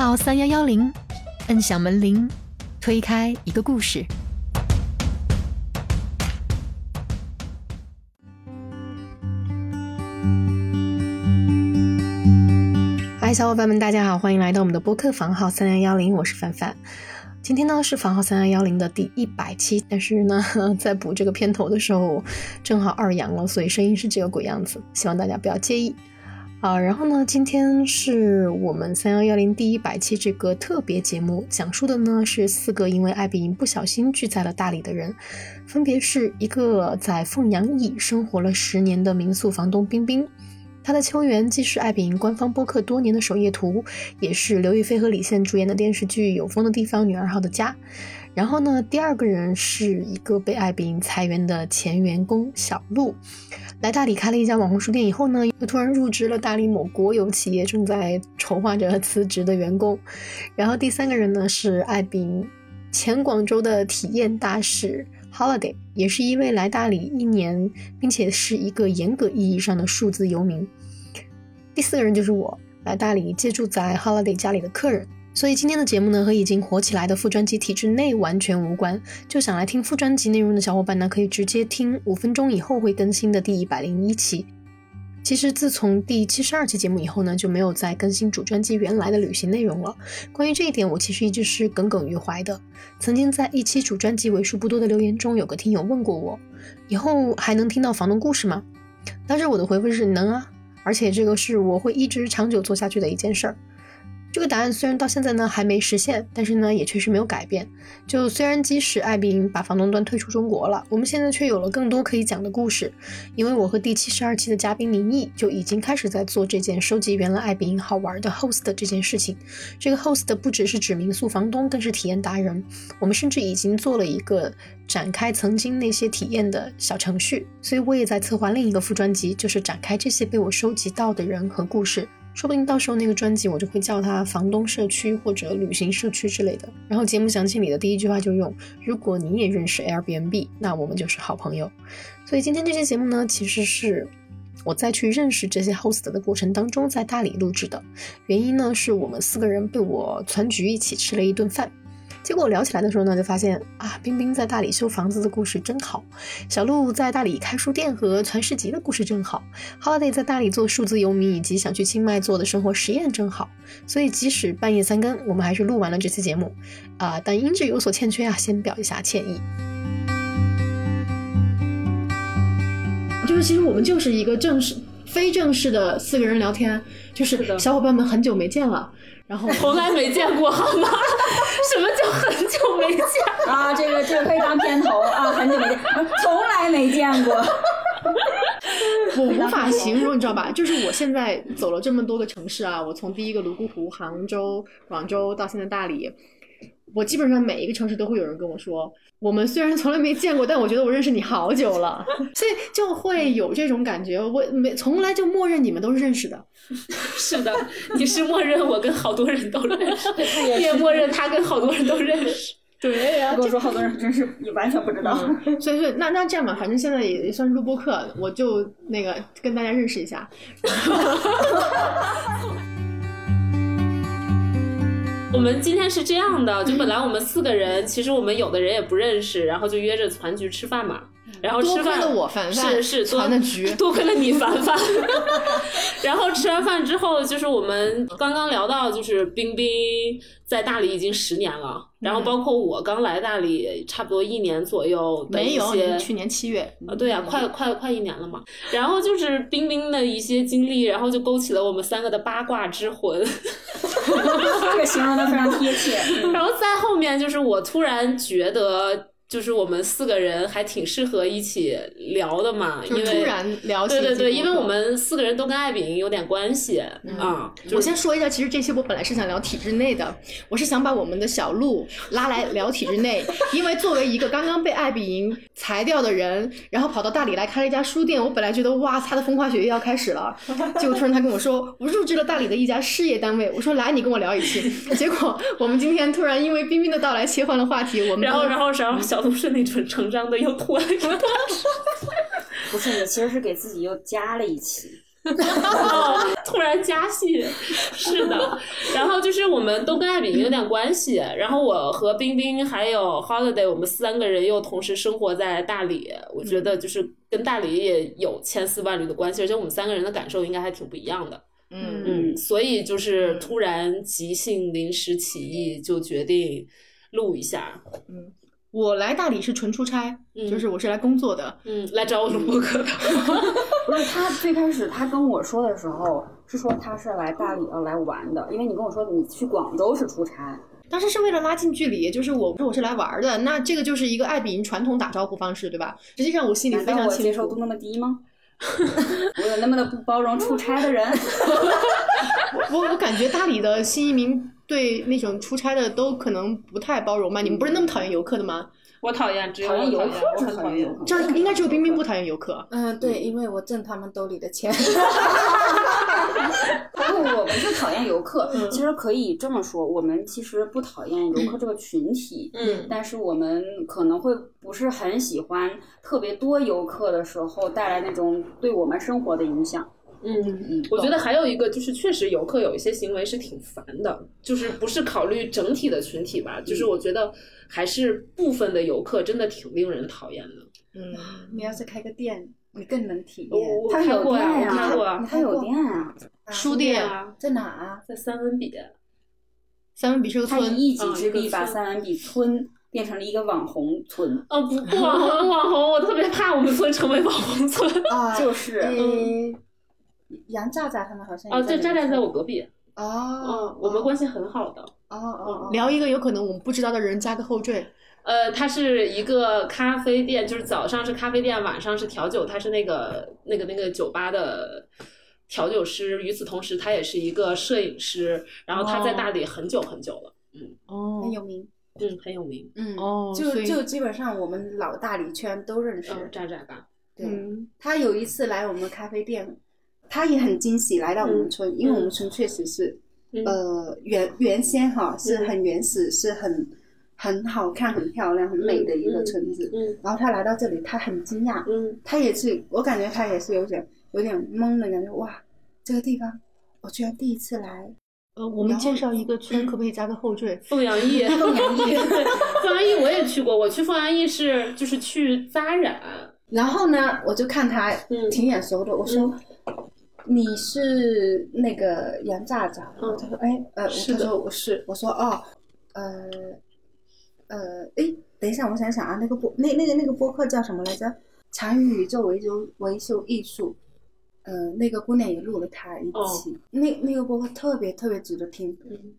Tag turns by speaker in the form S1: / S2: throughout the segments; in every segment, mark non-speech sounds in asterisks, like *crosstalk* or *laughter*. S1: 到三幺幺零，摁响门铃，推开一个故事。
S2: 嗨，小伙伴们，大家好，欢迎来到我们的播客房号三零幺零，我是凡凡。今天呢是房号三零幺零的第一百期，但是呢， *laughs* 在补这个片头的时候，正好二阳了，所以声音是这个鬼样子，希望大家不要介意啊、然后呢，今天是我们三幺幺零第一百期这个特别节目，讲述的呢是四个因为爱彼迎不小心聚在了大理的人，分别是一个在凤阳驿生活了十年的民宿房东冰冰。他的秋园既是爱彼迎官方播客多年的首页图，也是刘亦菲和李现主演的电视剧《有风的地方》女二号的家。然后呢，第二个人是一个被爱彼迎裁员的前员工小鹿，来大理开了一家网红书店以后呢，又突然入职了大理某国有企业正在筹划着辞职的员工。然后第三个人呢是爱彼迎前广州的体验大使 Holiday，也是一位来大理一年，并且是一个严格意义上的数字游民。第四个人就是我，来大理借住在 Holiday 家里的客人。所以今天的节目呢，和已经火起来的副专辑体制内完全无关。就想来听副专辑内容的小伙伴呢，可以直接听五分钟以后会更新的第一百零一期。其实自从第七十二期节目以后呢，就没有再更新主专辑原来的旅行内容了。关于这一点，我其实一直是耿耿于怀的。曾经在一期主专辑为数不多的留言中，有个听友问过我，以后还能听到房东故事吗？当时我的回复是能啊，而且这个是我会一直长久做下去的一件事儿。这个答案虽然到现在呢还没实现，但是呢也确实没有改变。就虽然即使艾比把房东端退出中国了，我们现在却有了更多可以讲的故事，因为我和第七十二期的嘉宾林毅就已经开始在做这件收集原来艾比好玩的 host 这件事情。这个 host 不只是指民宿房东，更是体验达人。我们甚至已经做了一个展开曾经那些体验的小程序，所以我也在策划另一个副专辑，就是展开这些被我收集到的人和故事。说不定到时候那个专辑我就会叫它“房东社区”或者“旅行社区”之类的。然后节目详情里的第一句话就用：“如果你也认识 Airbnb，那我们就是好朋友。”所以今天这期节目呢，其实是我在去认识这些 host 的过程当中，在大理录制的。原因呢，是我们四个人被我攒局一起吃了一顿饭。结果聊起来的时候呢，就发现啊，冰冰在大理修房子的故事真好，小鹿在大理开书店和传市集的故事真好，Holiday 在大理做数字游民以及想去清迈做的生活实验真好。所以即使半夜三更，我们还是录完了这期节目，啊、但音质有所欠缺啊，先表一下歉意。就是其实我们就是一个正式、非正式的四个人聊天，就是是
S3: 的
S2: 小伙伴们很久没见了，然后
S3: 从来没
S2: *laughs*
S3: 见过好吗？什么叫很久没见？
S4: 啊，这个这个可以当片头啊，很久没见，从来没见过。
S2: 我无法形容，你知道吧？就是我现在走了这么多个城市啊，我从第一个泸沽湖、杭州、广州到现在大理，我基本上每一个城市都会有人跟我说，我们虽然从来没见过，但我觉得我认识你好久了，所以就会有这种感觉。我没从来就默认你们都是认识的，
S3: *laughs* 是的，你是默认我跟好多人都认 *laughs* 识，你也默认他跟好多人都认识。
S2: 对呀
S4: 他跟我说，好多人真是也完全不知道。
S5: 嗯
S2: 所以说，那那这样吧，反正现在也算是录播课，我就那个跟大家认识一下。
S3: 我们今天是这
S2: *laughs*
S3: 样的，就本来我们四个人，其实我们有的人也不认识，然后就约着攒局吃饭嘛。然后
S2: 嗯多
S3: 吃
S2: 亏
S3: 饭
S2: 了我凡凡
S3: 是是多
S2: 攒的局
S3: *laughs*
S2: *laughs*
S3: 多亏了你凡凡。然后吃完饭之后，就是我们刚刚聊到，就是冰冰在大理已经十年了，然后包括我刚来大理差不多一年左右的
S2: 没
S3: 一
S2: 有，
S3: 些
S2: 你去年七月，
S3: 啊，对呀、快快快一年了嘛。然后就是冰冰的一些经历，然后就勾起了我们三个的八卦之魂。
S4: 这个形容的非常贴切。
S3: *laughs*
S5: 嗯
S3: 然后再后面就是我突然觉得，就是我们四个人还挺适合一起聊的嘛，
S2: 就
S3: 因
S2: 是
S3: 为
S2: 突然聊起
S3: 对对对，
S2: 这
S3: 因
S2: 个
S3: 为
S2: 播
S3: 我
S2: 客
S3: 们四个人都跟艾比有点关系啊、
S2: 我先说一下，其实这期我本来是想聊体制内的，我是想把我们的小鹿拉来聊体制
S3: *laughs*
S2: 内，因为作为一个刚刚被艾比营裁掉的人，然后跑到大理来开了一家书店，我本来觉得哇，他的风花雪月要开始
S3: *laughs*
S2: 了，结果突然他跟我说，我入职了大理的一家事业单位，我说来，你跟我聊一期，结果我们今天突然因为冰冰的到来切换了话题，我们
S3: 然后，然后，然后小鹿顺理成成章的又脱了一个大
S4: 不是，你其实是给自己又加了一期。
S3: 哦， *laughs* 突然加戏，是的。然后就是我们都跟艾比营有点关系，然后我和冰冰还有 Holiday，我们三个人又同时生活在大理，我觉得就是跟大理也有千丝万缕的关系，而且我们三个人的感受应该还挺不一样的。
S5: 嗯
S3: 嗯，所以就是突然即兴临时起意，就决定录一下。
S6: 我来大理是纯出差，
S3: 嗯
S6: 就是我是来工作的。
S3: 嗯，来找我录播客的。
S5: 不是他最开始他跟我说的时候是说他是来大理呃要来玩的，因为你跟我说你去广州是出差，
S6: 当时是为了拉近距离，就是我说我是来玩儿的，那这个就是一个爱比营传统打招呼方式，对吧？实际上我心里
S5: 难
S6: 非
S5: 道
S6: 常
S5: 我接
S6: 清
S5: 受度
S6: 楚，
S5: 那么低吗？ *laughs* 我有那么的不包容出差的人，
S6: 我我感觉大理的新移民对那种出差的都可能不太包容吧？你们不是那么讨厌游客的吗？
S3: *laughs* 我讨厌，只
S5: 讨厌游客是很有可能
S6: 这儿应该只有冰冰不讨厌游客。
S7: 嗯，对，因为我挣他们兜里的
S6: *laughs*
S7: 钱。
S5: 不，我不是讨厌游客，其实可以这么说，我们其实不讨厌游客这个群体，
S3: 嗯
S5: 但是我们可能会不是很喜欢特别多游客的时候带来那种对我们生活的影响。
S3: 嗯。我觉得还有一个就是，确实游客有一些行为是挺烦的，就是不是考虑整体的群体吧，就是我觉得还是部分的游客真的挺令人讨厌的。
S6: 嗯，
S7: 你要是开个店，你更能体验。
S3: 我我
S5: 他
S3: 看
S5: 有
S3: 过
S5: 店
S3: 呀，我
S5: 呀、
S3: 看过啊，
S5: 他有店啊，
S7: 啊
S6: 哦书店
S3: 啊，
S7: 在哪啊？
S3: 在三文笔，
S6: 三文笔是个
S5: 他
S6: 村，
S5: 以一己之
S3: 嗯一
S5: 力
S3: 个
S5: 把
S3: 村
S5: 三文笔村变成了一个网红村，
S3: 哦，不 *laughs* 不网红网红，我特别怕我们村成为网红村。
S7: 啊，
S5: 就是
S7: 诶，呃杨炸炸他们好像
S3: *laughs* 嗯哦，
S7: 也
S3: 对，
S7: 那
S3: 渣
S7: 个
S3: 渣在
S7: 村
S3: 我隔壁，
S7: 哦
S3: 嗯，，我们关嗯系很好的。
S7: 哦哦哦，
S6: 聊一个有可能我们不知道的人加个后缀。
S3: 呃，它是一个咖啡店，就是早上是咖啡店，晚上是调酒，它是那个那个那个酒吧的调酒师。与此同时，他也是一个摄影师，然后他在大理很久很久了，
S6: 哦
S7: 很有名。
S3: 嗯，很有名。
S7: 嗯，
S6: 哦，
S7: 就
S6: 所以
S7: 就基本上我们老大理圈都认识。
S3: 嗯，渣渣吧，
S7: 对，
S6: 嗯
S7: 他有一次来我们咖啡店，他也很惊喜来到我们村，因为我们村确实是
S3: 嗯
S7: 呃原原先哈是很原始，是很很好看、很漂亮、很美的一个村子。
S3: 嗯
S7: 然后他来到这里，他很惊讶，
S3: 嗯
S7: 他也是，我感觉他也是有点有点懵的感觉，哇，这个地方我居然第一次来，
S6: 呃，我们介绍一个村可不可以加个后缀？
S3: 凤阳驿，凤阳驿，对， *laughs* 凤阳驿我也去过，我去凤阳驿是就是去扎染，
S7: 然后呢，我就看他
S3: 嗯
S7: 挺眼熟的，我说。你是那个杨炸炸吗？
S3: 嗯
S7: 他说，哎，呃，我
S3: 是
S7: 他
S3: 的
S7: 说我是，我说哦，呃，呃，哎，等一下，我想想啊，那个播那那个那个播客叫什么来着？禅语宇宙维修维修艺术，呃，那个姑娘也录了她一
S3: 哦
S7: 期，那那个播客特别特别值得听，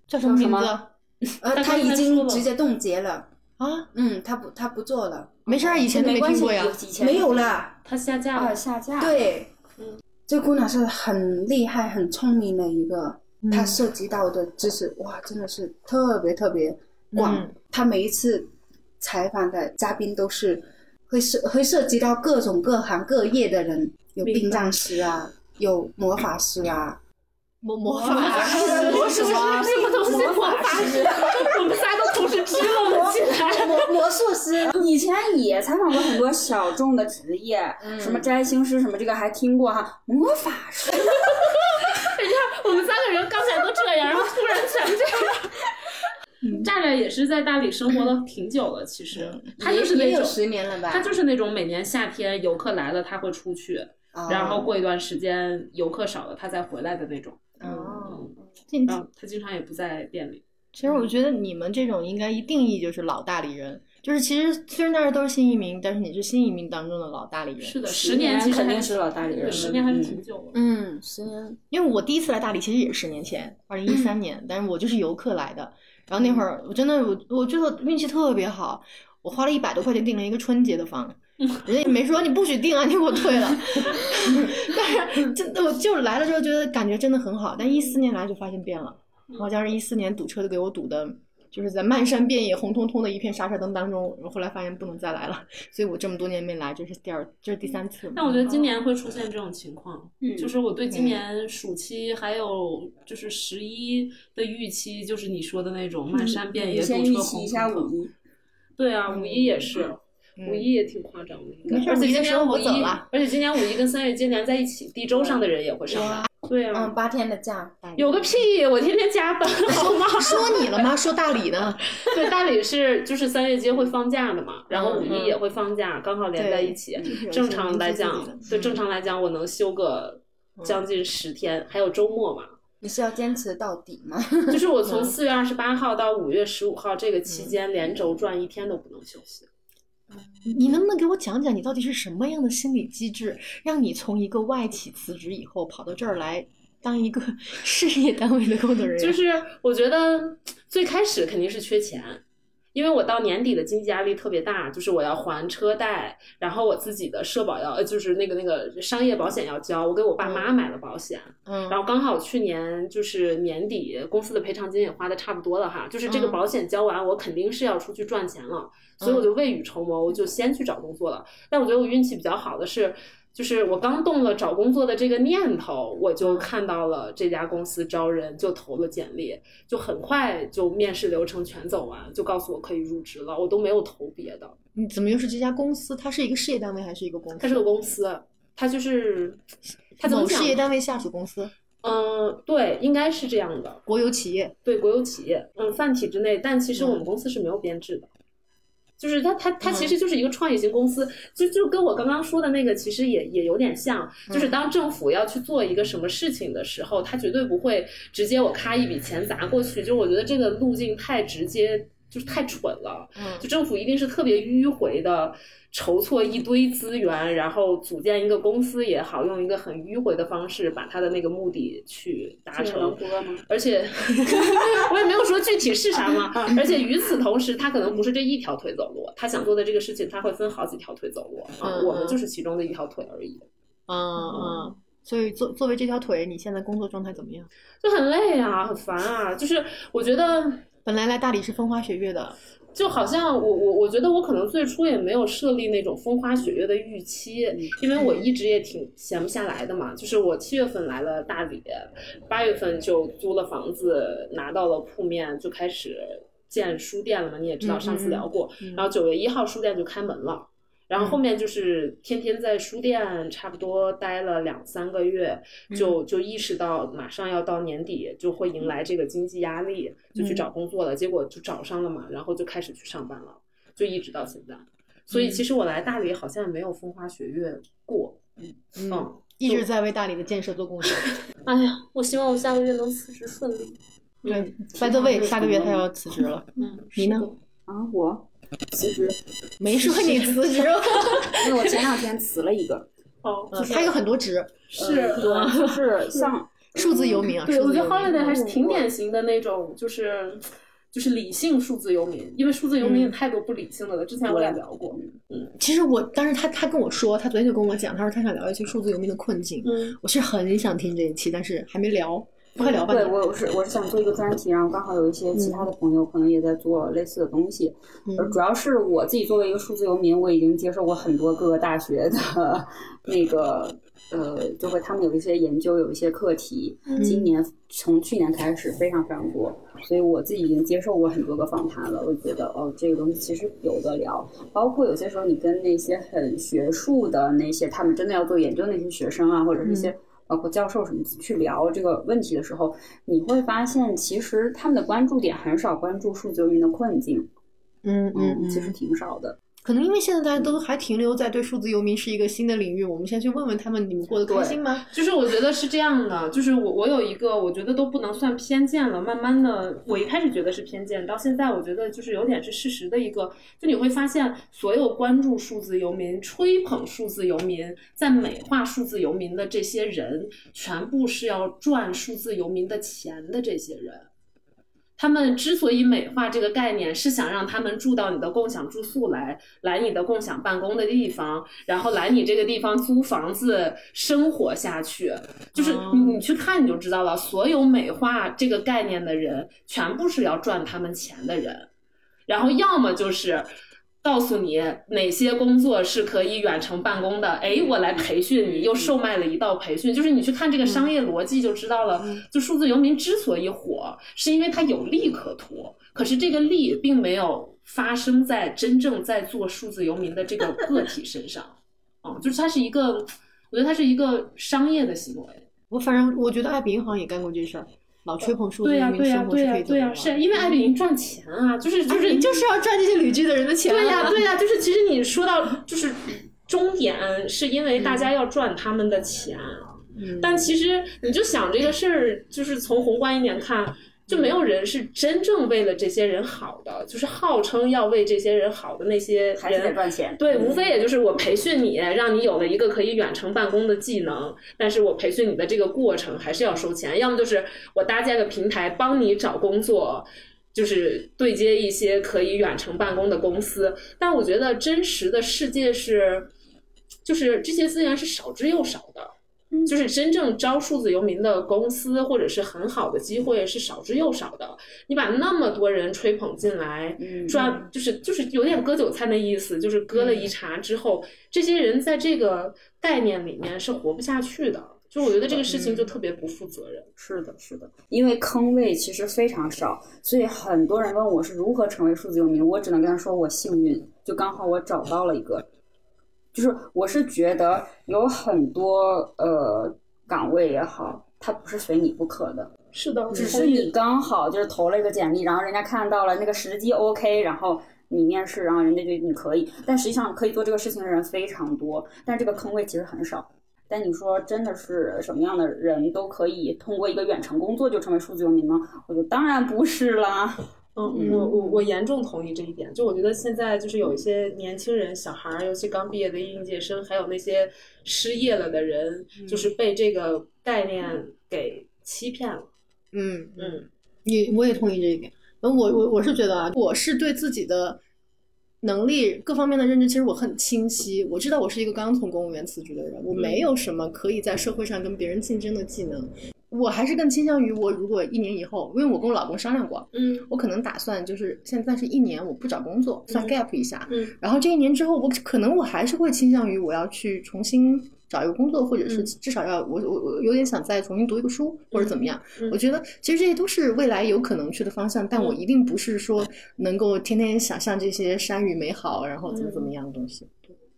S6: 叫什么名字？
S7: 呃，
S3: 但
S7: 他
S3: 是
S7: 已
S3: 他说
S7: 经
S3: 了
S7: 直接冻结了，
S6: 啊，
S7: 嗯，他不他不做了，
S6: 没事儿，以前都
S5: 没关
S6: 听
S5: 系，
S6: 过呀
S5: 有。以前
S7: 没有了，
S3: 它下架
S5: 啊
S3: 了，
S5: 下架，，
S7: 对，这姑娘是很厉害、很聪明的一个，她涉及到的知识哇，真的是特别特别广。
S6: 嗯
S7: 她每一次采访的嘉宾都是会涉会涉及到各种各行各业的人，有
S3: 明白
S7: 殡葬师啊，有魔法师啊，
S6: 魔魔法师
S7: 魔
S3: 哎什
S7: 术
S3: 么什么东西魔法师， *laughs* 我们仨都同时支棱了起来。
S7: 魔魔术师，
S5: 以前也采访过很多小众的职业，什么占星师什么这个还听过哈，魔法
S3: *laughs*
S5: 师，
S3: 我们三个人刚才都这样，然后突然全这样。
S7: 嗯
S3: 炸炸也是在大理生活了挺久了，其实他就是
S7: 也
S3: 那
S7: 也有
S3: 种，
S7: 十年了吧？
S3: 他就是那种每年夏天游客来了他会出去，
S7: 哦
S3: 然后过一段时间游客少了他再回来的那种。
S6: 嗯
S7: 哦，
S6: 进
S3: 然后他经常也不在店里。
S6: 其实我觉得你们这种应该一定义就是老大理人，就是其实虽然大家都是新移民，但是你是新移民当中的老大理人。
S3: 是的，
S5: 十
S3: 十
S5: 年
S3: 其实
S5: 肯
S3: 还
S5: 定是老大理人
S3: 对
S5: 了
S3: 十年还是
S5: 嗯
S3: 挺久了。
S7: 嗯，十年，
S6: 因为我第一次来大理其实也是十年前，二零一
S3: 嗯
S6: 三年，但是我就是游客来的。然后那会儿我真的我我觉得运气特别好，我花了一百多块钱订了一个春节
S3: *laughs*
S6: 的房，人家也没说你不许订啊，你给我退了。但是真的我就来了之后觉得感觉真的很好，但一四年来就发现变了，
S3: 嗯
S6: 然后加上一四年堵车都给我堵的。就是在漫山遍野红彤彤的一片沙沙灯当中，我后来发现不能再来了，所以我这么多年没来，这是第二，这是第三次了。
S3: 但我觉得今年会出现这种情况，
S5: 嗯
S3: 就是我对今年暑期还有就是十一的预期，
S6: 嗯
S3: 就是你说的那种漫山遍
S5: 你
S3: 野堵
S5: 先预
S3: 车
S5: 期
S3: 红
S5: 一下
S3: 彤
S5: 五
S3: 彤。
S5: 一，
S3: 对啊，五一也是。
S6: 嗯
S3: 五一也挺夸张的，应该
S6: 没事
S3: 而且今
S6: 五一的时候
S3: 年五
S6: 我
S3: 一
S6: 走了，
S3: 而且今年五一跟三月接连在一起，地州上的人也会上班。对啊
S7: 嗯，，八天的假，
S3: 有个
S6: 嗯
S3: 屁！我天天加
S6: *laughs*
S3: 班，好 *laughs* 吗？
S6: 说你了吗？说大理呢？
S3: 对，大理是就是三月街会放假的嘛，然后五
S6: 嗯
S3: 一也会放假，刚好连在一起。
S6: 就是有一些
S3: 正常来
S6: 明
S3: 讲
S6: 确自，己
S3: 对
S6: 的嗯
S3: 正常来讲，我能休个将近十天，还有周末嘛。
S7: 你是要坚持到底吗？
S3: 就是我从四月二十八号到五月十五号这个期间，连轴转一天都不能休息。
S6: 嗯你你能不能给我讲讲，你到底是什么样的心理机制， *laughs* 让你从一个外企辞职以后跑到这儿来当一个事业单位的工作人员？
S3: 就是我觉得最开始肯定是缺钱，因为我到年底的经济压力特别大，就是我要还车贷，然后我自己的社保要，呃就是那个那个商业保险要交，我给我爸妈买了保险，
S6: 嗯
S3: 然后刚好去年就是年底公司的赔偿金也花的差不多了哈，就是这个
S6: 嗯
S3: 保险交完，我肯定是要出去赚钱了，所以我就未雨绸缪，我就先去找工作了。但我觉得我运气比较好的是。就是我刚动了找工作的这个念头，我
S6: 嗯
S3: 就看到了这家公司招人，就投了简历，就很快就面试流程全走完，就告诉我可以入职了，我都没有投别的。
S6: 你怎么又是这家公司？它是一个事业单位还是一个公司？
S3: 它是个公司，它就是它怎么
S6: 某
S3: 讲
S6: 事？业单位下属公司，
S3: 嗯、对，应该是这样的。
S6: 国有企业。
S3: 对国有企业，嗯，泛体制内，但其实我们公司是没有编制的，就是它它它
S6: 嗯
S3: 其实就是一个创业型公司，就就跟我刚刚说的那个其实也也有点像，就是当政府要去做一个什么事情的时候，他绝对不会直接我咔一笔钱砸过去，就我觉得这个路径太直接，就是太蠢了，
S6: 嗯
S3: 就政府一定是特别迂回的。筹措一堆资源，然后组建一个公司也好，用一个很迂回的方式把他的那个目的去达
S5: 这个
S3: 成。
S5: 能播吗？
S3: 而
S6: *laughs*
S3: 且我也没有说具体是啥嘛。
S6: 啊
S3: 而且与此同时，他可能不是这一条腿走路，他想做的这个事情，他会分好几条腿走路啊。
S6: 嗯
S3: 我们就是其中的一条腿而已，
S6: 嗯嗯。所以作作为这条腿，你现在工作状态怎么样？
S3: 就很累啊，很烦啊。就是我觉得，
S6: 本来来大理是风花雪月的，
S3: 就好像我我我觉得我可能最初也没有设立那种风花雪月的预期，
S6: 嗯
S3: 因为我一直也挺闲不下来的嘛。就是我七月份来了大理，八月份就租了房子，拿到了铺面，就开始建书店了嘛。你也知道，
S6: 嗯
S3: 上次聊过。
S6: 嗯
S3: 然后九月一号书店就开门了。然后后面就是天天在书店差不多待了两三个月，就就意识到马上要到年底就会迎来这个经济压力，就去找工作了。结果就找上了嘛，然后就开始去上班了，就一直到现在。所以其实我来大理好像也没有风花雪月过，嗯，
S6: 一直在为大理的建设做贡献。
S3: 哎呀，我希望我下个月能辞职顺利。
S6: 对，by the way，下个月他要辞职了。
S3: 嗯，
S6: 你呢？
S5: 啊，我辞职，
S6: 没说你辞职， *laughs*
S5: 因为我前两天辞了一个，
S3: 哦，
S6: 嗯他有很多职，
S3: 是啊
S5: 对，就是
S3: *laughs*
S5: 像
S6: 数字游民啊。
S3: 对，
S6: 数
S3: 我
S6: 字
S3: 觉
S6: 游
S3: 得
S6: 民
S3: holiday 还是挺典型的那种，就是就是理性数字游民，因为数字游
S6: 嗯
S3: 民有太多不理性的了。之前我也聊过，
S6: 其实我，但是他他跟我说，他昨天就跟我讲，他说他想聊一些数字游民的困境。
S3: 嗯，
S6: 我是很想听这一期，但是还没聊，快聊吧
S5: 嗯对
S6: 你。
S5: 我我是我是想做一个专题，然后刚好有一些其他的朋友可能也在做类似的东西。
S6: 嗯
S5: 呃主要是我自己作为一个数字游民，我已经接受过很多各个大学的那个呃，就会他们有一些研究，有一些课题。今年从去年开始非常非常多，所以我自己已经接受过很多个访谈了。我觉得哦，这个东西其实有的聊，包括有些时候你跟那些很学术的那些他们真的要做研究的那些学生啊，或者是一些。包括教授什么去聊这个问题的时候，你会发现，其实他们的关注点很少关注数字游民的困境，
S6: 嗯嗯嗯，
S5: 其实挺少的。
S6: 可能因为现在大家都还停留在对数字游民是一个新的领域，我们先去问问他们，你们过得开心吗？
S3: 就是我觉得是这样的，就是我我有一个我觉得都不能算偏见了，慢慢的，我一开始觉得是偏见，到现在我觉得就是有点是事实的一个，就你会发现所有关注数字游民、吹捧数字游民、在美化数字游民的这些人，全部是要赚数字游民的钱的这些人。他们之所以美化这个概念，是想让他们住到你的共享住宿来，来你的共享办公的地方，然后来你这个地方租房子生活下去。就是
S6: 哦
S3: 你你去看你就知道了，所有美化这个概念的人，全部是要赚他们钱的人。然后要么就是告诉你哪些工作是可以远程办公的，哎，我来培训你，又售卖了一道培训，就是你去看这
S6: 嗯
S3: 个商业逻辑就知道了。就数字游民之所以火，是因为它有利可图，可是这个利并没有。发生在真正在做数字游民的这个个体身
S6: *laughs*
S3: 上。嗯，就是它是一个，我觉得它是一个商业的行为。
S6: 我反正我觉得艾比银行也干过这事儿，老吹捧数字
S3: 对
S6: 游
S3: 呀、
S6: 民
S3: 对呀、
S6: 生活
S3: 对
S6: 是
S3: 呀、
S6: 可以怎
S3: 对呀、
S6: 么
S3: 是啊因为艾比
S6: 嗯
S3: 营赚钱啊，就是就
S6: 就是是
S3: 你
S6: 你就是要赚这些旅居的人的钱、啊。
S3: 对呀、
S6: *laughs*
S3: 对呀、就是其实你说到就是终点，是因为大家要赚他们的钱。
S6: 嗯
S3: 但其实你就想这个事儿，就是从宏观一点看，就没有人是真正为了这些人好的，就是号称要为这些人好的那些
S5: 还是得
S3: 人。
S5: 赚钱。
S3: 对，无非也就是我培训你，让你有了一个可以远程办公的技能，但是我培训你的这个过程还是要收钱，要么就是我搭建个平台帮你找工作，就是对接一些可以远程办公的公司。但我觉得真实的世界是，就是这些资源是少之又少的。就是真正招数字游民的公司或者是很好的机会是少之又少的。你把那么多人吹捧进来，
S5: 嗯
S3: 抓就是就是有点割韭菜的意思，就是割了一茬之后，这些人在这个概念里面是活不下去的。就我觉得这个事情就特别不负责任。
S5: 是的，是的，因为坑位其实非常少，所以很多人问我是如何成为数字游民，我只能跟他说我幸运，就刚好我找到了一个。就是我是觉得有很多呃岗位也好，它不是非你不可的，
S3: 是的，
S5: 只是你刚好就是投了一个简历，然后人家看到了那个时机 OK，然后你面试，然后人家就你可以。但实际上可以做这个事情的人非常多，但这个坑位其实很少。但你说真的是什么样的人都可以通过一个远程工作就成为数字游民吗？我觉得当然不是啦。
S3: 嗯，我我我严重同意这一点。就我觉得现在就是有一些年轻人、小孩儿，尤其刚毕业的应届生，还有那些失业了的人，就是被这个概念给欺骗了。
S6: 嗯，
S3: 嗯，
S6: 你我也同意这一点。然后我我我是觉得啊，我是对自己的能力各方面的认知，其实我很清晰。我知道我是一个刚从公务员辞职的人，我
S3: 嗯
S6: 没有什么可以在社会上跟别人竞争的技能。我还是更倾向于我如果一年以后，因为我跟我老公商量过，
S3: 嗯
S6: 我可能打算就是现在是一年我不找工作，算
S3: 嗯
S6: gap 一下，
S3: 嗯
S6: 然后这一年之后，我可能我还是会倾向于我要去重新找一个工作，或者是
S3: 嗯
S6: 至少要我我我有点想再重新读一个书或者怎么样。
S3: 嗯
S6: 我觉得其实这些都是未来有可能去的方向，但我一定不是说能够天天想象这些山与美好，然后怎么怎
S3: 嗯
S6: 么样的东西。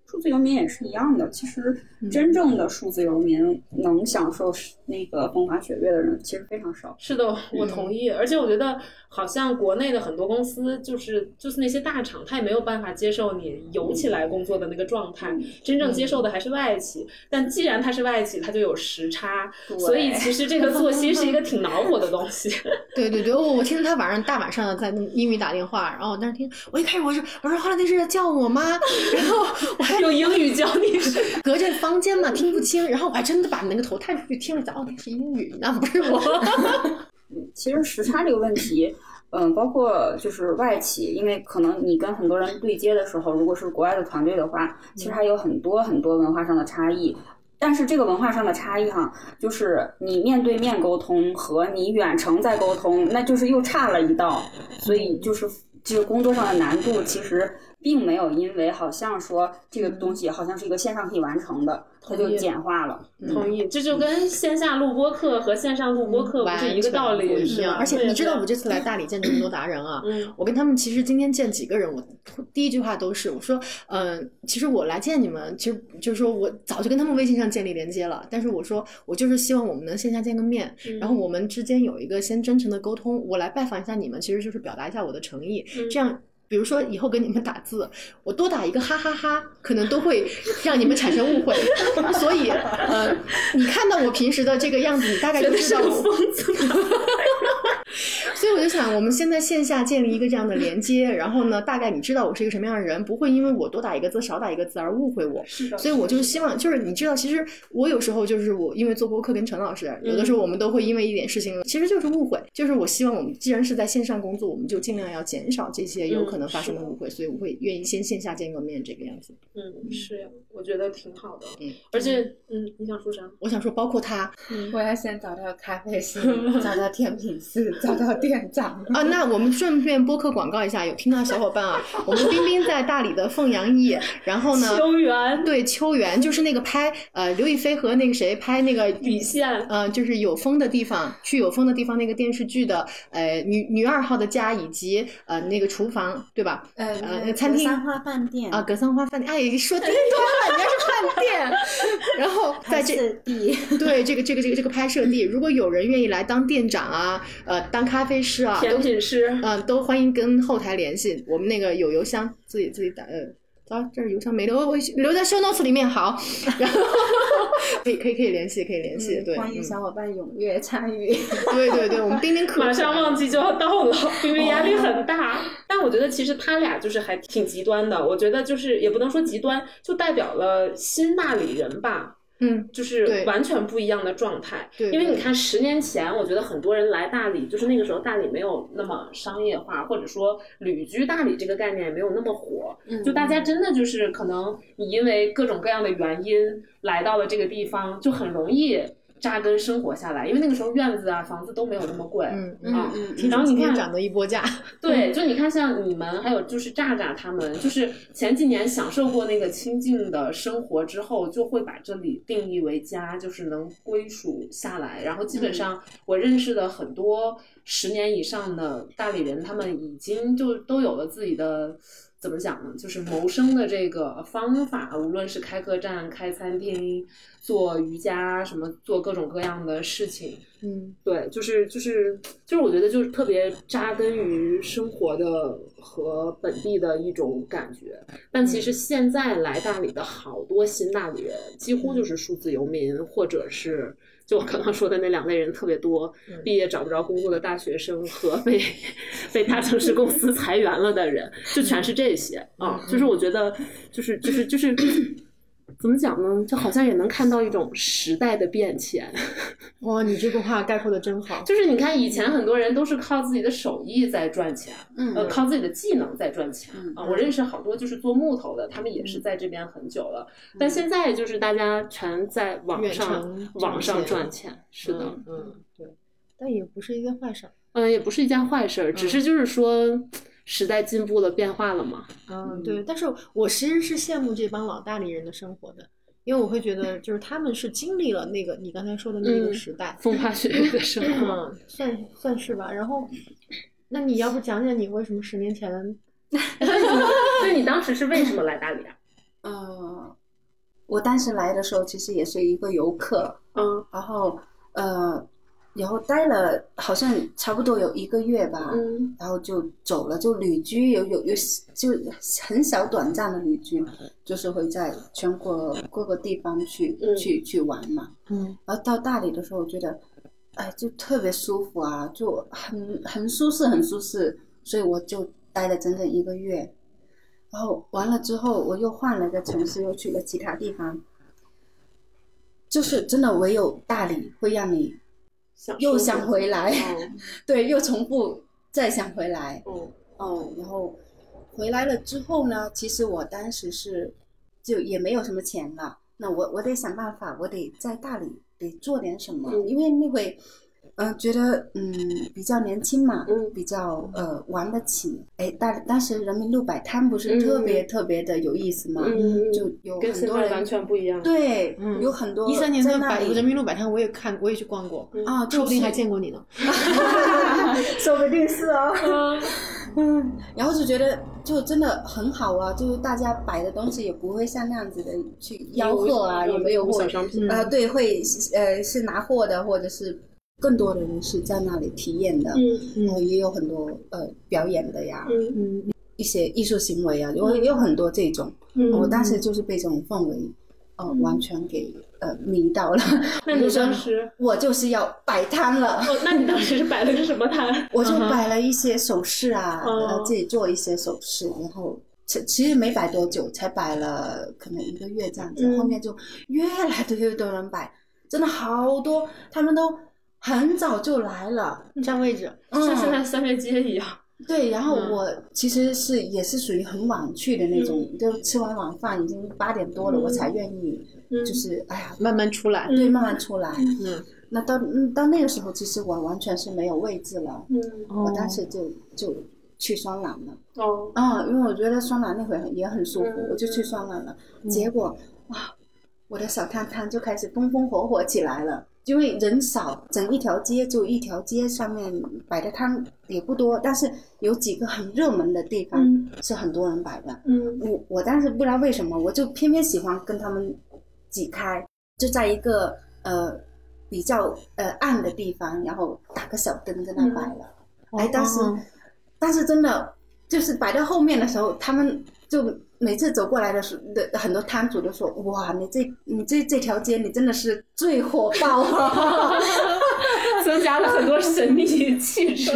S5: 数字游民也是一样的，其实真正的数字游民能享受那个风花雪月的人其实非常少。
S3: 是
S6: 嗯
S3: 的，我同意。而且我觉得，好像国内的很多公司，就是就是那些大厂，它也没有办法接受你游起来工作的那个状态。
S6: 嗯
S3: 真正接受的还是外企。但既然它是外企，它就有时差，
S5: 对
S3: 所以其实这个作息是一个挺恼火的东
S6: *laughs*
S3: 西。
S6: 对对对，我我听着他晚上大晚上的在那英语打电话，然后我当时听，我一开始我是我说后来那是在叫我妈，然后我还
S3: 用英语教
S6: *laughs*
S3: 你是
S6: 隔着房间嘛听不清，然后我还真的把那个头探出去听了一下，哦，那是英语，那不是我。
S5: 其实时差这个问题，嗯，包括就是外企，因为可能你跟很多人对接的时候，如果是国外的团队的话，其实
S3: 嗯
S5: 还有很多很多文化上的差异。但是这个文化上的差异哈，就是你面对面沟通和你远程在沟通，那就是又差了一道，所
S3: 嗯
S5: 以就是这个工作上的难度其实并没有因为好像说这个东西好像是一个线上可以完成的，它就
S3: 同意
S5: 简化了。
S6: 嗯
S3: 同意，这就跟线下录播课和线上录播课不是一个道
S6: 嗯完全不
S3: 理，
S6: 一
S3: 是
S6: 样。
S3: 吧？
S6: 而且
S3: 对
S6: 你知道，我，这次来大理见这么多达人啊，
S3: 对嗯
S6: 我跟他们其实今天见几个人，我第一句话都是我说，嗯、其实我来见你们，其实就是说我早就跟他们微信上建立连接了，但是我说我就是希望我们能线下见个面，
S3: 嗯
S6: 然后我们之间有一个先真诚的沟通。我来拜访一下你们，其实就是表达一下我的诚意，
S3: 嗯
S6: 这样。比如说，以后给你们打字，我多打一个哈哈哈可能都会让你们产生误会。 *laughs* 所以，呃，你看到我平时的这个样子，你大概
S3: 嗯觉
S6: 就
S3: 得
S6: 知
S3: 是
S6: 道
S3: 个
S6: 我
S3: 疯子吗？
S6: *laughs* 所以我就想，我们先在线下建立一个这样的连接，然后呢，大概你知道我是一个什么样的人，不会因为我多打一个字、少打一个字而误会我。
S3: 是的
S6: 所以我就是希望，就是你知道，其实我有时候就是我，因为做播客跟陈老师，有的时候
S3: 嗯
S6: 我们都会因为一点事情，其实就是误会。就是我希望我们既然是在线上工作，我们就尽量要减少这些有可能发生的误会，所以我会愿意先线下见个面这个样子。
S3: 嗯，是呀，我觉得挺好的。
S6: 嗯，
S3: 而且，嗯，你想说啥？ *laughs* 嗯
S6: 我想说，包括他，
S7: *laughs*
S4: 我要先找到咖啡师，找到甜品师，找到店
S7: 变脏
S6: 啊，那我们顺便播客广告一下，有听到的小伙伴啊，我们冰冰在大理的凤阳驿，然后
S3: *laughs*
S6: 呢，
S3: 秋园
S6: 对秋园就是那个拍呃刘亦菲和那个谁拍那个
S3: 雨线，
S6: 呃，就是有风的地方，去有风的地方那个电视剧的呃女女二号的家以及呃那个厨房对吧？
S7: 呃
S6: 呃餐厅
S4: 三花饭店
S6: 啊，格桑花饭店，哎，说低端了，人家是饭店。然后在这嗯
S4: 次第
S6: 对这个这个这个这个拍摄地，如果有人愿意来当店长啊，呃，当咖啡师啊，
S3: 甜品师
S6: 嗯、都欢迎跟后台联系，我们那个有邮箱，自己自己打。呃啊，这儿邮箱没留，我留在 show notes 里面 *laughs* 好，然后可以可以可以联系，可以联系，对，
S4: 欢迎
S6: 嗯
S4: 小伙伴踊跃参与。
S6: 对对对，我们冰冰可
S3: 马
S6: 可
S3: 上
S6: 爱了
S3: 旺季就要到
S6: 哦
S3: 了，因为压力很大。但我觉得其实他俩就是还挺极端的，我觉得就是也不能说极端，就代表了新大理人吧。
S6: 嗯，
S3: 就是
S6: 对
S3: 完全不一样的状态，
S6: 对
S3: 因为
S6: 对
S3: 你看，十年前我觉得很多人来大理，就是那个时候大理没有那么商业化，或者说旅居大理这个概念没有那么火，就大
S6: 嗯
S3: 家真的就是可能你因为各种各样的原因来到了这个地方，就很容易扎根生活下来，因为那个时候院子啊、房子都没有那么贵，
S6: 嗯嗯
S7: *laughs*
S3: 啊，
S7: 嗯
S6: 听
S3: 然后
S6: 说
S3: 你
S6: 今天
S3: 看
S6: 涨了一波价，
S3: 对，就你看，像你们还有就是炸炸他们，就是前几年享受过那个清静的生活之后，就会把这里定义为家，就是能归属下来。然后基本上我认识的很多十年以上的大理人，他们已经就都有了自己的。怎么讲呢？就是谋生的这个方法，无论是开客栈、开餐厅、做瑜伽，什么做各种各样的事情，
S6: 嗯，
S3: 对，就是就是就是，我觉得就是特别扎根于生活的和本地的一种感觉。但其实现在来大理的好多新大理人，几乎就是数字游民，或者是就我刚刚说的那两类人特别多，毕业找不着工作的大学生和被被大城市公司裁员了的人，就全是这些啊。就是我觉得，就是就是就是。 *coughs* 怎么讲呢？就好像也能看到一种时代的变迁，
S6: *laughs* 哇，你这个话概括的真好，
S3: 就是你看，以前很多人都是靠自己的手艺在赚钱，
S7: 嗯
S3: 呃，靠自己的技能在赚钱、
S7: 嗯
S3: 啊。我认识好多就是做木头的，他们也是在这边很久了，
S7: 嗯
S3: 但现在就是大家全在网
S6: 远
S3: 上
S6: 程
S3: 网上赚
S6: 赚
S3: 钱，是的，
S6: 嗯嗯，对，但也不是一件坏事儿，
S3: 嗯，也不是一件坏事儿，只
S7: 嗯
S3: 是就是说时代进步了，变化了嘛，
S6: 嗯，对，但是我其实是羡慕这帮老大理人的生活的。因为我会觉得，就是他们是经历了那个你刚才说的那个
S3: 嗯
S6: 时代，
S3: 风花雪月的生
S7: *laughs*
S3: 活。
S6: 嗯， *coughs* 算算是吧。然后，那你要不讲讲你为什么十年前
S3: *laughs* 那你当时是为什么来大理啊？
S7: 呃，我当时来的时候其实也是一个游客，
S3: 嗯
S7: 然后呃，然后待了好像差不多有一个月吧，
S3: 嗯
S7: 然后就走了，就旅居，有有有就很小短暂的旅居，就是会在全国各个地方去、
S3: 嗯
S7: 去去玩嘛。
S6: 嗯，
S7: 然后到大理的时候，我觉得，哎，就特别舒服啊，就很很舒适，很舒适，所以我就待了整整一个月。然后完了之后，我又换了个城市，又去了其他地方。就是真的，唯有大理会让你
S3: 想
S7: 又
S3: 说
S7: 想回来，
S3: 嗯
S7: 对，又重复再想回来。
S3: 嗯
S7: 哦，然后回来了之后呢，其实我当时是就也没有什么钱了，那我我得想办法，我得在大理得做点什么，
S3: 嗯
S7: 因为那会，呃，觉得嗯比较年轻嘛，
S3: 嗯
S7: 比较呃玩得起，哎，大当时人民路摆摊不
S3: 嗯
S7: 是特别特别的有意思嘛，
S3: 嗯，
S7: 就有
S3: 跟
S7: 很
S3: 现
S7: 多
S3: 在完
S7: 人。
S3: 全不一样。
S7: 对，
S6: 嗯
S7: 有很多
S6: 一三年
S7: 在
S6: 的
S7: 那
S6: 百
S3: *laughs*
S7: 里 *laughs*
S6: 人民路摆摊，我也看，我也去逛过，
S7: 啊，
S6: 说不定
S7: 就是
S6: 还见过你呢。
S7: 说不定是哦。
S3: 嗯
S7: 嗯，然后就觉得就真的很好啊，就是大家摆的东西也不会像那样子的去吆喝啊，也没有货
S3: 小，商品。
S7: 呃，对，会呃是拿货的，或者是更多的人是在那里体验的，
S3: 嗯
S7: 然后也有很多呃表演的呀，
S3: 嗯
S7: 一些艺术行为啊，有有很多这种，
S6: 嗯
S7: 我当时就是被这种氛围。呃，完全给呃迷到了， *laughs*
S3: 那你当时，
S7: 我就是要摆摊了。
S3: 哦，那你当时是摆了个什么摊？
S7: 我就摆了一些首饰啊，
S3: 嗯
S7: 呃，自己做一些首饰，然后其其实没摆多久，才摆了可能一个月这样子，
S3: 嗯
S7: 后面就越来越多人摆，真的好多，他们都很早就来了，
S6: 占位置，
S3: 像现
S7: 嗯
S3: 在三月街一样， *laughs*
S7: 对，然后
S3: 嗯
S7: 我其实是也是属于很晚去的那种，就吃完晚饭已经八点多了，我才愿意，
S3: 嗯
S7: 就是哎呀，
S2: 慢慢出来。
S7: 对，慢慢出来。
S6: 嗯，
S7: 那到嗯到那个时候，其实我完全是没有位置了，
S3: 嗯
S7: 我当时就就去双廊了
S3: 哦，
S7: 啊，因为我觉得双廊那会儿也很舒服，
S3: 嗯
S7: 我就去双廊了。结果哇，我的小摊摊就开始风风火火起来了。因为人少，整一条街就一条街上面摆的摊也不多，但是有几个很热门的地方
S3: 嗯
S7: 是很多人摆的。
S3: 嗯
S7: 我我当时不知道为什么，我就偏偏喜欢跟他们挤开，就在一个呃比较呃暗的地方，然后打个小灯在那
S3: 嗯
S7: 摆了。哎，但
S3: 哦
S6: 哦
S7: 是、但是真的就是摆到后面的时候，他们就每次走过来的时候的很多摊主都说：“哇，你这你这这条街你真的是最火爆了。 *laughs*
S3: 增加了很多神秘 *laughs* 气质。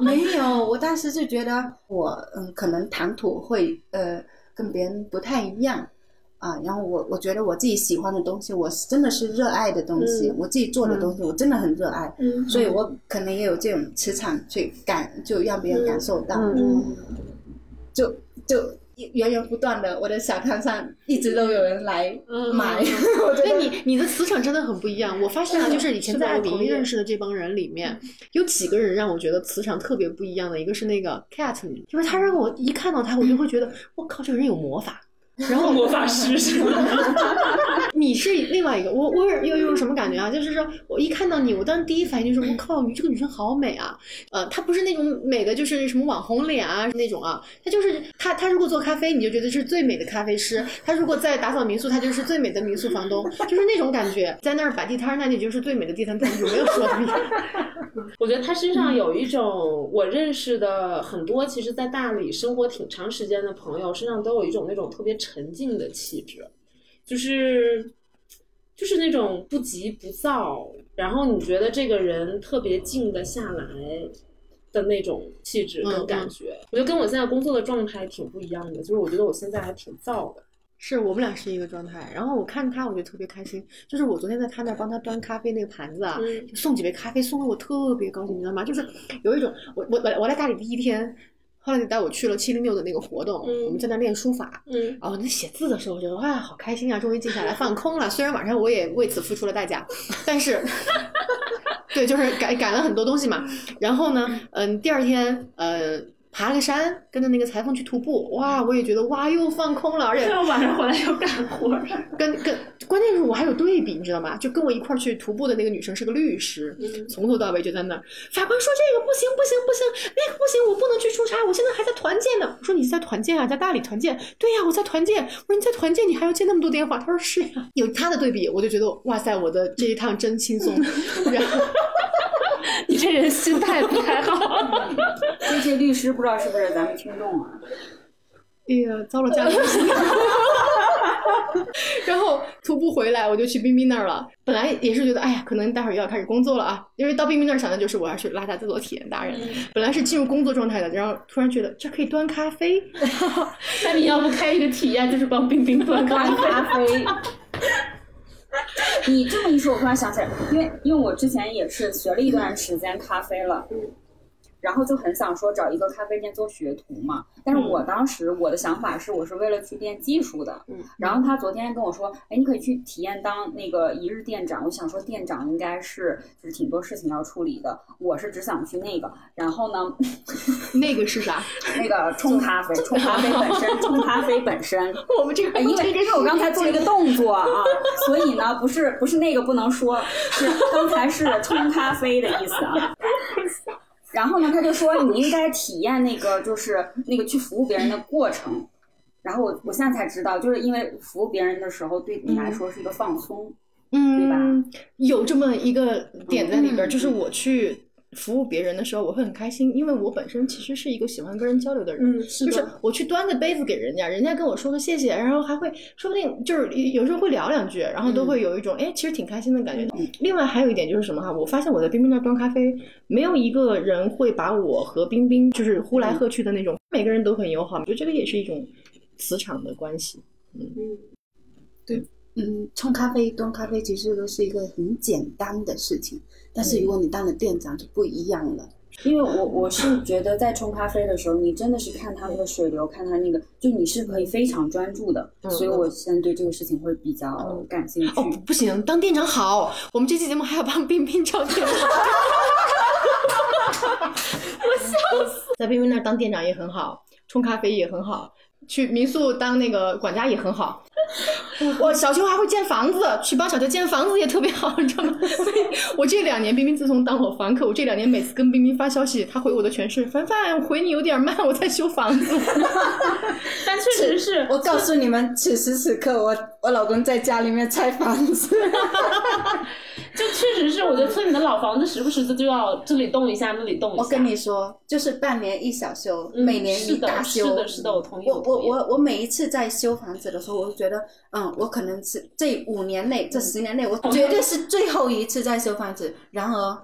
S7: 没有，我当时就觉得我嗯，可能谈吐会呃跟别人不太一样啊。然后我我觉得我自己喜欢的东西，我是真的是热爱的东西，
S3: 嗯
S7: 我自己做的东西，我真的很热爱，
S3: 嗯
S7: 所以我可能也有这种磁场去感，就让别人感受到，
S3: 嗯
S7: 就就源源不断的，我的小摊上一直都有人来
S3: 嗯
S7: 买。我觉
S6: 那
S7: 得
S6: 你你的磁场真的很不一样。我发现啊，就是以前在爱彼迎认识的这帮人里面，有几个人让我觉得磁场特别不一样的。一个是那个 Cat，就是他让我一看到他，我就会觉得我靠，这个人有魔法。然后
S3: 魔法师是吗？
S6: 你是另外一个，我我有有种什么感觉啊？就是说我一看到你，我当时第一反应就是我靠，你这个女生好美啊！呃，她不是那种美的，就是什么网红脸啊那种啊，她就是她她如果做咖啡，你就觉得是最美的咖啡师；她如果在打扫民宿，她就是最美的民宿房东，就是那种感觉，在那儿摆地摊儿，那你就是最美的地摊摊主，没有说你。
S3: 我觉得他身上有一种我认识的很多，其实，在大理生活挺长时间的朋友身上都有一种那种特别沉静的气质，就是就是那种不急不躁，然后你觉得这个人特别静得下来的那种气质
S6: 嗯
S3: 跟
S6: 嗯
S3: 感觉，我觉得跟我现在工作的状态挺不一样的，就是我觉得我现在还挺燥的。
S6: *laughs* 是我们俩是一个状态，然后我看他，我就特别开心。就是我昨天在他那儿帮他端咖啡那个盘子啊，
S3: 嗯
S6: 就送几杯咖啡，送的我特别高兴，你知道吗？就是有一种我我我我来大理第一天，后来你带我去了七零六的那个活动，
S3: 嗯
S6: 我们在那儿练书法。
S3: 嗯 *laughs*
S6: 哦然后那写字的时候，我觉得哇，好开心啊！终于静下来放空了。虽然晚上我也为此付出了代价，但是，对，就是改改了很多东西嘛。然后呢，嗯、第二天，呃，爬了个山，跟着那个裁缝去徒步，哇，我也觉得哇，又放空了，而且
S3: 晚上回来要干活。
S6: 跟跟，关键是我还有对比，你知道吗？就跟我一块儿去徒步的那个女生是个律师，从头到尾就在那儿。法官说这个不行不行不行，那个不行，我不能去出差，我现在还在团建呢。我说你在团建啊，在大理团建？对呀、我在团建。我说你在团建，你还要接那么多电话？他说是呀、有他的对比，我就觉得哇塞，我的这一趟真轻松。 *laughs* 然后。
S3: 你这人心态不太好。
S5: 这些律师不知道是不是咱们听众啊？
S6: 哎呀，遭了家族 *laughs* 刑。然后徒步回来，我就去冰冰那儿了。本来也是觉得，哎呀，可能待会儿又要开始工作了啊，因为到冰冰那儿想的就是我要去拉萨自我体验达人。本来是进入工作状态的，然后突然觉得这可以端咖啡，
S3: 那你要不开一个体验，就是帮冰冰端咖
S5: 端咖啡。 *laughs* 你这么一说，我突然想起来，因为因为我之前也是学了一段时间咖啡了，然后就很想说找一个咖啡店做学徒嘛。但是我当时我的想法是，我是为了去练技术的。然后他昨天跟我说，哎，你可以去体验当那个一日店长。我想说，店长应该是就是挺多事情要处理的，我是只想去那个。然后呢，
S6: 那个是啥？
S5: 那个冲咖啡，冲咖啡本身，冲咖啡本身。
S6: *laughs* 我们这
S5: 哎
S6: 个
S5: 因为因为我刚才做了一个动作啊，所以呢，不是不是那个不能说，是刚才是冲咖啡的意思啊。然后呢，他就说你应该体验那个就是那个去服务别人的过程。然后我我现在才知道，就是因为服务别人的时候，对你来说是一个放松。
S6: 嗯，有这么一个点在里边儿，
S5: 嗯
S6: 就是我去服务别人的时候，我会很开心，因为我本身其实是一个喜欢跟人交流的人。
S3: 嗯，是
S6: 就是我去端个杯子给人家，人家跟我说个谢谢，然后还会说不定就是有时候会聊两句，然后都会有一种哎、诶其实挺开心的感觉。另外还有一点就是什么哈，我发现我在冰冰那儿端咖啡，没有一个人会把我和冰冰就是呼来喝去的那种，每个人都很友好，我觉得这个也是一种磁场的关系。
S7: 嗯，冲咖啡、端咖啡其实都是一个很简单的事情，但是如果你当了店长就不一样了。
S5: 因为我我是觉得在冲咖啡的时候，你真的是看它那个水流，看它那个，就你是可以非常专注的，所以我现在对这个事情会比较感兴趣。
S6: 哦，不不行，当店长好。我们这期节目还要帮冰冰找店 *laughs* 长，我笑死。在冰冰那儿当店长也很好，冲咖啡也很好，去民宿当那个管家也很好。我小秋还会建房子，去帮小秋建房子也特别好，你知道吗？ *laughs* 所以我这两年，冰冰自从当我房客，我这两年每次跟冰冰发消息，她回我的全是凡凡，回你有点慢，我在修房
S3: *laughs*
S6: 子。*laughs*
S3: 但确实
S7: *laughs*
S3: 是
S7: 我告诉你们，此时此刻我我老公在家里面拆房子，
S3: 就确实是，我觉得村里的老房子时不时的就要这里动一下，那里动一下。
S7: 我跟你说，就是半年一小修，
S3: 嗯
S7: 每年
S3: 是
S7: 一
S3: 的
S7: 大修。
S3: 是的是的我同意
S7: 我
S3: 我同意
S7: 我我每一次在修房子的时候，我就觉得，嗯，我可能是这五年内、
S3: 嗯
S7: 这十年内，我绝对是最后一次在修房子。然而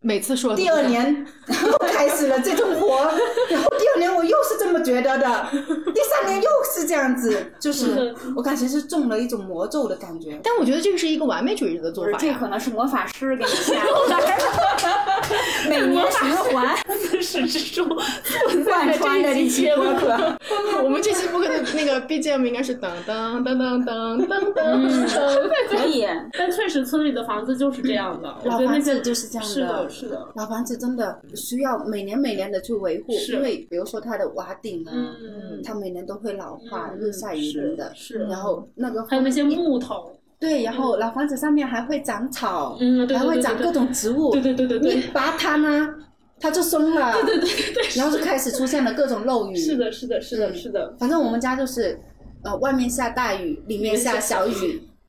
S6: 每次说
S7: 第二年又开始了这种活，然后第二年我又是这么觉得的，第三年又是这样子，就是
S3: 嗯
S7: 我感觉是中了一种魔咒的感觉。
S6: 但我觉得这个是一个完美主义者的做
S5: 不
S6: 法
S5: 是
S6: 呀。
S5: 这可能是魔法师给你下的，
S7: 每年循环
S3: 自始至终，
S7: 贯穿的一期播客，
S6: *laughs* 我们这期播客的那个 BGM 应该是噔噔噔噔噔噔噔噔。
S5: 可以。
S3: 但确实村里的房子就是这样的。我觉
S7: 老
S3: 得那
S7: 房
S3: 些
S7: 子就是这样
S3: 是的，是的。
S7: 老房子真的需要每年每年的去维护，
S3: 是
S7: 因为比如说它的瓦顶啊，
S3: 嗯
S7: 它每年都会老化，
S3: 嗯
S7: 日晒雨淋的。
S3: 是
S7: 然后那个
S3: 还有那些木头，
S7: 对，然后老房子上面还会长草，
S3: 嗯，对
S7: 还会
S3: 对对
S7: 长
S3: 对
S7: 各种植物。
S3: 对对对对对
S7: 你拔它呢，它就
S3: *laughs*
S7: 松了。对对对对然后就开始出现了各种漏雨。
S3: 是，的，是的，是的，是的。
S7: 反正我们家就是，呃，外面下大雨，里面下小雨。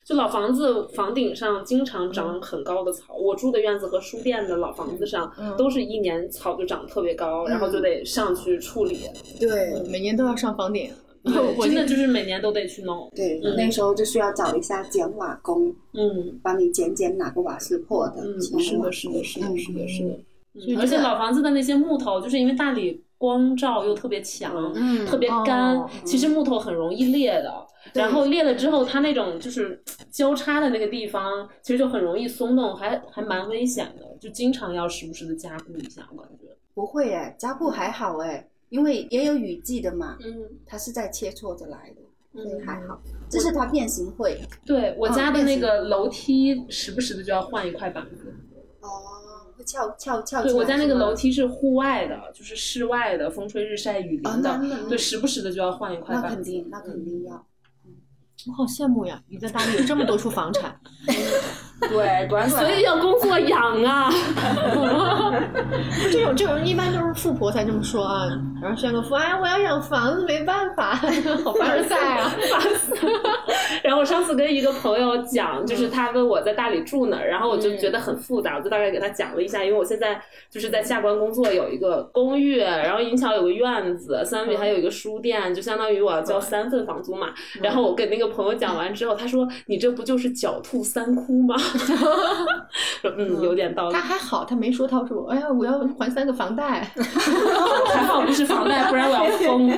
S3: 就老房子房顶上经常长很高的草，我住的院子和书店的老房子上都是一年草就长得特别高，然后就得上去处理，
S7: 对
S6: 每年都要上房顶，
S7: *laughs*
S3: 对，
S6: 我
S3: 真的就是每年都得去弄。
S7: 对
S3: 嗯
S7: 那时候就需要找一下剪瓦工，
S3: 嗯
S7: 帮你剪剪哪个瓦是破的
S3: 嗯，是的，是的，是的，是的，是的。
S6: 就
S3: 嗯而且老房子的那些木头，就是因为大理光照又特别强，
S7: 嗯
S3: 特别干，
S6: 哦
S3: 其实木头很容易裂的。
S7: 对
S3: 然后裂了之后，它那种就是交叉的那个地方，其实就很容易松动，还还蛮危险的，就经常要时不时的加固一下，我感觉。
S7: 不会哎，加布还好哎，因为也有雨季的嘛，
S3: 嗯，
S7: 它是在切磋着来的，所以
S3: 嗯，
S7: 还好。这是它变形会
S3: 对我家的
S7: 嗯
S3: 那个楼梯，时不时的就要换一块板子。
S7: 哦，会翘翘翘起
S3: 对
S7: 来
S3: 我家那个
S7: 是吗
S3: 楼梯是户外的，就是室外的，风吹日晒雨
S7: 哦
S3: 淋
S7: 那
S3: 的，
S7: 那
S3: 对，时不时的就要换一块
S7: 那
S3: 板
S7: 肯
S3: 子。
S7: 定，那肯
S6: 嗯
S7: 定要。
S6: 我好羡慕呀！你在大理有这么多处
S3: *laughs*
S6: 房
S3: 啊
S6: 产，
S5: 对，短短
S3: 所以要工作养 *laughs* 啊。
S6: 这种这种一般都是富婆才这么说啊。
S3: 嗯
S6: 然后炫个富，哎，我要养房子，没办法， *laughs* 好凡尔赛
S3: *laughs*
S6: 啊！
S3: 然后我上次跟一个朋友讲，就是他问我在大理住哪儿，然后我就觉得很复杂，我就大概给他讲了一下，因为我现在就是在下关工作，有一个公寓，然后银桥有个院子，三里还有一个书店，就相当于我要交三份房租嘛。然后我给那个朋友讲完之后，他说：“你这不就是狡兔三窟 *laughs* 吗？”说嗯，有点道理
S6: 他。还好，他没说，他说，哎呀，我要还三个
S3: *laughs*
S6: 房贷。
S3: 还好不是房贷，不然我要疯。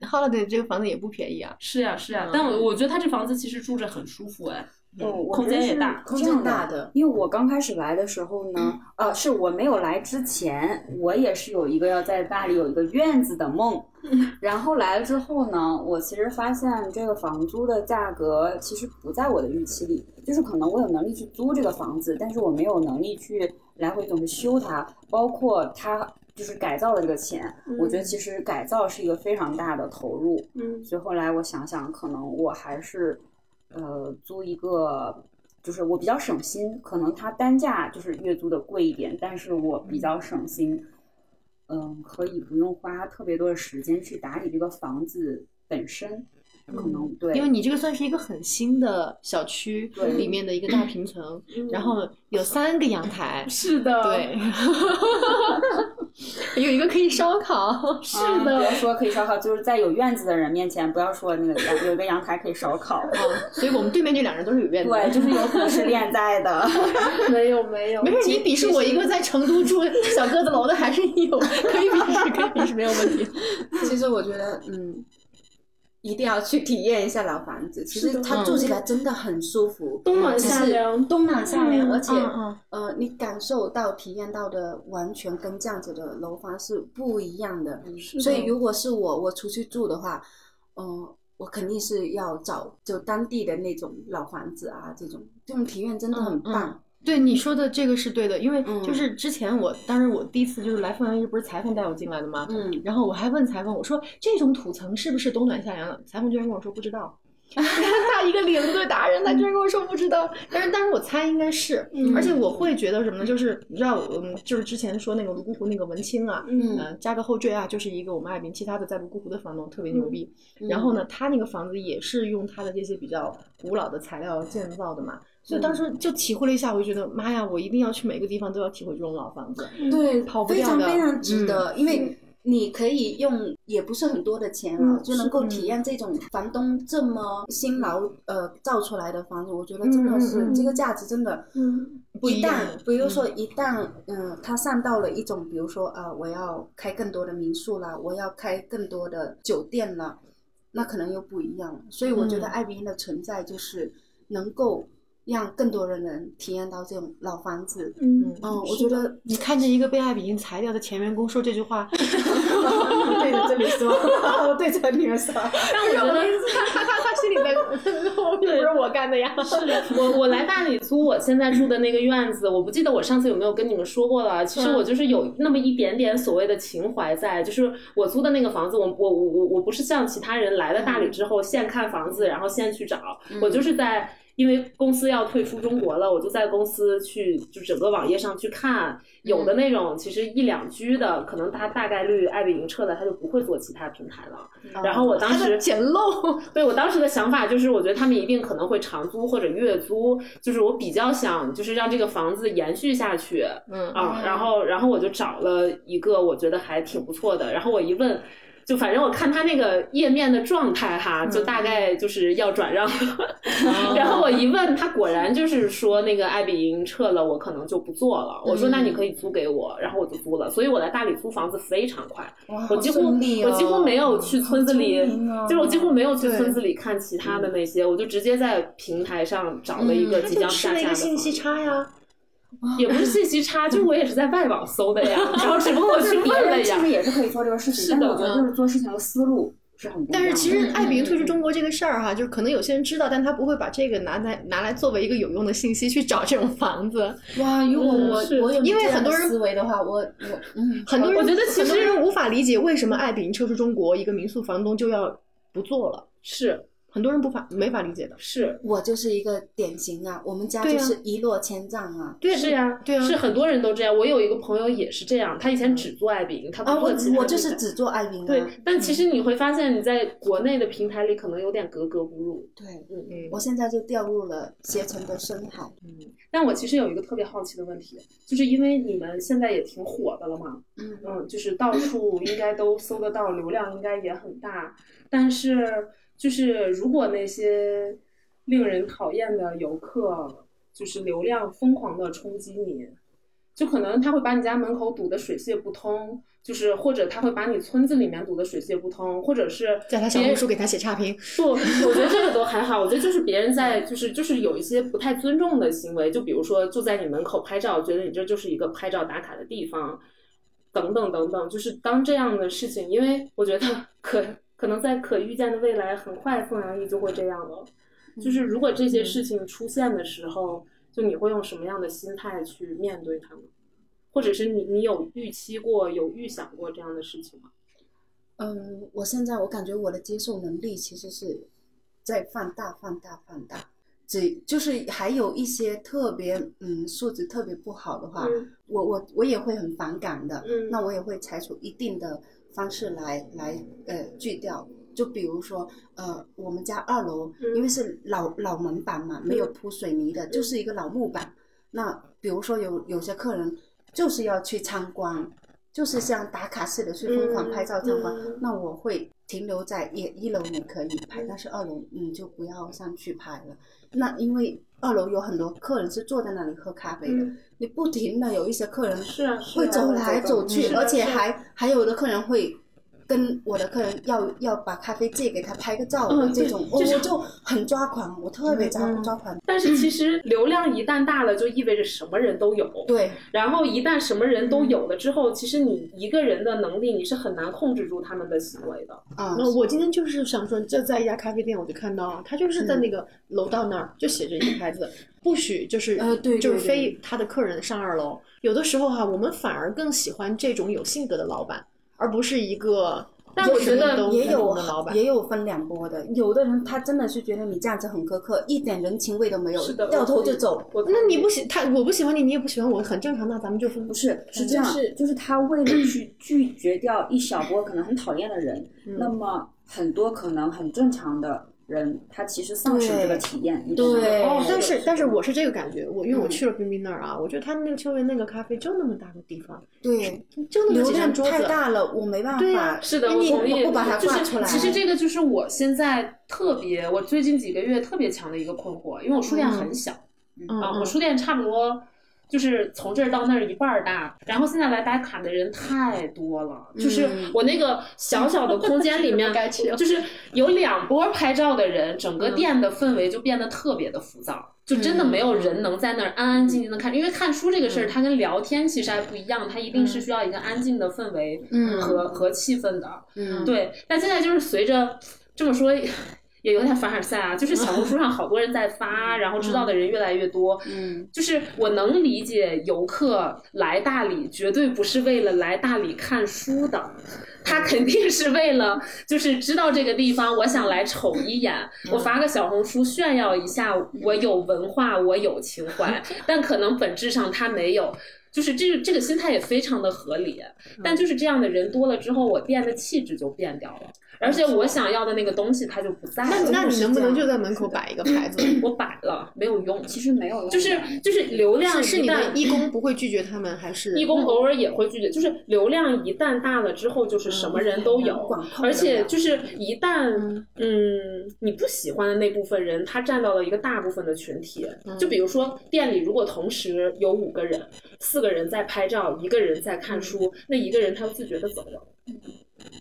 S6: Holiday 这个房子也不便宜啊，
S3: 是呀、 *laughs* 是呀、但我我觉得他这房子其实住着很舒服哎，
S5: 嗯，我
S3: 空
S5: 觉得
S3: 间也
S5: 是
S3: 大嗯
S5: 这
S7: 空间
S5: 样
S7: 大的
S5: 因为我刚开始来的时候呢，呃，是我没有来之前，我也是有一个要在大理有一个院子的梦。
S3: 嗯
S5: 然后来了之后呢，我其实发现这个房租的价格其实不在我的预期里，就是可能我有能力去租这个房子，但是我没有能力去来回总是修它，包括它。就是改造的这个钱，我觉得其实改造是一个非常大的投入。
S3: 嗯，
S5: 所以后来我想想，可能我还是，呃，租一个，就是我比较省心，可能它单价就是月租的贵一点，但是我比较省心，嗯，可以不用花特别多的时间去打理这个房子本身，可能对，
S6: 因为你这个算是一个很新的小区
S5: 对
S6: 里面的一个大平层，
S3: 嗯
S6: 然后有三个阳台，
S3: 是的，
S6: *laughs* 对，有一个可以烧烤，
S5: 是的，嗯不要说可以烧烤，就是在有院子的人面前，不要说那个阳有一个阳台可以烧烤，
S6: 所以我们对面这两人都是有院子的。
S5: 对，就是有鄙视链在的，
S3: 没有没有
S6: 没事，你鄙视我一个在成都住小鸽子楼的， *laughs* 还是你有可以鄙视，可以鄙视没有问题。
S7: 其实我觉得，嗯，
S5: 一定要去体验一下老房子。其
S7: 是
S5: 实
S7: 的
S5: 它住
S6: 嗯
S5: 起来真的很舒服，
S3: 冬暖
S7: 就
S3: 夏
S7: 是
S3: 凉，
S7: 冬暖夏凉，而且
S6: 嗯嗯
S7: 呃，你感受到、体验到的完全跟这样子的楼房是不一样的。
S6: 嗯
S7: 嗯所以如果是我，我出去住的话，嗯、我肯定是要找就当地的那种老房子啊，这种这种体验真的很
S6: 嗯嗯
S7: 棒。
S6: 对你说的这个是对的，因为
S7: 嗯
S6: 就是之前我，当时我第一次就是来凤阳，不是裁缝带我进来的吗？
S7: 嗯
S6: 然后我还问裁缝，我说这种土层是不是冬暖夏凉的？裁缝居然跟我说不知道。
S7: *laughs*
S6: 他一个领队达人，他居然跟我说不知道，但是但是我猜应该是，
S7: 嗯
S6: 而且我会觉得什么呢？就是你知道，嗯，就是之前说那个泸沽湖那个文青啊，
S7: 嗯
S6: 呃，加个后缀啊，就是一个我们爱民，其他的在泸沽湖的房东特别
S7: 嗯
S6: 牛逼。然后呢，他那个房子也是用他的这些比较古老的材料建造的嘛，所以当时就体会了一下，我就觉得妈呀，我一定要去每个地方都要体会这种老房子。
S7: 对，
S6: 跑不
S7: 非
S6: 掉
S7: 常
S6: 的
S7: 非常
S6: 嗯
S7: 值得，因为你可以用也不是很多的钱啊，
S3: 嗯
S7: 就能够体验这种房东这么辛劳呃造出来的房子，我觉得真的是、
S6: 嗯嗯嗯
S7: 这个价值真的，
S3: 嗯，
S6: 不一
S7: 一
S6: 样嗯
S7: 旦比如说一旦嗯、它上到了一种，比如说啊、我要开更多的民宿啦，我要开更多的酒店啦，那可能又不一样了。所以我觉得
S6: 嗯
S7: 爱彼迎的存在就是能够让更多的人体验到这种老房子。
S3: 嗯
S7: 嗯，我觉得
S6: 你看见一个被爱彼迎裁掉的前员工说这句 *laughs* 话，
S4: 对着这里说，对着你
S6: *laughs*
S4: 说，
S3: 但我觉得
S6: 他他他他心里在， *laughs*
S3: 对
S6: 不是我干的呀。
S3: 是的，我我来大理租我现在住的那个院子，我不记得我上次有没有跟你们说过了。其实我就是有那么一点点所谓的情怀在，就是我租的那个房子，我我我我我不是像其他人来了大理之后现看房子，然后现去找，
S6: 嗯
S3: 我就是在。因为公司要退出中国了，我就在公司去，就整个网页上去看，有
S6: 嗯
S3: 的那种其实一两居的，可能它大概率爱彼迎撤了，它就不会做其他平台了。然后我当时
S6: 简陋，
S3: 对我当时的想法就是，我觉得他们一定可能会长租或者月租，就是我比较想就是让这个房子延续下去
S6: 嗯
S3: 啊、然后然后我就找了一个我觉得还挺不错的，然后我一问。就反正我看他那个页面的状态哈，
S6: 嗯
S3: 就大概就是要转让，
S6: 哦
S3: *laughs* 然后我一问他，果然就是说那个爱彼迎撤了，我可能就不做了。我说那
S6: 嗯
S3: 你可以租给我，然后我就租了。所以我来大理租房子非常快，
S7: 哇，
S3: 我
S7: 好
S3: 几乎、
S7: 顺利
S3: 我
S7: 哦
S3: 几乎没有去村子里，
S7: 好聪明哦嗯
S3: 就是我几乎没有去村子里看其他的那些，我就直接在平台上找了一个即将
S6: 就吃
S3: 下
S6: 了一
S3: 架的
S6: 个信息
S3: 房子
S6: 差呀。
S3: 也不是信息差，就是我也是在外网搜的呀，
S7: *laughs*
S3: 然后只不过我
S5: 就
S3: 去
S5: 是别
S3: 问了
S5: 人其
S3: 呀
S5: 实。也是可以做这个事
S3: 是
S5: 情，但是
S3: 的
S5: 我觉得就是做事情的思路是很不一样
S6: 但
S5: 的。
S6: 是其实爱彼迎
S7: 嗯
S6: 退出中国这个事儿哈，就是可能有些人知道，但他不会把这个拿在拿来作为一个有用的信息去找这种房子。
S7: 哇！如果
S3: 嗯
S7: 我、
S3: 是
S7: 我有
S6: 因为
S7: 这样
S6: 很多
S7: 的
S6: 人
S7: 思维的话，我我嗯，
S6: 很多人
S3: 我觉得其
S6: 很多
S3: 实
S6: 人无法理解为什么爱彼迎撤出中国，一个民宿房东就要不做了，
S3: 是
S6: 很多人不法没法理解的。
S3: 是，
S7: 我就是一个典型啊，我们家
S6: 对
S7: 就
S6: 啊
S7: 是一落千丈啊。
S6: 对
S3: 是呀，
S6: 对啊，
S3: 是很多人都这样。我有一个朋友也是这样，他以前只做爱彼迎，他
S7: 啊，
S3: 不
S7: 我
S3: 做其他
S7: 我
S3: 平
S7: 就是
S3: 台
S7: 只做爱云啊。
S3: 对，但其实你会发现你在国内的平台里可能有点格格不入。
S7: 对，
S6: 嗯
S7: 我现在就掉入了携程的深海。
S3: 但我其实有一个特别好奇的问题，就是因为你们现在也挺火的了嘛，
S7: 嗯，
S3: 嗯，就是到处应该都搜得到，流量应该也很大。但是，就是如果那些令人讨厌的游客，就是流量疯狂的冲击你，就可能他会把你家门口堵得水泄不通，就是或者他会把你村子里面堵得水泄不通，或者是
S6: 在他小
S3: 别
S6: 红
S3: 人
S6: 书给他写差评，
S3: 不，我觉得这个都还好。我觉得就是别人在，就是就是有一些不太尊重的行为，就比如说就在你门口拍照，觉得你这就是一个拍照打卡的地方，等等等等。就是当这样的事情，因为我觉得可可能在可预见的未来，很快凤阳一就会这样了。就是如果这些事情出现的时候，就你会用什么样的心态去面对他们？或者是你你有预期过、有预想过这样的事情吗？
S7: 嗯，我现在我感觉我的接受能力其实是在放大、放大、放大。只就是还有一些特别嗯素质特别不好的话，
S3: 嗯
S7: 我我我也会很反感的。
S3: 嗯
S7: 啊那我也会采取一定的方式来来呃拒掉。就比如说，呃，我们家二楼
S3: 嗯
S7: 因为是老老门板嘛，没有铺水泥的，就是一个老木板。那比如说有有些客人就是要去参观，就是像打卡似的去疯狂拍照参观，
S3: 嗯嗯
S7: 那我会停留在一一楼你可以拍，但是二楼你就不要上去拍了。那因为二楼有很多客人是坐在那里喝咖啡的，
S3: 嗯
S7: 你不停的有一些客人
S3: 是啊，是啊
S7: 会走来走去，
S3: 是的啊
S7: 而且
S3: 是的
S7: 还还有的客人会跟我的客人要要把咖啡借给他拍个照的
S3: 嗯
S7: 这
S3: 对
S7: 种，我
S3: 就是嗯
S7: 我就很抓狂，我特别抓抓狂。
S3: 但是其实流量一旦大了，就意味着什么人都有。
S7: 对，
S3: 然后一旦什么人
S7: 嗯
S3: 都有了之后，其实你一个人的能力，你是很难控制住他们的行为的。
S7: 啊
S8: 然，后呃我今天就是想说，就在一家咖啡店，我就看到啊他就是
S7: 嗯
S8: 在那个楼道那儿就写着一个牌子，不许就是
S7: 呃对
S8: 就是
S7: 对对
S8: 非他的客人上二楼。有的时候哈、我们反而更喜欢这种有性格的老板，而不是一个
S3: 但我觉
S8: 什么
S3: 得
S8: 都
S7: 也
S8: 能
S7: 有
S8: 的老板
S7: 也。有分两波的，有的人他真的是觉得你这样子很苛刻，一点人情味都没有
S3: 是的，，
S7: 掉头
S3: 我同
S7: 就
S3: 意
S7: 走。。
S3: 我同意
S8: 那你不喜他，我不喜欢你，你也不喜欢我，很正常。那咱们就不
S5: 不是，是
S8: 嗯
S5: 这样，是就是他为了
S8: *clears throat*
S5: 去拒绝掉一小波可能很讨厌的人，
S7: 嗯
S8: 嗯
S5: 那么很多可能很正常的人，他其实丧失了这个
S7: 对
S5: 体验。你知
S7: 对
S5: 道吗
S8: 哦，但是但是我是这个感觉，我因为我
S5: 嗯
S8: 去了冰冰那儿啊，我觉得他那个秋园那个咖啡就那么大个地方，
S7: 对，
S8: 就那么
S7: 流
S8: 几张
S7: 量
S8: 桌子，
S7: 太大了，我没办
S8: 对
S7: 法
S8: 呀。
S3: 啊是的，
S7: 那
S3: 我
S7: 你
S3: 同意。
S7: 不把它
S3: 就是
S7: 挂出来
S3: 其实这个就是我现在特别，我最近几个月特别强的一个困惑，因为我书店很小、
S8: 嗯
S3: 啊，
S7: 哦
S8: 嗯
S3: 我书店差不多。就是从这儿到那儿一半儿大，然后现在来打卡的人太多了，就是我那个小小的空间里
S8: *laughs* 嗯
S3: 面
S8: 不该嗯去，了
S3: 就是有两波拍照的人，整个店的氛围就变得特别的浮躁，就真的没有
S8: 嗯
S3: 人能在那儿安安静静的看，因为看书这个事儿，它跟聊天其实还不一样，它一定
S8: 嗯
S3: 是需要一个安静的氛围
S7: 嗯
S3: 和、和气氛的。
S7: 嗯，
S3: 对，但现在就是随着这么说。也有点凡尔赛啊，就是小红书上好多人在发，然后知道的人越来越多。
S7: 嗯，
S3: 就是我能理解游客来大理绝对不是为了来大理看书的，他肯定是为了就是知道这个地方，我想来瞅一眼，
S7: 嗯
S3: 我发个小红书炫耀一下，我有文化，我有情怀。但可能本质上他没有，就是这个这个心态也非常的合理。
S8: 嗯
S3: 但就是这样的人多了之后，我店的气质就变掉了，而且我想要的那个东西它就不在
S8: 嗯那
S3: 了。
S8: 那你能不能就在门口
S7: 是的
S8: 摆一个牌子？
S3: 我摆了没有用，
S5: 其实没有用的，
S3: 就是就是流量
S8: 是是你
S3: 一旦
S8: 们义
S3: *clears throat*
S8: 工不会拒绝他们，还是
S3: 义工偶尔也会拒绝，就是流量一旦大了之后，就是什
S8: 嗯
S3: 么人都有，
S7: 管控
S3: 而
S7: 不
S3: 且
S7: 了
S3: 就是一旦嗯你不喜欢的那部分人，他占到了一个大部分的群体。
S5: 嗯
S3: 就比如说店里如果同时有五个人，四个人在拍照，一个人在看书，那一个人他就自觉的走了。
S5: 嗯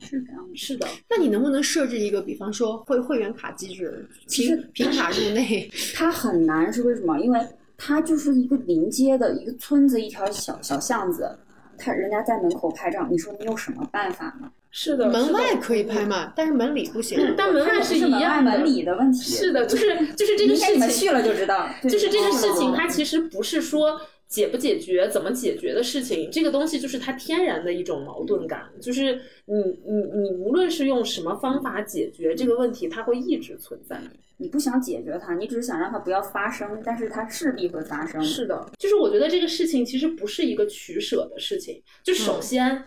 S5: 是这样的。
S3: 是的，
S8: 那你能不能设置一个，比方说会会员卡机制，凭凭卡入内？
S5: 它很难是为什么？因为它就是一个临街的一个村子，一条小小巷子，他人家在门口拍照，你说你有什么办法呢？
S3: 是的，嗯
S8: 门外可以拍嘛，但是门里不行。
S3: 但门外
S5: 它
S3: 是
S5: 不
S3: 一
S5: 门外
S3: 样的
S5: 门里的问题，
S3: 是的，就是就是这个
S5: 明
S3: 事
S5: 天你
S3: 情
S5: 们去了就知道，对
S3: 就是这个事情，
S5: 嗯
S3: 它其实不是说解不解决、怎么解决的事情，这个东西就是它天然的一种矛盾感，就是你你你无论是用什么方法解决这个问题，它会一直存在。
S5: 你不想解决它，你只是想让它不要发生，但是它势必会发生。
S3: 是的，就是我觉得这个事情其实不是一个取舍的事情。就首先，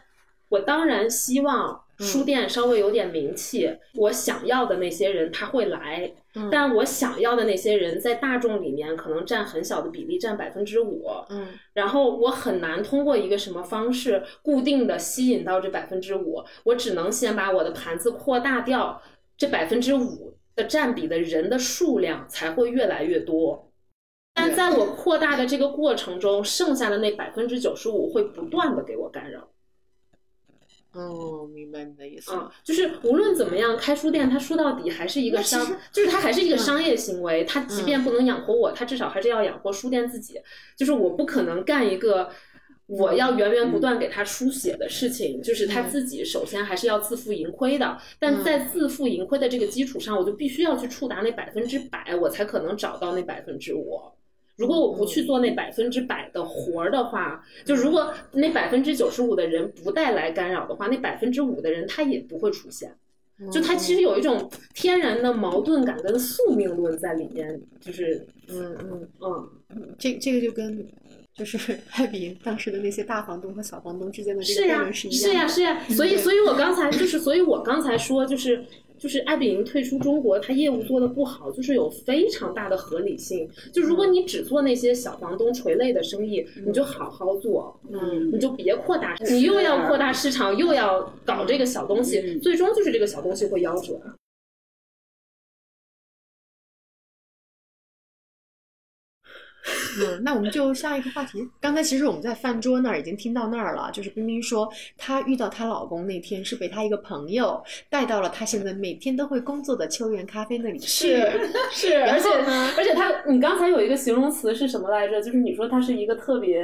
S3: 我当然希望书店稍微有点名气，我想要的那些人他会来，但我想要的那些人在大众里面可能占很小的比例，占百分之五。
S8: 嗯，
S3: 然后我很难通过一个什么方式固定的吸引到这百分之五，我只能先把我的盘子扩大掉，这百分之五的占比的人的数量才会越来越多。但在我扩大的这个过程中，剩下的那百分之九十五会不断的给我干扰。
S8: 哦，明白你的意思。
S3: 嗯，就是无论怎么样，开书店它说到底还是一个商，就是它还是一个商业行为。它即便不能养活我，它至少还是要养活书店自己。就是我不可能干一个我要源源不断给他输血的事情，就是他自己首先还是要自负盈亏的。但在自负盈亏的这个基础上，我就必须要去触达那百分之百，我才可能找到那百分之五。如果我不去
S8: 嗯
S3: 做那百分之百的活儿的话，就如果那百分之九十五的人不带来干扰的话，那百分之五的人他也不会出现。就他
S8: 嗯
S3: 其实有一种天然的矛盾感跟宿命论在里面，就是
S8: 嗯嗯，
S3: 嗯，
S8: 这这个就跟就是 *laughs* 艾比当时的那些大房东和小房东之间的这个
S3: 是
S8: 辩
S3: 呀
S8: 论，一
S3: 是呀，
S8: 样的。嗯
S3: 是呀。所以，所以我刚才就是，所以我刚才说就是。就是艾比营退出中国，它业务做的不好，就是有非常大的合理性。就如果
S8: 嗯
S3: 你只做那些小房东垂类的生意，你就好好做，
S5: 嗯，
S3: 你就别扩大，你又
S8: 啊
S3: 要扩大市场，又要搞这个小东西，
S5: 嗯
S3: 最终就是这个小东西会夭折。
S8: *laughs*
S6: 嗯，那我们就下一个话题。刚才其实我们在饭桌那儿已经听到那儿了，就是冰冰说她遇到她老公那天是被她一个朋友带到了她现在每天都会工作的秋园咖啡那里去。
S3: 是，而且而且他，你刚才有一个形容词是什么来着？就是你说它是一个特别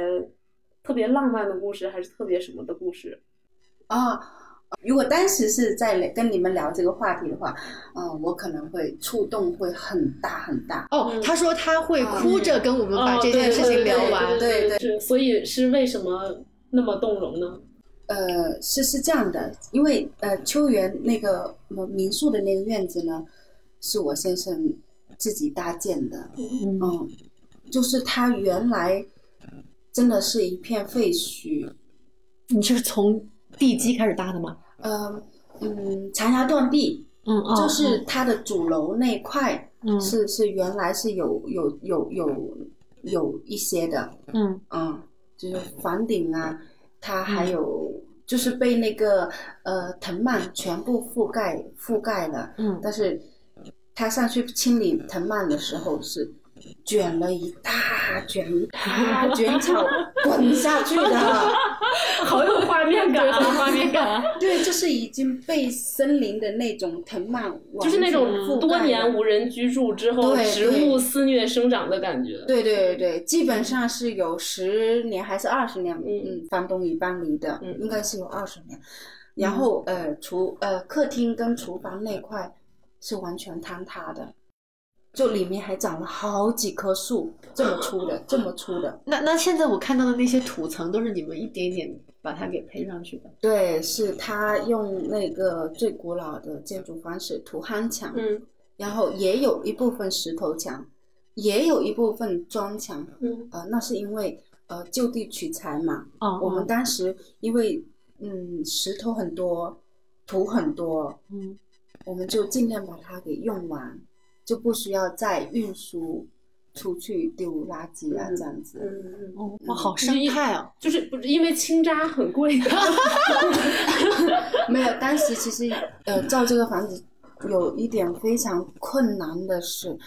S3: 特别浪漫的故事，还是特别什么的故事？
S7: 啊。如果当时是在跟你们聊这个话题的话，嗯、我可能会触动会很大很大。
S6: 哦，她说她会哭着跟我们把
S3: 哦
S6: 这件事情聊完。
S3: 对对对对是，所以是为什么那么动容呢？
S7: 呃，是是这样的，因为呃，秋园那个呃民宿的那个院子呢，是我先生自己搭建的，嗯，就是他原来真的是一片废墟，
S6: 你是从地基开始搭的吗？
S7: 呃，嗯，残崖断壁，
S6: 嗯，哦
S7: 就是它的主楼那块
S6: 嗯
S7: 是、是原来是有有有有有一些的，
S6: 嗯
S7: 嗯，就是房顶啊，它还
S3: 嗯
S7: 有、就是被那个呃藤蔓全部覆盖覆盖了，
S6: 嗯
S7: 但是它上去清理藤蔓的时候是卷了一大卷一大卷草滚下去的，
S3: *laughs*
S7: *laughs*
S3: 好有画面感啊！画面感，
S7: 对，就是已经被森林的那种藤蔓
S3: *laughs*
S7: 完
S3: 就是那嗯
S7: 全覆
S3: 种多
S7: 盖了
S3: 年无人居住之后，
S7: 对
S3: 植物肆虐生长的感觉。
S7: 对对对，基本上是有十年还是二十年，
S3: 嗯
S7: 嗯，房东已搬离的，
S3: 嗯
S7: 应该是有二十年。然后呃，厨呃客厅跟厨房那块是完全坍塌的，就里面还长了好几棵树，这么粗的，这么粗的。
S6: 那那现在我看到的那些土层都是你们一点一点把它给配上去的。
S7: 对，是他用那个最古老的建筑方式土夯墙，
S3: 嗯
S7: 然后也有一部分石头墙，也有一部分砖墙。
S3: 嗯
S7: 呃，那是因为呃就地取材嘛，
S6: 哦
S7: 我们当时因为嗯石头很多，土很多，
S6: 嗯，
S7: 我们就尽量把它给用完，就不需要再运输出去丢垃圾啊、这样子。
S3: 嗯嗯，
S6: 哦哇，好生态啊！
S3: 就是不是因为清渣很贵的， *laughs*
S7: 没有，当时其实呃造这个房子有一点非常困难的是，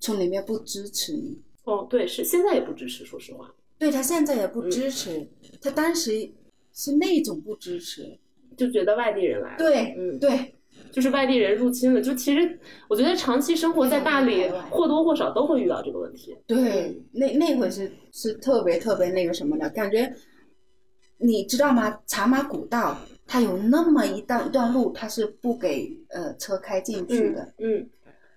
S7: 村里面不支持你，
S3: 哦，对，是现在也不支持，说实话，
S7: 对他现在也不支持，他当时是那种不支持，
S3: 就觉得外地人来了，
S7: 对、
S3: 嗯，
S7: 对，
S3: 就是外地人入侵了。就其实我觉得长期生活在大理，
S6: 嗯
S3: 或多或少都会遇到这个问题。
S7: 对，那那会是是特别特别那个什么的感觉，你知道吗？茶马古道它有那么一段一段路，它是不给呃车开进去的，
S3: 嗯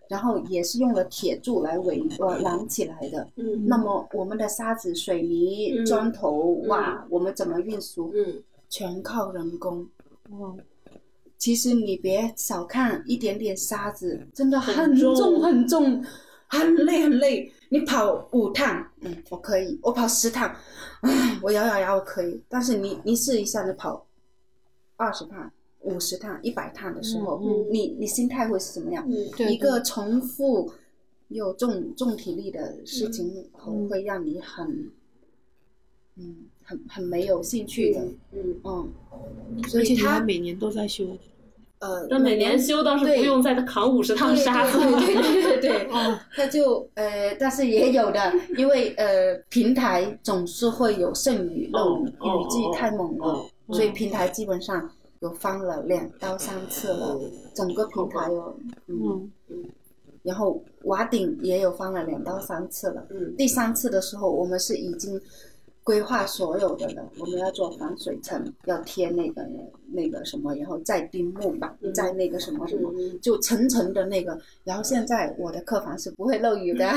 S7: 然后也是用了铁柱来围呃拦起来的。
S3: 嗯
S7: 那么我们的沙子、水泥、
S3: 嗯
S7: 砖头、瓦，我们怎么运输？
S3: 嗯
S7: 全靠人工。其实你别小看一点点沙子，真的很
S3: 重
S7: 重很重，很累很累。你跑五趟，嗯，我可以；我跑十趟，唉我咬咬牙我可以。但是你你试一下，你跑二十趟、五十趟、一百趟的时候，你你心态会是什么样？
S3: 嗯，
S6: 对
S7: 一个重复又重重体力的事情，会让你很，嗯，很很没有兴趣的，
S3: 嗯，
S7: 嗯。所以
S6: 它
S7: 他
S6: 每年都在修。
S7: 呃，
S3: 但每年修倒是不用再扛五十趟沙子。哦
S7: 对对对对对，他就呃，但是也有的，因为呃，平台总是会有剩余漏雨，
S3: 哦哦
S7: 雨季太猛了
S3: 哦，
S7: 所以平台基本上有翻了两到三次了，
S3: 哦
S7: 整个平台有嗯嗯，然后瓦顶也有翻了两到三次了，
S3: *laughs* 嗯
S7: 第三次的时候我们是已经。规划所有的了，我们要做防水层，要贴那个那个什么，然后再钉木板，
S3: 嗯
S7: 再那个什么什么，
S3: 嗯
S7: 就层层的那个。然后现在我的客房是不会漏雨的，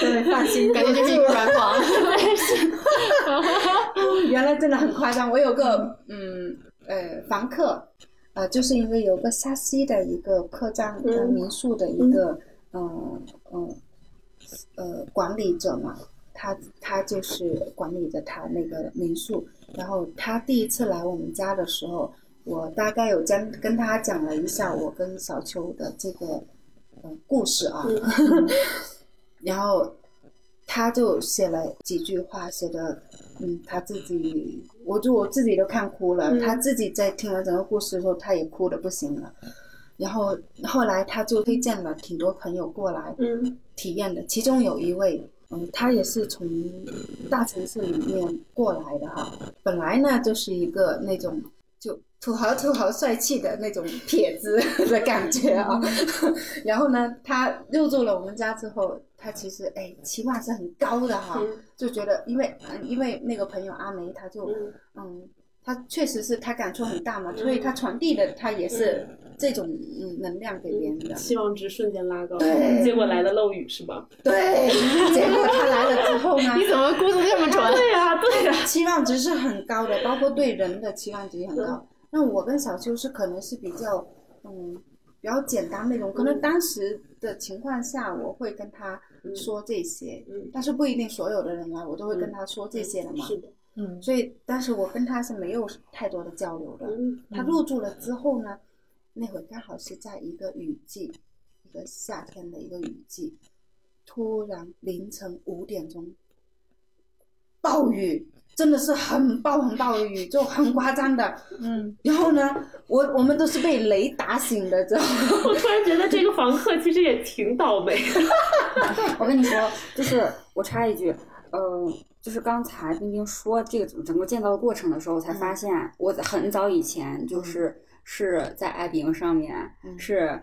S4: 对，放心，
S6: 感觉就是一个软 *laughs* 糖。
S7: *laughs* 原来真的很夸张。我有个嗯呃房客，呃，就是因为有个沙溪的一个客栈、呃
S3: 嗯
S7: 民宿的一个嗯嗯呃管理者嘛，他他就是管理着他那个民宿。然后他第一次来我们家的时候，我大概有将跟他讲了一下我跟小秋的这个呃故事啊， *laughs* 然后他就写了几句话，写的嗯他自己，我就我自己都看哭了，
S3: 嗯
S7: 他自己在听完整个故事的时候，他也哭的不行了。然后后来他就推荐了挺多朋友过来
S8: 嗯
S7: 体验的，其中有一位，嗯，他也是从大城市里面过来的哈，本来呢就是一个那种就土豪土豪帅气的那种痞子 *laughs* 的感觉啊， *laughs* 然后呢，他入住了我们家之后，他其实哎期望是很高的哈，
S8: 嗯
S7: 就觉得因为嗯因为那个朋友阿梅，他就
S8: 嗯
S7: 嗯，他确实是他感触很大嘛，所以他传递的他也是这种嗯能量给别人的。
S3: 期望值瞬间拉高，
S7: 对
S3: 结果来了漏雨是
S7: *laughs*
S3: 吧？
S7: 对，结果他来了之后呢，
S6: 你怎么故事这么
S7: 啊
S6: 转？
S3: 对呀、对呀、
S7: 期望值是很高的，包括对人的期望值也很高。那我跟小秋是可能是比较嗯比较简单那种，可能当时的情况下我会跟他说这些，
S3: 嗯
S7: 但是不一定所有的人来我都会跟他说这些的嘛。
S3: 是的，
S6: 嗯，
S7: 所以当时我跟他是没有太多的交流的。
S3: 嗯
S7: 他入住了之后呢，那会刚好是在一个雨季，一个夏天的一个雨季，突然凌晨五点钟，暴雨，真的是很暴很暴的雨，就很夸张的。
S8: 嗯，
S7: *laughs* 然后呢，我我们都是被雷打醒的，知道吗？ *laughs*
S3: 我突然觉得这个房客其实也挺倒霉的。
S5: 我跟你说，就是我插一句，呃，就是刚才冰冰说这个整个建造的过程的时候，才发现我在很早以前就是是在爱彼迎上面
S7: 嗯
S5: 是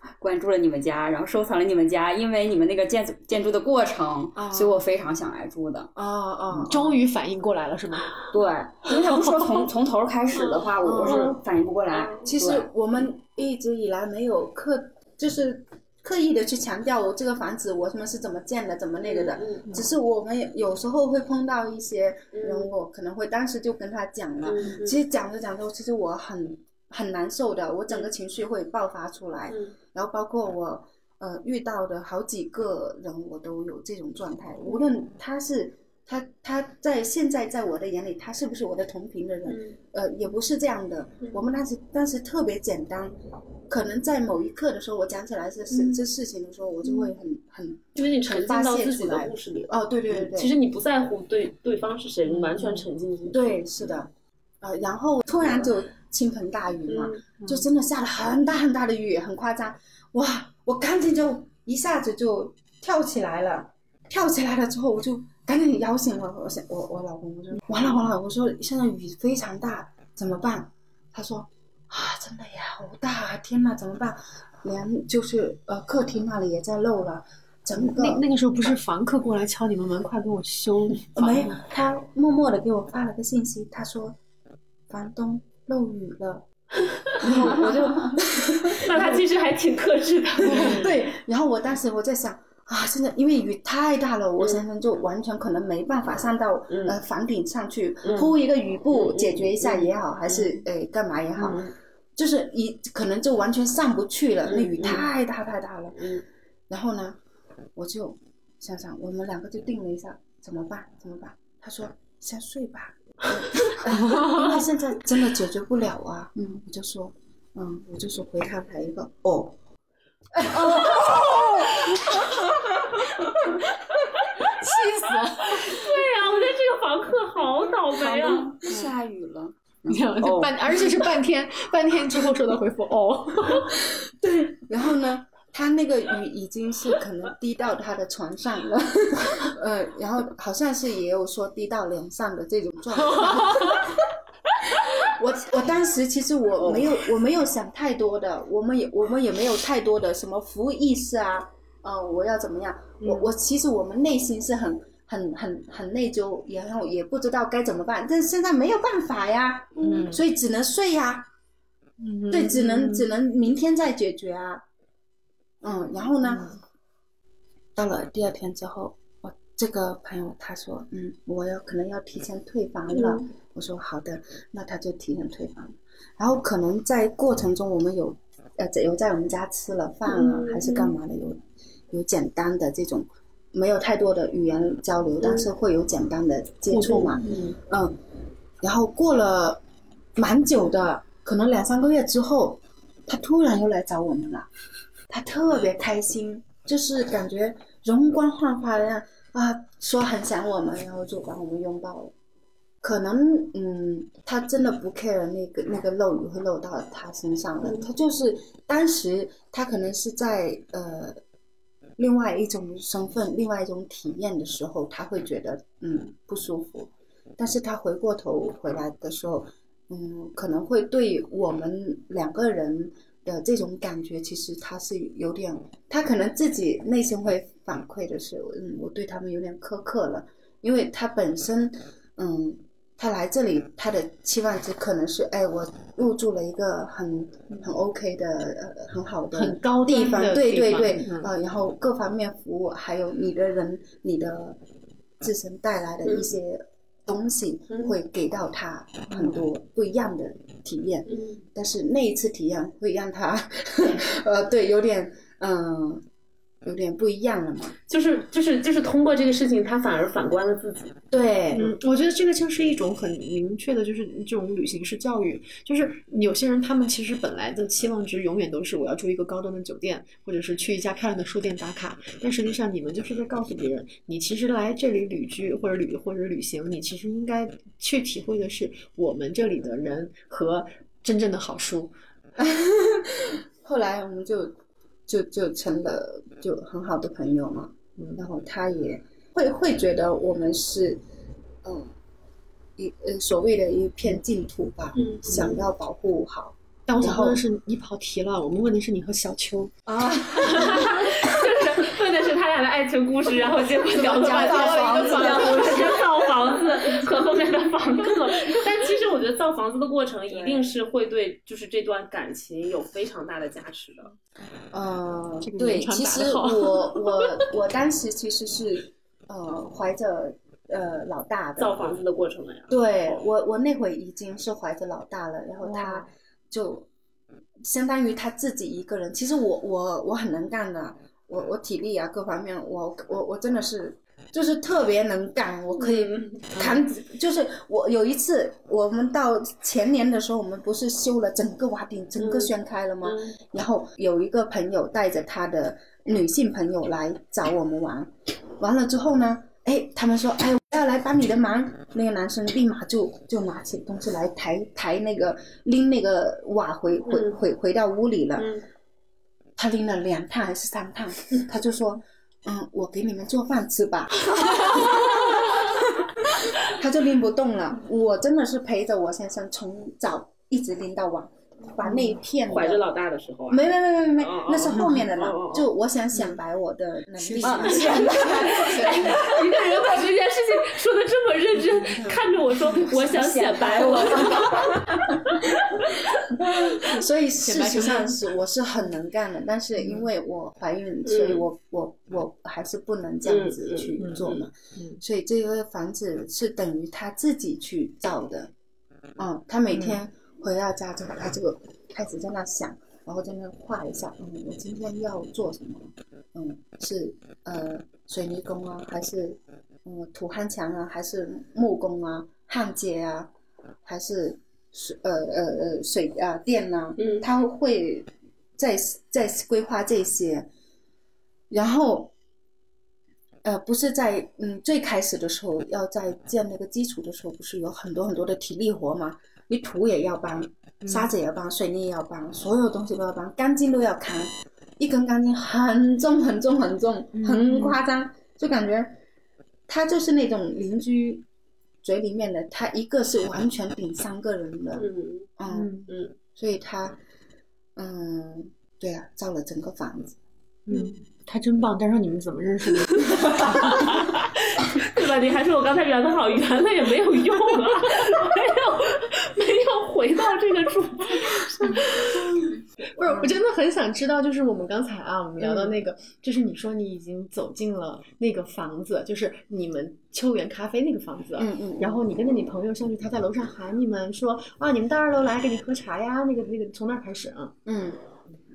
S5: *laughs* 关注了你们家，然后收藏了你们家，因为你们那个建建筑的过程
S7: 啊，
S5: 所以我非常想来住的。
S7: 啊啊
S6: 终于反应过来了是吗？
S5: 对，因为他不是说从从头开始的话，我我是反应不过
S3: 嗯
S5: 来。
S7: 其实
S5: 对
S7: 我们一直以来没有刻，就是刻意的去强调我这个房子我什么是怎么建的，怎么那个的。
S3: 嗯
S7: 只是我们有时候会碰到一些人，
S3: 嗯
S7: 我可能会当时就跟他讲了。
S3: 嗯
S7: 其实讲着讲着，其实我很很难受的，我整个情绪会爆发出来。
S3: 嗯
S7: 然后包括我呃遇到的好几个人，我都有这种状态。无
S3: 嗯
S7: 论他是他他在现在在我的眼里，他是不是我的同频的人，
S3: 嗯
S7: 呃，也不是这样的
S3: 嗯。
S7: 我们当时当时特别简单，可能在某一刻的时候，我讲起来这事、
S3: 嗯
S7: 这事情的时候，我就会很很
S3: 就是你沉浸到自己的故事里了。
S7: 哦，对对对对，
S3: 其实你不在乎对对方是谁，你完全沉浸进去。
S7: 对是的，呃，然后突然就倾盆大雨嘛，
S3: 嗯，
S7: 就真的下了很大很大的雨，很夸张，哇！我赶紧就一下子就跳起来了，跳起来了之后，我就赶紧摇醒了我想我我老公，我说完了完了，我说现在雨非常大，怎么办？他说啊，真的呀，好大啊！天哪，怎么办？连就是呃客厅那里也在漏了，整个
S8: 那那个时候不是房客过来敲你们门，快给我修房
S7: 没，他默默的给我发了个信息，他说房东漏雨了， *laughs* 然后我就。
S3: 那他其实还挺克制
S7: *laughs*
S3: 的。嗯
S7: 对，然后我当时我在想啊，现在因为雨太大了，我先生就完全可能没办法上到、
S3: 嗯
S7: 呃房顶上去、
S3: 嗯
S7: 铺一个雨布
S3: 嗯嗯
S7: 解决一下
S3: 嗯
S7: 也好，还是呃干嘛也好，
S3: 嗯
S7: 就是一可能就完全上不去了，那
S3: 嗯
S7: 雨
S3: 嗯
S7: 太大太大了。
S3: 嗯
S7: 然后呢，我就想想，我们两个就定了一下，怎么办？怎么办？他说先睡吧， *laughs* 因为现在真的解决不了啊。嗯，我就说，嗯，我就是回他来一个哦。
S3: 对呀、我觉得这个房客好倒霉啊！
S5: 房东下雨了， *laughs*
S6: 你
S7: *laughs*
S6: 看
S5: 哦
S6: 半，而且是半天， *laughs* 半天之后收到回复哦，
S7: 然后呢，他那个雨已经是可能滴到他的床上了， *laughs* 呃，然后好像是也有说滴到脸上的这种状况。 *laughs* 我我当时其实我没有我没有想太多的，我们也我们也没有太多的什么服务意识啊，呃，我要怎么样？我我其实我们内心是很很很很内疚，然后也不知道该怎么办，但是现在没有办法呀，
S6: 嗯
S7: 所以只能睡呀、对，只能只能明天再解决啊。嗯，然后呢，到了第二天之后，我这个朋友他说，嗯，我要可能要提前退房了。我说好的，那他就提前退房。然后可能在过程中，我们有呃有在我们家吃了饭啊，还是干嘛的，有有简单的这种。没有太多的语言交流，但是会有简单的接触嘛。
S8: 嗯
S7: 嗯，然后过了蛮久的，可能两三个月之后，他突然又来找我们了，他特别开心，就是感觉容光焕发的样啊，说很想我们，然后就把我们拥抱了。可能嗯，他真的不 care 那个那个漏雨会漏到他身上了，他就是当时他可能是在呃另外一种身份、另外一种体验的时候，他会觉得嗯不舒服，但是他回过头回来的时候，嗯，可能会对我们两个人的这种感觉，其实他是有点，他可能自己内心会反馈的是，嗯，我对他们有点苛刻了，因为他本身，嗯，他来这里他的期望值可能是，哎，我入住了一个很很 OK 的、呃、很好的
S6: 很高端
S7: 地方，
S6: 的
S7: 对
S6: 地
S7: 对
S6: 方
S7: 对，
S6: 嗯
S7: 呃，然后各方面服务，还有你的人，你的自身带来
S6: 嗯
S7: 的一些东西，会给到他很多不一样的体验。
S3: 嗯
S7: 但是那一次体验会让他， *laughs* 呃，对，有点，嗯、有点不一样了嘛。
S6: 嗯
S3: 就是就是就是通过这个事情，他反而反观了自己。
S7: 对，
S6: 嗯，我觉得这个就是一种很明确的，就是这种旅行式教育，就是有些人他们其实本来的期望值永远都是我要住一个高端的酒店，或者是去一家漂亮的书店打卡，但实际上你们就是在告诉别人，你其实来这里旅居或者旅或者旅行，你其实应该去体会的是我们这里的人和真正的好书。
S7: *laughs* 后来我们就就就成了就很好的朋友嘛。嗯然后他也会会觉得我们是，嗯，一呃所谓的一片净土吧，
S3: 嗯
S7: 想要保护好
S6: 但我想
S7: 然后
S6: 问的是，你跑题了，我们问的是你和小秋。
S7: 啊。
S3: 就是问的是他俩的爱情故事，然后结 *laughs* 果聊了半天一个房子，造房 *laughs* 子和后面的房客。但其实我觉得造房子的过程一定是会对就是这段感情有非常大的加持的。
S7: 呃
S6: 这个，
S7: 对，
S6: 名称
S7: 其
S6: 打
S7: 实
S6: 得好
S7: 我我
S6: *laughs*
S7: 我当时其实是呃怀着呃老大的
S3: 造房子的过程了呀。
S7: 对我，我那会已经是怀着老大了，然后他就相当于他自己一个人。其实我我我很能干的，我我体力啊各方面，我我我真的是就是特别能干，我可以
S3: 嗯
S7: 扛。就是我有一次，我们到前年的时候，我们不是修了整个瓦顶，整个
S3: 嗯
S7: 掀开了吗？
S3: 嗯
S7: 然后有一个朋友带着他的女性朋友来找我们玩，完了之后呢，哎，他们说，哎，我要来帮你的忙。那个男生立马就就拿起东西来抬抬那个拎那个瓦回回
S3: 嗯
S7: 回回到屋里了。
S3: 嗯
S7: 他拎了两趟还是三趟，他就说，嗯，我给你们做饭吃吧。 *laughs* 他就拎不动了，我真的是陪着我先生从早一直拎到晚，把那一片的
S3: 怀着老大的时候啊，
S7: 没没没没没
S3: 哦哦，
S7: 那是后面的
S3: 哦哦
S7: 了
S3: 哦。
S7: 就我想显摆我的能力，
S3: *laughs*
S6: *laughs*
S3: 一个人把这件事情说的这么认真，看着嗯我说我想显摆我。
S7: *laughs*
S3: *laughs*
S7: 所以事实上是我是很能干的，但是因为我怀孕，所以我我我还是不能这样子去做嘛。所以这个房子是等于他自己去造的，嗯，他每天回到家之后，他就开始在那想。然后在那画一下，嗯，我今天要做什么？嗯，是呃水泥工啊，还是嗯土夯墙啊，还是木工啊、焊接啊，还是水呃呃呃水啊电呐、
S3: 嗯
S7: 他会再再规划这些，然后呃不是在嗯最开始的时候要在建那个基础的时候，不是有很多很多的体力活嘛？你土也要搬，沙子也要搬，水泥也要搬，所有东西都要搬，钢筋都要扛，一根钢筋很重很重很重，很夸张，就感觉他就是那种邻居嘴里面的，他一个是完全顶三个人的，
S3: 嗯
S7: 嗯
S3: 嗯，
S7: 所以他，嗯，对啊，造了整个房子。
S6: 嗯，他真棒，但是你们怎么认识的？
S3: *laughs* 对吧？你还说我刚才圆的好，圆了也没有用啊，没有没有回到这个主题。
S6: 不是，我真的很想知道，就是我们刚才啊，我们
S7: 嗯
S6: 聊到那个，就是你说你已经走进了那个房子，就是你们秋园咖啡那个房子，
S7: 嗯嗯
S6: 然后你跟着你朋友上去，他在楼上喊你们说啊，你们到二楼来给你喝茶呀，那个那个从那儿开始啊，
S7: 嗯，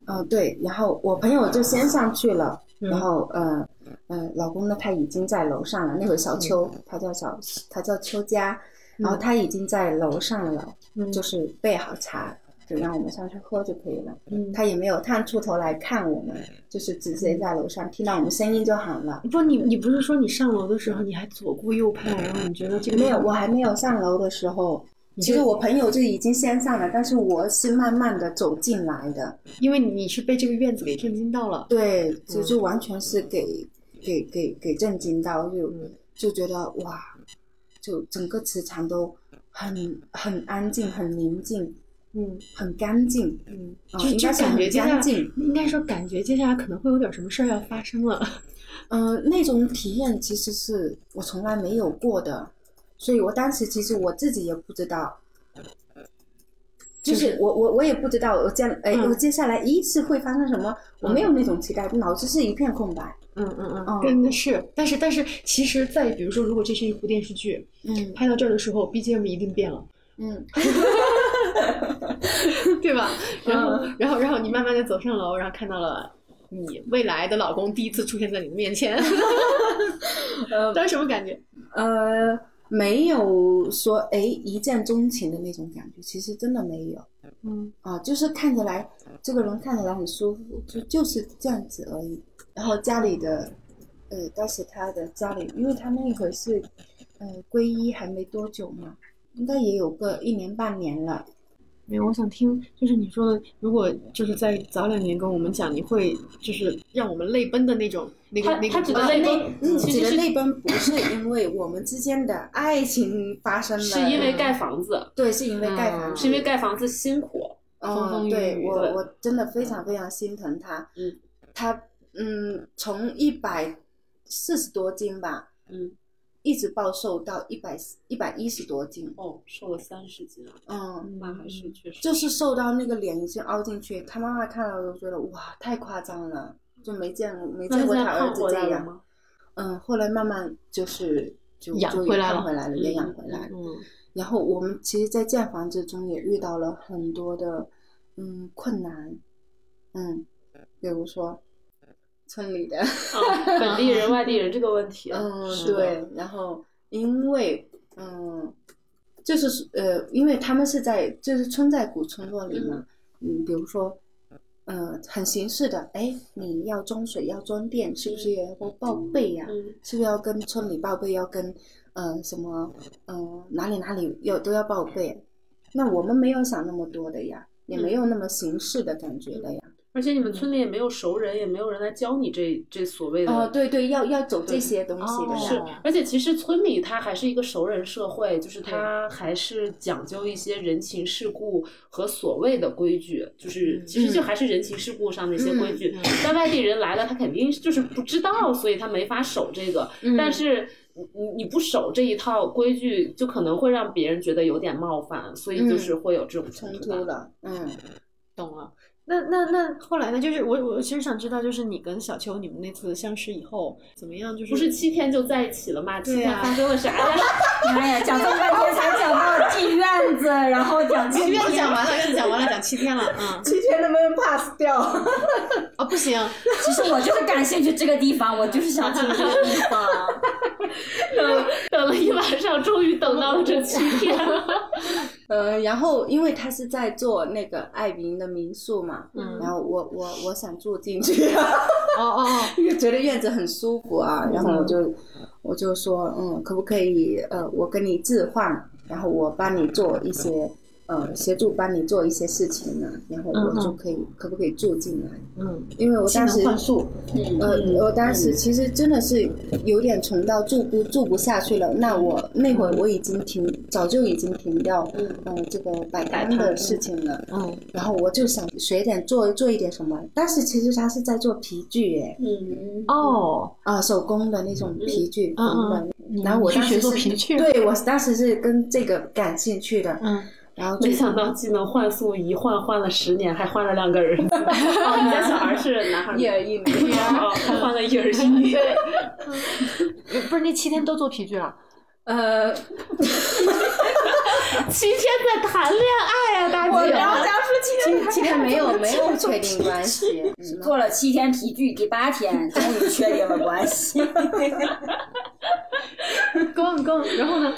S7: 呃，对，然后我朋友就先上去了，然后呃呃，老公呢他已经在楼上了，那会儿小秋，他叫小，嗯
S6: 嗯
S7: 他叫秋佳，然后他已经在楼上了，就是备好茶，只让我们上去喝就可以了。嗯，他也没有探出头来看我们，就是只是在楼上听到我们声音就喊了。
S8: 不，你你不是说你上楼的时候你还左顾右盼，然后你觉得这个
S7: 没有，我还没有上楼的时候，其实我朋友就已经先上了，但是我是慢慢的走进来的。
S6: 因为你是被这个院子给震惊到了。
S7: 对，
S6: 嗯
S7: 就就完全是给、给给给震惊到，就、
S6: 嗯
S7: 就觉得哇，就整个磁场都很很安静，很宁静，
S8: 嗯，
S7: 很干净，
S8: 嗯，
S7: 啊、
S6: 就
S7: 应
S6: 就
S7: 该是
S6: 感觉
S7: 很
S6: 接下
S7: 干
S6: 来
S7: 净。
S6: 应该说感觉接下来可能会有点什么事儿要发生了。
S7: 呃，那种体验其实是我从来没有过的，所以我当时其实我自己也不知道，就是我我我也不知道我将哎、
S6: 嗯
S7: 我接下来一是会发生什么，我没有那种期待，脑子是一片空白。
S6: 嗯嗯
S7: 嗯
S6: 真的是。但是但是，其实在比如说，如果这是一部电视剧，
S7: 嗯
S6: 拍到这儿的时候，BGM 一定变了， *laughs*
S7: 嗯
S6: 对吧？然后、
S3: 嗯
S6: 然后然后你慢慢的走上楼，然后看到了。你未来的老公第一次出现在你的
S3: *laughs*
S6: 面前，
S3: 嗯
S6: 当时什么感觉？
S7: 呃，没有说哎一见钟情的那种感觉，其实真的没有。嗯啊，就是看起来这个人看起来很舒服，就就是这样子而已。然后家里的，呃，当时他的家里，因为他那会是，呃，皈依还没多久嘛，应该也有个一年半年了。
S6: 没有，我想听，就是你说的，如果就是在早两年跟我们讲，你会就是让我们泪奔的那种，那个
S3: 他
S6: 那个
S3: 他指的
S7: 啊
S3: 泪
S7: 那
S3: 奔
S7: 嗯，
S3: 其
S7: 指
S3: 实
S7: 的
S3: 是
S7: 泪奔不是因为我们之间的爱情发生了，
S3: 是因为盖房子，
S7: 对，是因为盖房
S6: 嗯
S7: 子
S3: 是因为盖房子辛苦。风风雨雨
S7: 对我
S3: 对
S7: 我真的非常非常心疼他，
S3: 嗯，
S7: 他嗯从一百四十多斤吧，
S3: 嗯，
S7: 一直暴瘦到一百一百一十多斤，
S3: 哦，瘦了三十斤啊，
S7: 嗯，
S3: 那还是确实。
S7: 就是瘦到那个脸已经凹进去，他妈妈看到都觉得哇太夸张了，就没见过没
S3: 那
S7: 见
S3: 现
S7: 过
S3: 在
S7: 他儿
S3: 胖
S7: 子
S3: 回来
S7: 这
S3: 了
S7: 样， *laughs*
S3: 吗？
S7: 嗯，后来慢慢就是就
S6: 养
S7: 就
S6: 回
S7: 也
S6: 来了
S7: 胖回来了，也养回来了。
S6: 嗯，
S7: 然后我们其实，在建房之中也遇到了很多的嗯困难，嗯，比如说村里的，
S3: 啊，本地人、外地人这个问题，啊
S7: 嗯，
S3: 是的，
S7: 对，然后因为嗯，就是呃，因为他们是在就是村在古村落里嘛，嗯，比如说。呃，很形式的，哎，你要装水，要装电，是不是也要报备呀、
S3: 嗯，
S7: 是不是要跟村里报备，要跟呃什么呃哪里哪里要都要报备？那我们没有想那么多的呀，也
S3: 嗯
S7: 没有那么形式的感觉的呀。
S3: 而且你们村里也没有熟人，也没有人来教你这这所谓的
S7: 哦，对对，要要走这些东西的
S6: 哦
S7: 呀。
S3: 是，而且其实村里它还是一个熟人社会，就是它还是讲究一些人情世故和所谓的规矩，就是其实就还是人情世故上的一些规矩。但外地人来了，他肯定就是不知道，所以他没法守这个。
S7: 嗯
S3: 但是你你你不守这一套规矩，就可能会让别人觉得有点冒犯，所以就是会有这种
S7: 冲
S3: 冲突
S7: 突
S3: 吧。
S7: 了，嗯，
S6: 懂了。那那那后来呢？就是我我其实想知道，就是你跟小秋你们那次相识以后怎么样？就是
S3: 不是七天就在一起了吗？七
S6: 对
S3: 天
S6: 啊
S3: 发生了啥呀？
S5: 妈哎呀，讲这么半天才讲到进院子，然后讲
S6: 七
S5: 进
S6: 天讲完了，院子讲完了，讲七天了，嗯
S4: 七天能不能 pass 掉？
S6: 啊不行，
S5: 其实我就是感兴趣这个地方，我就是想进这个地方。
S3: 等等了一晚上，终于等到了这七天 *laughs* 了。
S7: *laughs* 呃，然后因为他是在做那个爱民的民宿嘛，
S6: 嗯
S7: 然后我我我想住进去， *laughs*
S6: 哦哦哦，
S7: 因为觉得院子很舒服啊，
S6: 嗯
S7: 然后我就我就说，嗯，可不可以呃，我跟你置换，然后我帮你做一些呃协助帮你做一些事情呢、然后我就可以、可不可以住进来？
S6: 嗯，
S7: 因为我当时
S6: 换宿，
S7: 呃，我当时其实真的是有点穷到住不住不下去了。那我那会儿我已经停，早就已经停掉，嗯、这个摆摊的事情了。
S6: 嗯，
S7: 然后我就想学点做做一点什么。当时其实他是在做皮具，耶。
S3: 嗯，
S6: 哦，
S7: 啊，手工的那种皮具，
S6: 嗯
S7: 缝的。然后我
S6: 你去
S7: 当
S6: 学
S7: 时
S6: 做
S7: 是
S6: 皮具
S7: 对我当时是跟这个感兴趣的，
S6: 嗯，
S7: 然后就
S3: 没想到技能换宿一换换了十年，还换了两个儿子。哦，你家小孩是男孩儿？
S7: 一儿一女，
S3: 哦，还换了一儿一女。
S6: 不是那七天都做皮具了， *laughs*
S7: 呃，
S3: 七天在谈恋爱啊，大姐！
S6: *laughs*
S7: 今今天没有没有确定关系，嗯什么
S5: 做了七天皮具，第八天终于确定了关系。
S6: 够够，然后呢？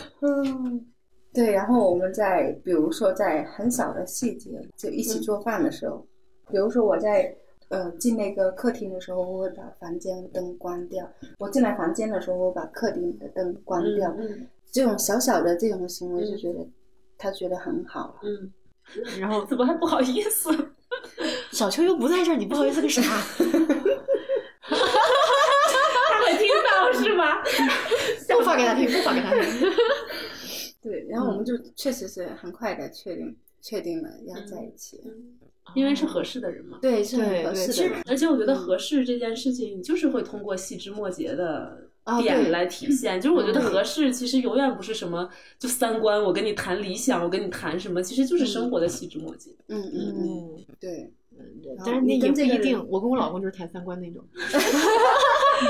S7: 对，然后我们在比如说在很小的细节，就一起做饭的时候，比如说我在呃进那个客厅的时候，我会把房间灯关掉；我进来房间的时候，我把客厅的灯关掉。
S3: 嗯
S7: 这种小小的这种行为，就觉得、他觉得很好了。
S3: 嗯，
S6: 然后
S3: 怎么还不好意思？
S6: 小秋又不在这儿，你不好意思个 *laughs* 啥？
S3: 他会听到是吧？
S6: 不发给他听，不发给他听。
S7: 对，然后我们就确实是很快的确定、确定了要在一起。
S3: 因为是合适的人嘛。
S7: 嗯对，是
S6: 对
S7: 很合
S6: 对
S7: 适
S6: 其
S7: 的
S6: 实
S7: 人。
S3: 而且我觉得合适这件事情，你就是会通过细枝末节的
S6: 啊
S3: 点来体现。就是我觉得合适其实永远不是什么就三观，我跟你谈理想，我跟你谈什么，其实就是生活的细枝末节。 *laughs*
S7: 嗯嗯嗯，
S6: 嗯，
S7: 对，
S6: 但是那嗯
S8: 你
S6: 也
S8: 跟
S6: 不
S8: 这个
S6: 一
S8: 人
S6: 定。我跟我老公就是谈三观那种。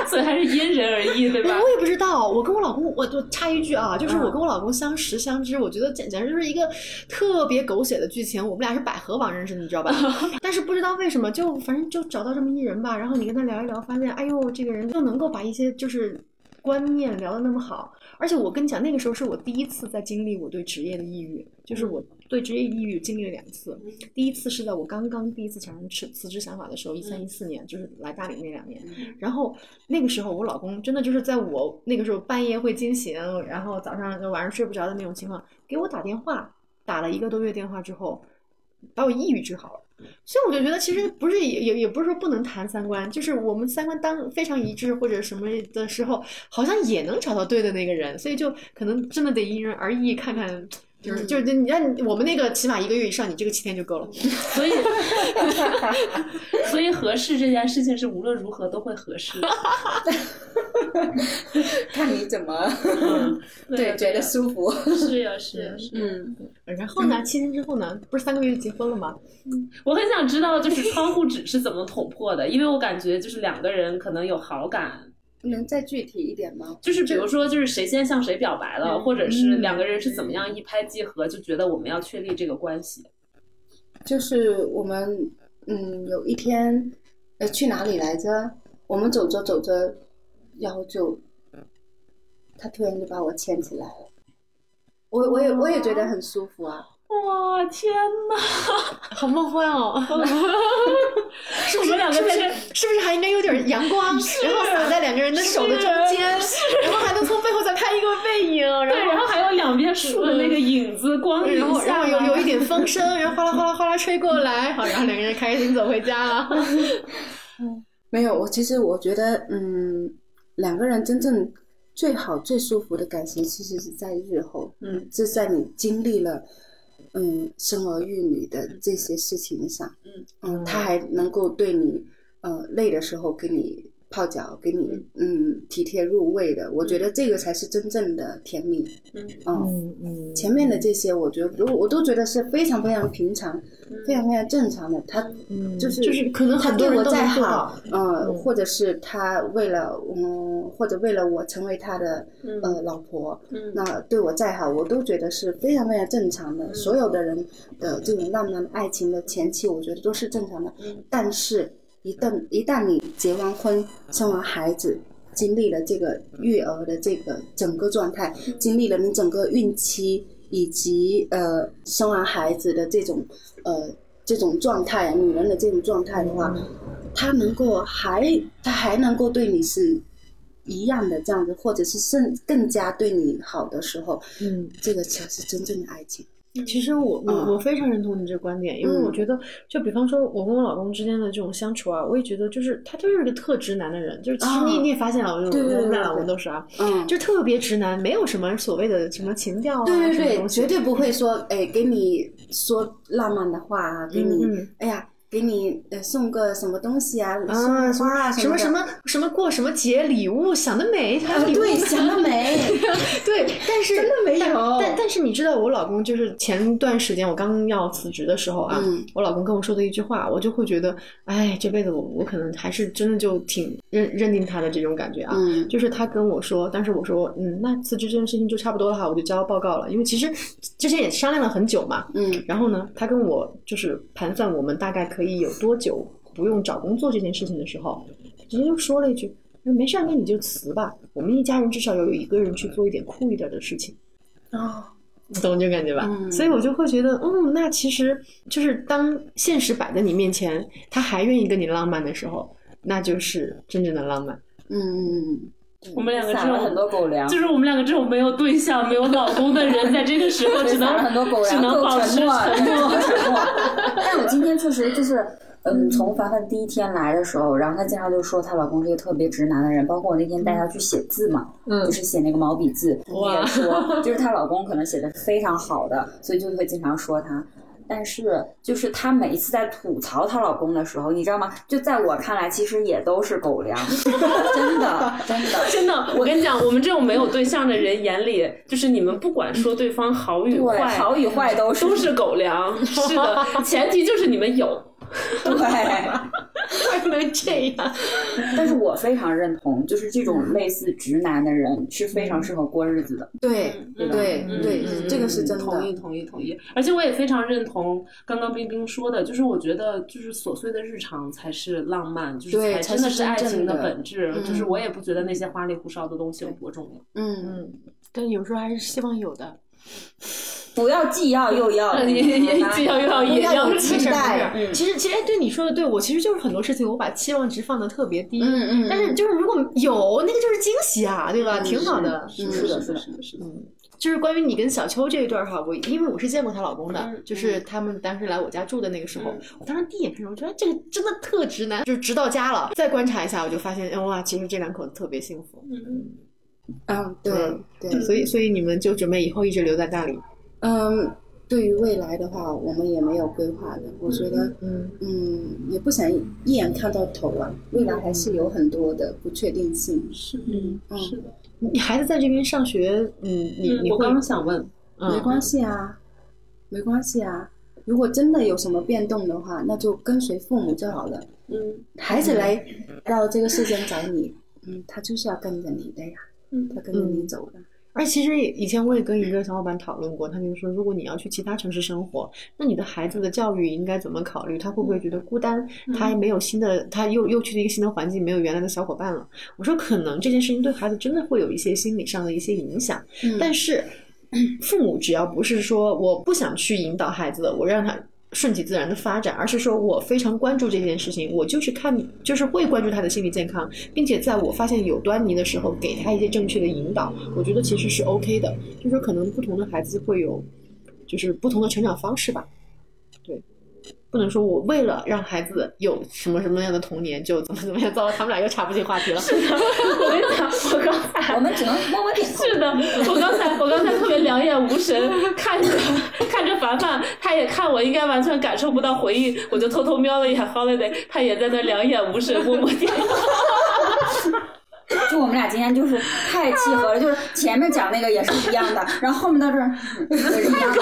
S3: 所以还是因人而异，对吧？嗯
S6: 哎我也不知道，我跟我老公，我我插一句啊，就是我跟我老公相识相知，我觉得简简直就是一个特别狗血的剧情。我们俩是百合网认识的，你知
S3: *laughs*
S6: 道吧？但是不知道为什么，就反正就找到这么一人吧，然后你跟他聊一聊，发现哎呦，这个人就能够把一些就是观念聊得那么好。而且我跟你讲，那个时候是我第一次在经历我对职业的抑郁，就是我对职业抑郁经历了两次。
S3: 嗯
S6: 第一次是在我刚刚第一次产生辞辞职想法的时候，一三一四年，就是来大理那两年。然后那个时候，我老公真的就是在我那个时候半夜会惊醒，然后早上就晚上睡不着的那种情况，给我打电话，打了一个多月电话之后，把我抑郁治好了。所以我就觉得，其实不是也也也不是说不能谈三观，就是我们三观当非常一致或者什么的时候，好像也能找到对的那个人，所以就可能真的得因人而异，看看。
S3: 嗯
S6: 就是就是你让我们那个起码一个月以上，你这个七天就够了。
S3: 所以， *laughs* 所以合适这件事情是无论如何都会合适的。
S7: 看你怎么
S3: 嗯对啊
S7: 对 *laughs* 觉得舒服。
S3: 是呀，是呀，是呀。
S7: 嗯，
S6: 然后呢，七天之后呢，不是三个月就结婚了吗？
S3: 我很想知道，就是窗户纸是怎么捅破的，因为我感觉就是两个人可能有好感，
S7: 能再具体一点吗？
S3: 就是比如说，就是谁先向谁表白了，
S6: 嗯
S3: 或者是两个人是怎么样一拍即合，就觉得我们要确立这个关系。
S7: 就是我们嗯有一天呃去哪里来着？我们走着走着，然后就他突然就把我牵起来了。我我也我也觉得很舒服啊，
S3: 哇，天哪！
S6: 好梦幻哦！
S3: 是 *laughs* 我们两个
S6: 是不
S3: 在
S6: 是
S3: 这，啊
S6: 是不是还应该有点阳光，然后洒在两个人的手的中间，然后还能从背后再拍一个背影，
S3: 对，
S6: 然
S3: 然
S6: 后
S3: 后还有两边树的那个影子光影
S6: 然后然
S3: 下
S6: 后
S3: 来，
S6: 有有一点风声，然后哗啦哗啦哗啦吹过
S3: *laughs*
S6: 来，好，然后两个人开心走回家了。
S7: 没有我其实我觉得嗯两个人真正最好最舒服的感情其实是在日后，
S3: 嗯，
S7: 是在你经历了嗯生儿育女的这些事情上，
S3: 嗯
S7: 嗯，他还能够对你呃累的时候给你泡脚，给你嗯体贴入微的，我觉得这个才是真正的甜蜜。
S3: 嗯
S7: 嗯嗯，前面的这些我觉得我我都觉得是非常非常平常、非常非常正常的，他就是
S6: 嗯就是可能很多人
S7: 他对我
S6: 都能
S7: 再
S6: 做
S7: 好
S6: 到，嗯
S7: 呃，或者是他为了嗯，或者为了我成为他的呃老婆，
S3: 嗯
S7: 那对我再好，我都觉得是非常非常正常
S6: 嗯
S7: 的。所有的人的这种浪漫爱情的前期，我觉得都是正常的。
S6: 嗯
S7: 但是，一旦一旦你结完婚、生完孩子，经历了这个育儿的这个整个状态，经历了你整个孕期以及呃生完孩子的这种呃这种状态，女人的这种状态的话，她能够还她还能够对你是一样的这样子，或者是甚更加对你好的时候，
S6: 嗯，
S7: 这个才是真正的爱情。
S6: 其实我我我非常认同你这个观点，因为
S7: 嗯
S6: 我觉得，就比方说我跟我老公之间的这种相处啊，我也觉得就是他就是个特直男的人，就是其实你、
S7: 啊
S6: 你也发现了，我
S7: 对对
S6: 我们
S7: 对
S6: 俩
S7: 对
S6: 我们都是啊，
S7: 嗯，
S6: 就特别直男，没有什么所谓的什么情调啊，
S7: 对
S6: 什么
S7: 对对，
S6: 东西
S7: 绝对不会说哎给你说浪漫的话啊，给你、
S6: 嗯
S7: 哎呀。给你呃送个什么东西啊，
S6: 啊，
S7: 送花啊
S6: 什么
S7: 么
S6: 什
S7: 的
S6: 么什么过什么节礼物，想得美，他
S7: 啊
S6: 礼物
S7: 对，
S6: 呢
S7: 想得美，
S6: *laughs* 对，但是
S7: 真的没有
S6: 但但但是你知道，我老公就是前段时间我刚要辞职的时候啊，
S7: 嗯
S6: 我老公跟我说的一句话，我就会觉得，哎，这辈子我我可能还是真的就挺认认定他的这种感觉啊。
S7: 嗯
S6: 就是他跟我说，当时我说，嗯，那辞职这件事情就差不多了哈，我就交报告了。因为其实之前也商量了很久嘛，
S7: 嗯
S6: 然后呢，他跟我就是盘算我们大概可以有多久不用找工作这件事情的时候，直接就说了一句：“那没事儿，那你就辞吧，我们一家人至少要有一个人去做一点酷一点的事情。
S7: 啊，
S6: 你懂这个感觉吧？
S7: 嗯
S6: 所以我就会觉得，嗯，那其实就是当现实摆在你面前，他还愿意跟你浪漫的时候，那就是真正的浪漫。
S7: 嗯，
S3: 我们两个这
S5: 撒了很
S3: 种，
S5: 多狗粮，
S3: 就是我们两个这种没有对象、没有老公的人，在这个时候只
S5: *laughs* 撒
S3: 能
S5: 了很多狗
S3: 只
S5: 粮，
S3: 能
S5: 够
S3: 保持
S5: 沉默，
S3: 沉默。
S5: 够沉默。但我今天确实就是。嗯，从凡凡第一天来的时候，然后她经常就说她老公是一个特别直男的人，包括我那天带她去写字嘛，
S6: 嗯
S5: 就是写那个毛笔字，
S6: 哇
S5: 你也说，就是她老公可能写的是非常好的，所以就会经常说她。但是，就是她每一次在吐槽她老公的时候，你知道吗？就在我看来，其实也都是狗粮， *laughs* 真
S6: *laughs*
S5: 的，真的。
S3: 真的，我跟你讲，我们这种没有对象的人眼里，就是你们不管说对方好与
S5: 对，
S3: 坏，
S5: 好与坏都是
S3: 都是狗粮。是的，前提就是你们有。
S5: 对。
S6: 为什么这样？
S5: 但是我非常认同，就是这种类似直男的人是非
S6: 嗯
S5: 常适合过日子的。
S7: 对
S3: 嗯
S7: 对
S3: 嗯
S7: 对
S3: 嗯，
S7: 这个是真
S3: 同意
S7: 的。
S3: 同意同意。而且我也非常认同刚刚冰冰说的，就是我觉得就是琐碎的日常才是浪漫，就是
S7: 对
S3: 才
S7: 才
S3: 真的
S7: 是
S3: 是爱
S7: 真正
S3: 情的
S7: 的
S3: 本质。
S7: 嗯
S3: 就是我也不觉得那些花里胡哨的东西有多重要。
S7: 嗯，
S6: 嗯，但有时候还是希望有的。
S5: 不要既要又要，
S3: *laughs* 也也既要又要也要
S7: 有期待。
S5: 嗯
S6: 其实，其实哎对你说的对，我其实就是很多事情，我把期望值放的特别低。
S7: 嗯嗯，
S6: 但是就是如果有那个就是惊喜啊，对吧？挺好的。
S5: 是的，是的，是的。
S3: 的，嗯是的。
S6: 就是关于你跟小秋这一段儿哈，我因为我是见过她老公的，
S3: 嗯
S6: 就是他们当时来我家住的那个时候，我当时第一眼看着，我觉得这个真的特直男，就是直到家了，再观察一下，我就发现，哎哇，其实这两口子特别幸福。
S3: 嗯，
S7: 嗯，对
S6: 嗯
S7: 对，
S6: 所以，所以你们就准备以后一直留在大理。
S7: 嗯，对于未来的话，我们也没有规划的。我觉得，
S6: 嗯
S7: 嗯，也不想一眼看到头啊，未来还是有很多的不确定性。
S3: 是
S7: 嗯嗯
S3: 是的。
S6: 你孩子在这边上学，嗯，你
S3: 嗯
S6: 你
S3: 我
S6: 会
S3: 刚刚想问，
S7: 没
S6: 嗯
S7: 关系啊，没关系啊。如果真的有什么变动的话，那就跟随父母就好了。
S3: 嗯
S7: 孩子来到这个世间找你，嗯，他就是要跟着你的呀，
S3: 嗯
S7: 他跟着你走的。
S6: 而哎其实以前我也跟一个小伙伴讨论过，他就说，如果你要去其他城市生活，那你的孩子的教育应该怎么考虑？他会不会觉得孤单？他没有新的，他又又去了一个新的环境，没有原来的小伙伴了。我说，可能这件事情对孩子真的会有一些心理上的一些影响，
S7: 嗯
S6: 但是父母只要不是说我不想去引导孩子，我让他。顺其自然的发展，而是说我非常关注这件事情，我就是看，就是会关注他的心理健康，并且在我发现有端倪的时候，给他一些正确的引导，我觉得其实是 OK 的。就是说，可能不同的孩子会有，就是不同的成长方式吧。对，不能说我为了让孩子有什么什么样的童年，就怎么怎么样。糟了，他们俩又岔不进话题了。
S3: 我跟你讲，我刚才
S5: 我们只能默默点头。
S3: 是的，我刚才我刚才特别两眼无神，看着看着凡凡，他也看我，应该完全感受不到回
S6: *laughs*
S3: 应，我就偷偷瞄了一眼 Holiday，他也在那两眼无神，默默 *laughs* 点。
S5: 就我们俩今天就是太契合了，就是前面讲那个也是一样的，然后后面到这儿嗯也是一样的。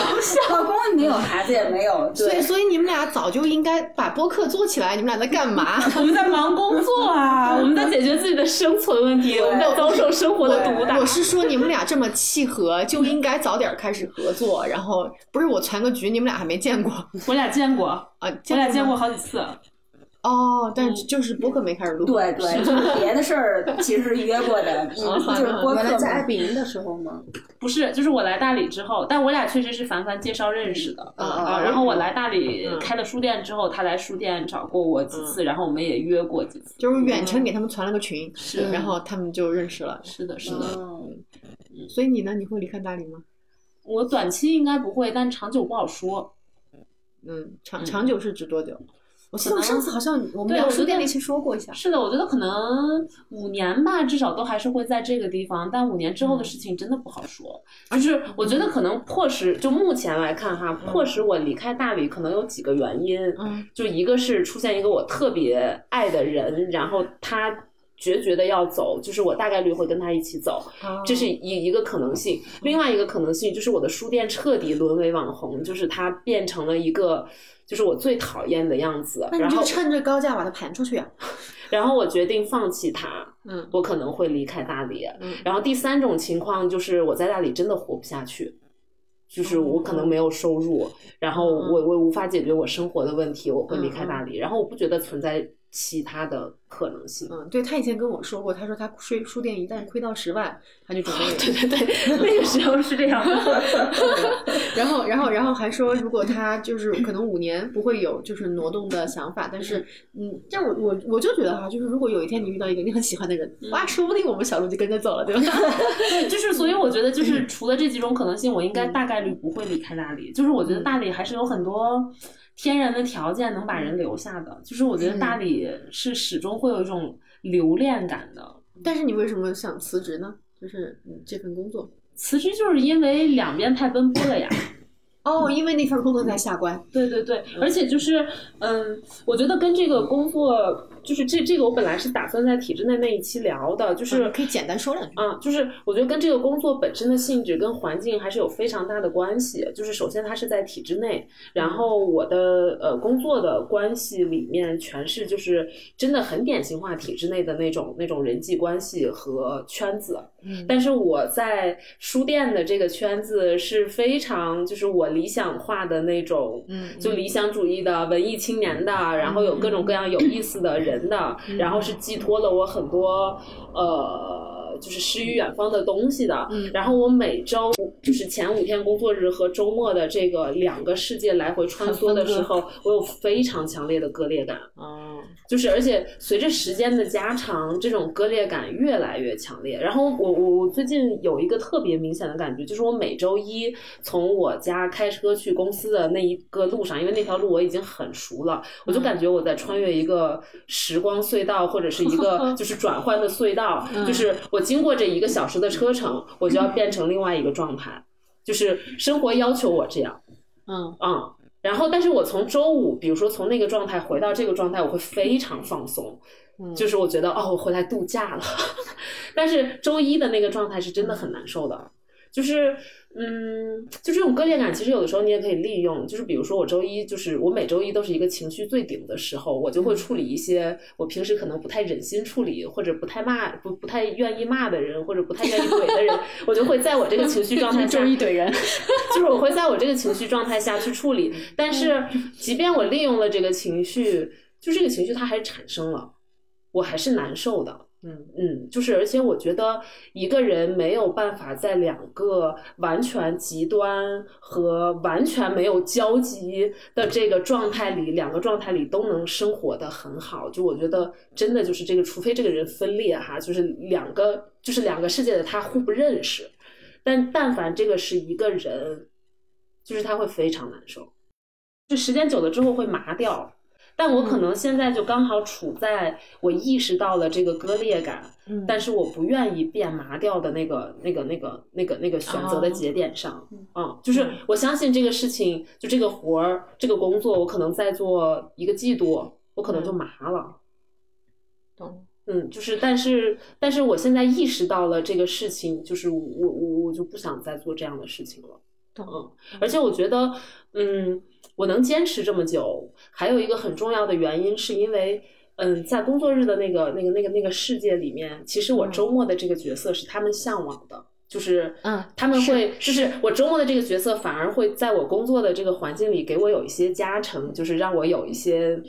S5: 老公也没有，孩子也没有，
S6: 所以，
S5: 对，
S6: 所以你们俩早就应该把播客做起来。你们俩在干嘛？
S3: *laughs* 我们在忙工作啊，我们在解决自己的生存问题，我们在遭受生活的毒打
S6: 我。是说，你们俩这么契合，就应该早点开始合作。然后，不是我攒个局，你们俩还没见过
S3: 我俩见过，
S6: 啊？
S3: 我俩见
S6: 吗
S3: 过嗯好几次。
S6: 哦，但是就是播客没开始录。
S5: 对对，就是别的事儿其实是约过的，嗯就是播
S7: 原来
S5: 客
S7: 在爱彼迎的时候吗？
S3: 不是，就是我来大理之后，但我俩确实是凡凡介绍认识的。
S6: 嗯
S3: 啊、
S6: 嗯
S3: 然后我来大理
S6: 嗯
S3: 开了书店之后，他来书店找过我几次，然后我们也约过几次。
S6: 就是远程给他们传了个群，
S3: 嗯是
S6: 然后他们就认识了。
S3: 是的，是的。
S7: 哦，
S3: 嗯
S6: 所以你呢？你会离开大理吗？
S3: 我短期应该不会，但长久不好说。
S6: 嗯，
S3: 嗯
S6: 长长久是指多久？我记
S3: 可
S6: 得
S3: 能
S6: 我上次好像我们
S3: 对
S6: 聊
S3: 我
S6: 书
S3: 觉
S6: 店
S3: 得
S6: 那期说过一下。
S3: 是的，我觉得可能五年吧，至少都还是会在这个地方，但五年之后
S6: 嗯
S3: 的事情真的不好说。
S6: 啊
S3: 就是我觉得可能迫使，就目前来看哈，迫使我离开大理可能有几个原因。
S6: 嗯，
S3: 就一个是出现一个我特别爱的人，然后他。决绝的要走，就是我大概率会跟他一起走，
S6: 哦
S3: 这是一一个可能性。
S6: 嗯
S3: 另外一个可能性就是我的书店彻底沦为网红，就是它变成了一个，就是我最讨厌的样子。
S6: 那
S3: 然
S6: 你
S3: 后
S6: 就趁着高价把它盘出去啊。
S3: 然后我决定放弃它，
S6: 嗯
S3: 我可能会离开大理。啊
S6: 嗯
S3: 然后第三种情况就是我在大理真的活不下去，就是我可能没有嗯收入，然后我我无法解决我生活的问题，我会离开大理。然后我不觉得存在其他的可能 *laughs* 性。
S6: 嗯，对他以前跟我说过，他说他睡书店一旦亏到十万，他就准备
S3: 哦对对，那个时候是这样的。
S6: *laughs* 然后，然后，然后还说，如果他就是可能五年不会有就是挪动的想法，但是，嗯，但我我我就觉得哈、就是如果有一天你遇到一个你很喜欢的人，
S3: 嗯
S6: 哇，说不定我们小鹿就跟着走了，对吧？ *laughs*
S3: 对，就是所以我觉得就是除了这几种可能性，我应该大概率不会离开大理。就是我觉得大理还是有很多天然的条件能把人留下的。就是我觉得大理是始终会有一种留恋感的。
S6: 但是你为什么想辞职呢？就是嗯这份工作
S3: 辞职就是因为两边太奔波了呀。
S6: 哦，因为那份工作在下关，
S3: 对对对，而且就是，嗯，我觉得跟这个工作，就是这这个我本来是打算在体制内那一期聊的，就是、
S6: 嗯可以简单说两句。
S3: 啊，就是我觉得跟这个工作本身的性质跟环境还是有非常大的关系。就是首先它是在体制内，然后我的呃工作的关系里面全是就是真的很典型化体制内的那种那种人际关系和圈子。
S6: 嗯
S3: 但是我在书店的这个圈子是非常就是我理想化的那种，
S6: 嗯
S3: 就理想主义的文艺青年的，然后有各种各样有意思的人的，然后是寄托了我很多呃，就是诗与远方的东西的。
S6: 嗯
S3: 然后我每周就是前五天工作日和周末的这个两个世界来回穿梭的时候，我有非常强烈的割裂感。
S6: 哦，
S3: 就是而且随着时间的加长，这种割裂感越来越强烈。然后我我我最近有一个特别明显的感觉，就是我每周一从我家开车去公司的那一个路上，因为那条路我已经很熟了，我就感觉我在穿越一个时光隧道，或者是一个就是转换的隧道，就是 *laughs* 我经过这一个小时的车程，我就要变成另外一个状态，就是生活要求我这样。
S6: 嗯
S3: 嗯，然后但是我从周五，比如说从那个状态回到这个状态，我会非常放松，
S6: 嗯
S3: 就是我觉得哦，我回来度假了。 *laughs* 但是周一的那个状态是真的很难受的，就是嗯，就这种割裂感，其实有的时候你也可以利用，就是比如说我周一，就是我每周一都是一个情绪最顶的时候，我就会处理一些
S6: 嗯
S3: 我平时可能不太忍心处理，或者不太骂不不太愿意骂的人，或者不太愿意怼的人，我就会在我这个情绪状态下
S6: *laughs* 周一怼
S3: *laughs*
S6: 人，嗯
S3: 就是我会在我这个情绪状态下去处理，但是即便我利用了这个情绪，就这个情绪它还是产生了，我还是难受的。
S6: 嗯
S3: 嗯，就是而且我觉得一个人没有办法在两个完全极端和完全没有交集的这个状态里，两个状态里都能生活的很好。就我觉得真的就是这个，除非这个人分裂哈，就是两个就是两个世界的他互不认识。但但凡这个是一个人，就是他会非常难受，就时间久了之后会麻掉。但我可能现在就刚好处在我意识到了这个割裂感，
S6: 嗯
S3: 但是我不愿意变麻掉的那个、那个、那个、那个、那个选择的节点上。哦嗯，就是我相信这个事情，就这个活儿、这个工作，我可能再做一个季度，我可能就麻了。
S6: 懂，
S3: 嗯，就是，但是，但是我现在意识到了这个事情，就是我我我就不想再做这样的事情了。嗯，而且我觉得，嗯，我能坚持这么久，还有一个很重要的原因，是因为，嗯，在工作日的那个、那个、那个、那个世界里面，其实我周末的这个角色是他们向往的，就是，
S6: 嗯
S3: 他们会，就是我周末的这个角色，反而会在我工作的这个环境里给我有一些加成，就是让我有一些。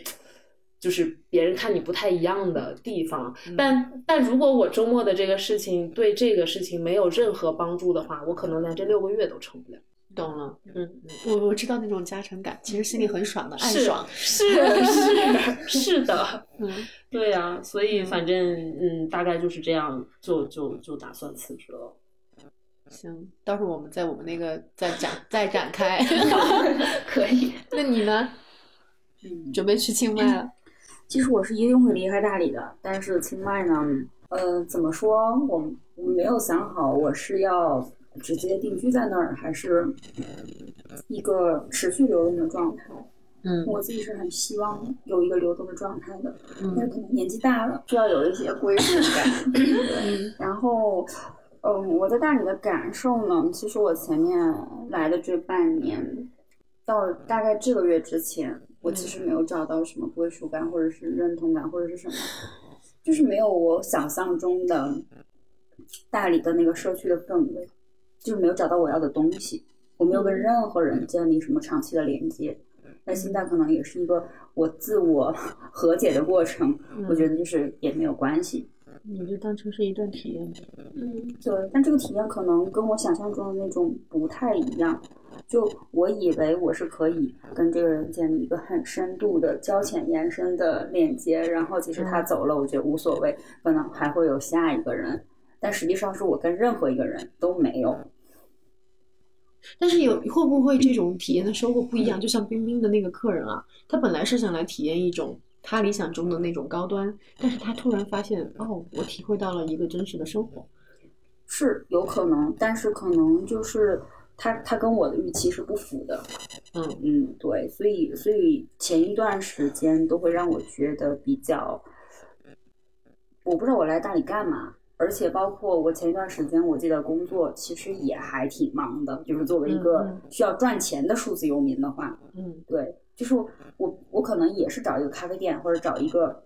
S3: 就是别人看你不太一样的地方，但但如果我周末的这个事情对这个事情没有任何帮助的话，我可能连这六个月都成不了。
S6: 懂了，
S3: 嗯，
S6: 我我知道那种加成感，其实心里很爽的，暗
S3: 是
S6: 爽，
S3: *laughs* 是是是的，
S6: 嗯，
S3: 对呀、所以反正嗯，大概就是这样，就就就打算辞职了。
S6: 行，到时候我们在我们那个再展再展开。
S8: *laughs*
S3: 可以，
S6: 那你呢？
S5: 嗯，
S6: 准备去清迈了？
S5: 其实我是一定会离开大理的，但是清迈呢，呃，怎么说，我我没有想好我是要直接定居在那儿，还是一个持续流动的状态。
S6: 嗯
S5: 我自己是很希望有一个流动的状态的，但是可能年纪大了，需要有一些归属感。对然后，嗯，我在大理的感受呢，其实我前面来的这半年，到大概这个月之前，我其实没有找到什么归属感，或者是认同感，或者是什么，就是没有我想象中的大理的那个社区的氛围，就是没有找到我要的东西，我没有跟任何人建立什么长期的连接。但现在可能也是一个我自我 *laughs* 和解的过程，我觉得就是也没有关系。
S8: 你就当成是一段体验吧。
S3: 嗯，
S5: 对，但这个体验可能跟我想象中的那种不太一样。就我以为我是可以跟这个人建立一个很深度的交浅延伸的链接，然后即使他走了，我觉得无所谓，可能还会有下一个人。但实际上是我跟任何一个人都没有。
S8: 但是有会不会这种体验的收获不一样？就像冰冰的那个客人啊，他本来是想来体验一种他理想中的那种高端，但是他突然发现，哦，我体会到了一个真实的生活。
S5: 是有可能，但是可能就是他他跟我的预期是不符的。
S8: 嗯
S5: 嗯，对，所以所以前一段时间都会让我觉得比较，我不知道我来大理干嘛。而且包括我前一段时间，我记得工作其实也还挺忙的，就是作为一个
S8: 嗯
S5: 需要赚钱的数字游民的话，
S8: 嗯
S5: 对，就是我我我可能也是找一个咖啡店，或者找一个，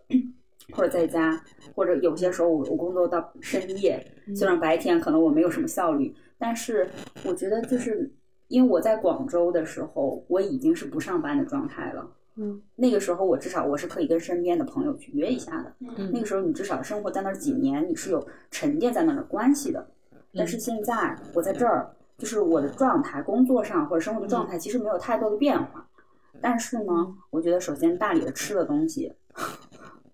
S5: 或者在家，或者有些时候我我工作到深夜，虽然白天可能我没有什么效率，但是我觉得就是因为我在广州的时候，我已经是不上班的状态了。
S8: 嗯，
S5: 那个时候我至少我是可以跟身边的朋友去约一下的。
S3: 嗯
S5: 那个时候你至少生活在那儿几年，你是有沉淀在那儿的关系的。但
S8: 嗯
S5: 是现在我在这儿，就是我的状态，工作上或者生活的状
S8: 嗯
S5: 态，其实没有太多的变化。但是呢，我觉得首先大理的吃的东西， *laughs*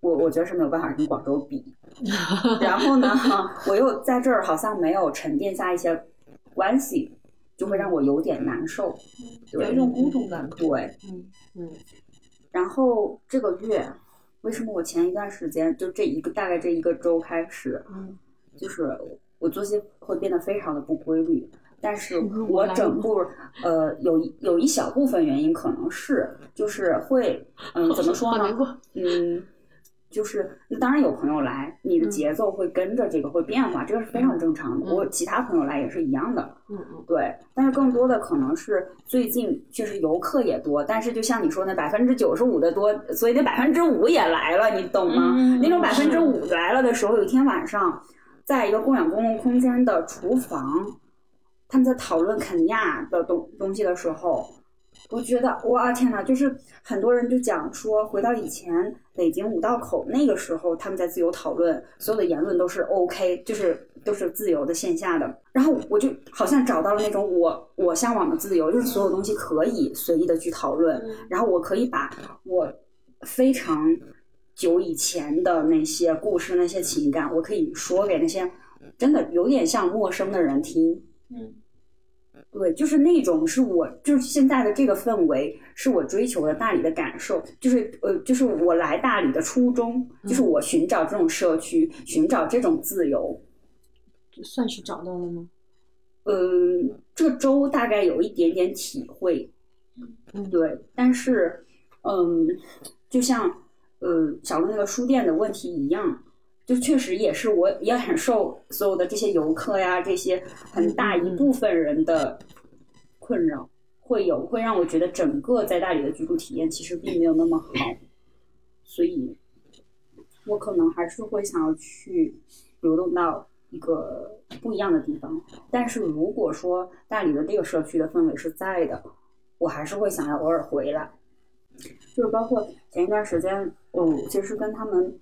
S5: 我我觉得是没有办法跟广州比。
S8: *laughs*
S5: 然后呢，我又在这儿好像没有沉淀下一些关系，就会让我有点难受。
S8: 嗯
S5: 对，
S8: 有一种孤独
S5: 感。对，
S8: 嗯嗯
S5: 然后这个月，为什么我前一段时间就这一个大概这一个周开始，
S8: 嗯，
S5: 就是我作息会变得非常的不规律。但
S8: *laughs*
S5: 是
S8: 我
S5: 我
S8: 来
S5: 整
S8: 了
S5: 部呃有一有一小部分原因可能是就是会嗯怎么说
S8: 好
S5: 呢
S8: 难啊过
S5: 嗯就是那当然有朋友来，你的
S8: 嗯
S5: 节奏会跟着这个会变化，这个是非常正常的。
S8: 嗯
S5: 我其他朋友来也是一样的，
S8: 嗯嗯
S5: 对，但是更多的可能是最近确实游客也多，但是就像你说那百分之九十五的多，所以那百分之五也来了，你懂吗？
S3: 嗯
S5: 那种百分之五来了的时候，有一天晚上，在一个共享公共空间的厨房，他们在讨论肯尼亚的东东西的时候，我觉得哇天呐，就是很多人就讲说，回到以前北京五道口那个时候，他们在自由讨论，所有的言论都是 OK，就是都是自由的线下的。然后我就好像找到了那种我我向往的自由，就是所有东西可以随意的去讨论，然后我可以把我非常久以前的那些故事、那些情感，我可以说给那些真的有点像陌生的人听。对，就是那种是我就是现在的这个氛围，是我追求的大理的感受，就是呃，就是我来大理的初衷，就是我寻找这种社区，寻找这种自由。
S8: 嗯，算是找到了吗？
S5: 嗯，这个周大概有一点点体会，
S8: 嗯
S5: 对，但是，嗯，就像呃小鹿那个书店的问题一样，就确实也是我也很受所有的这些游客呀，这些很大一部分人的困扰，会有会让我觉得整个在大理的居住体验其实并没有那么好，所以，我可能还是会想要去流动到一个不一样的地方。但是如果说大理的这个社区的氛围是在的，我还是会想要偶尔回来。就是包括前一段时间，我其实跟他们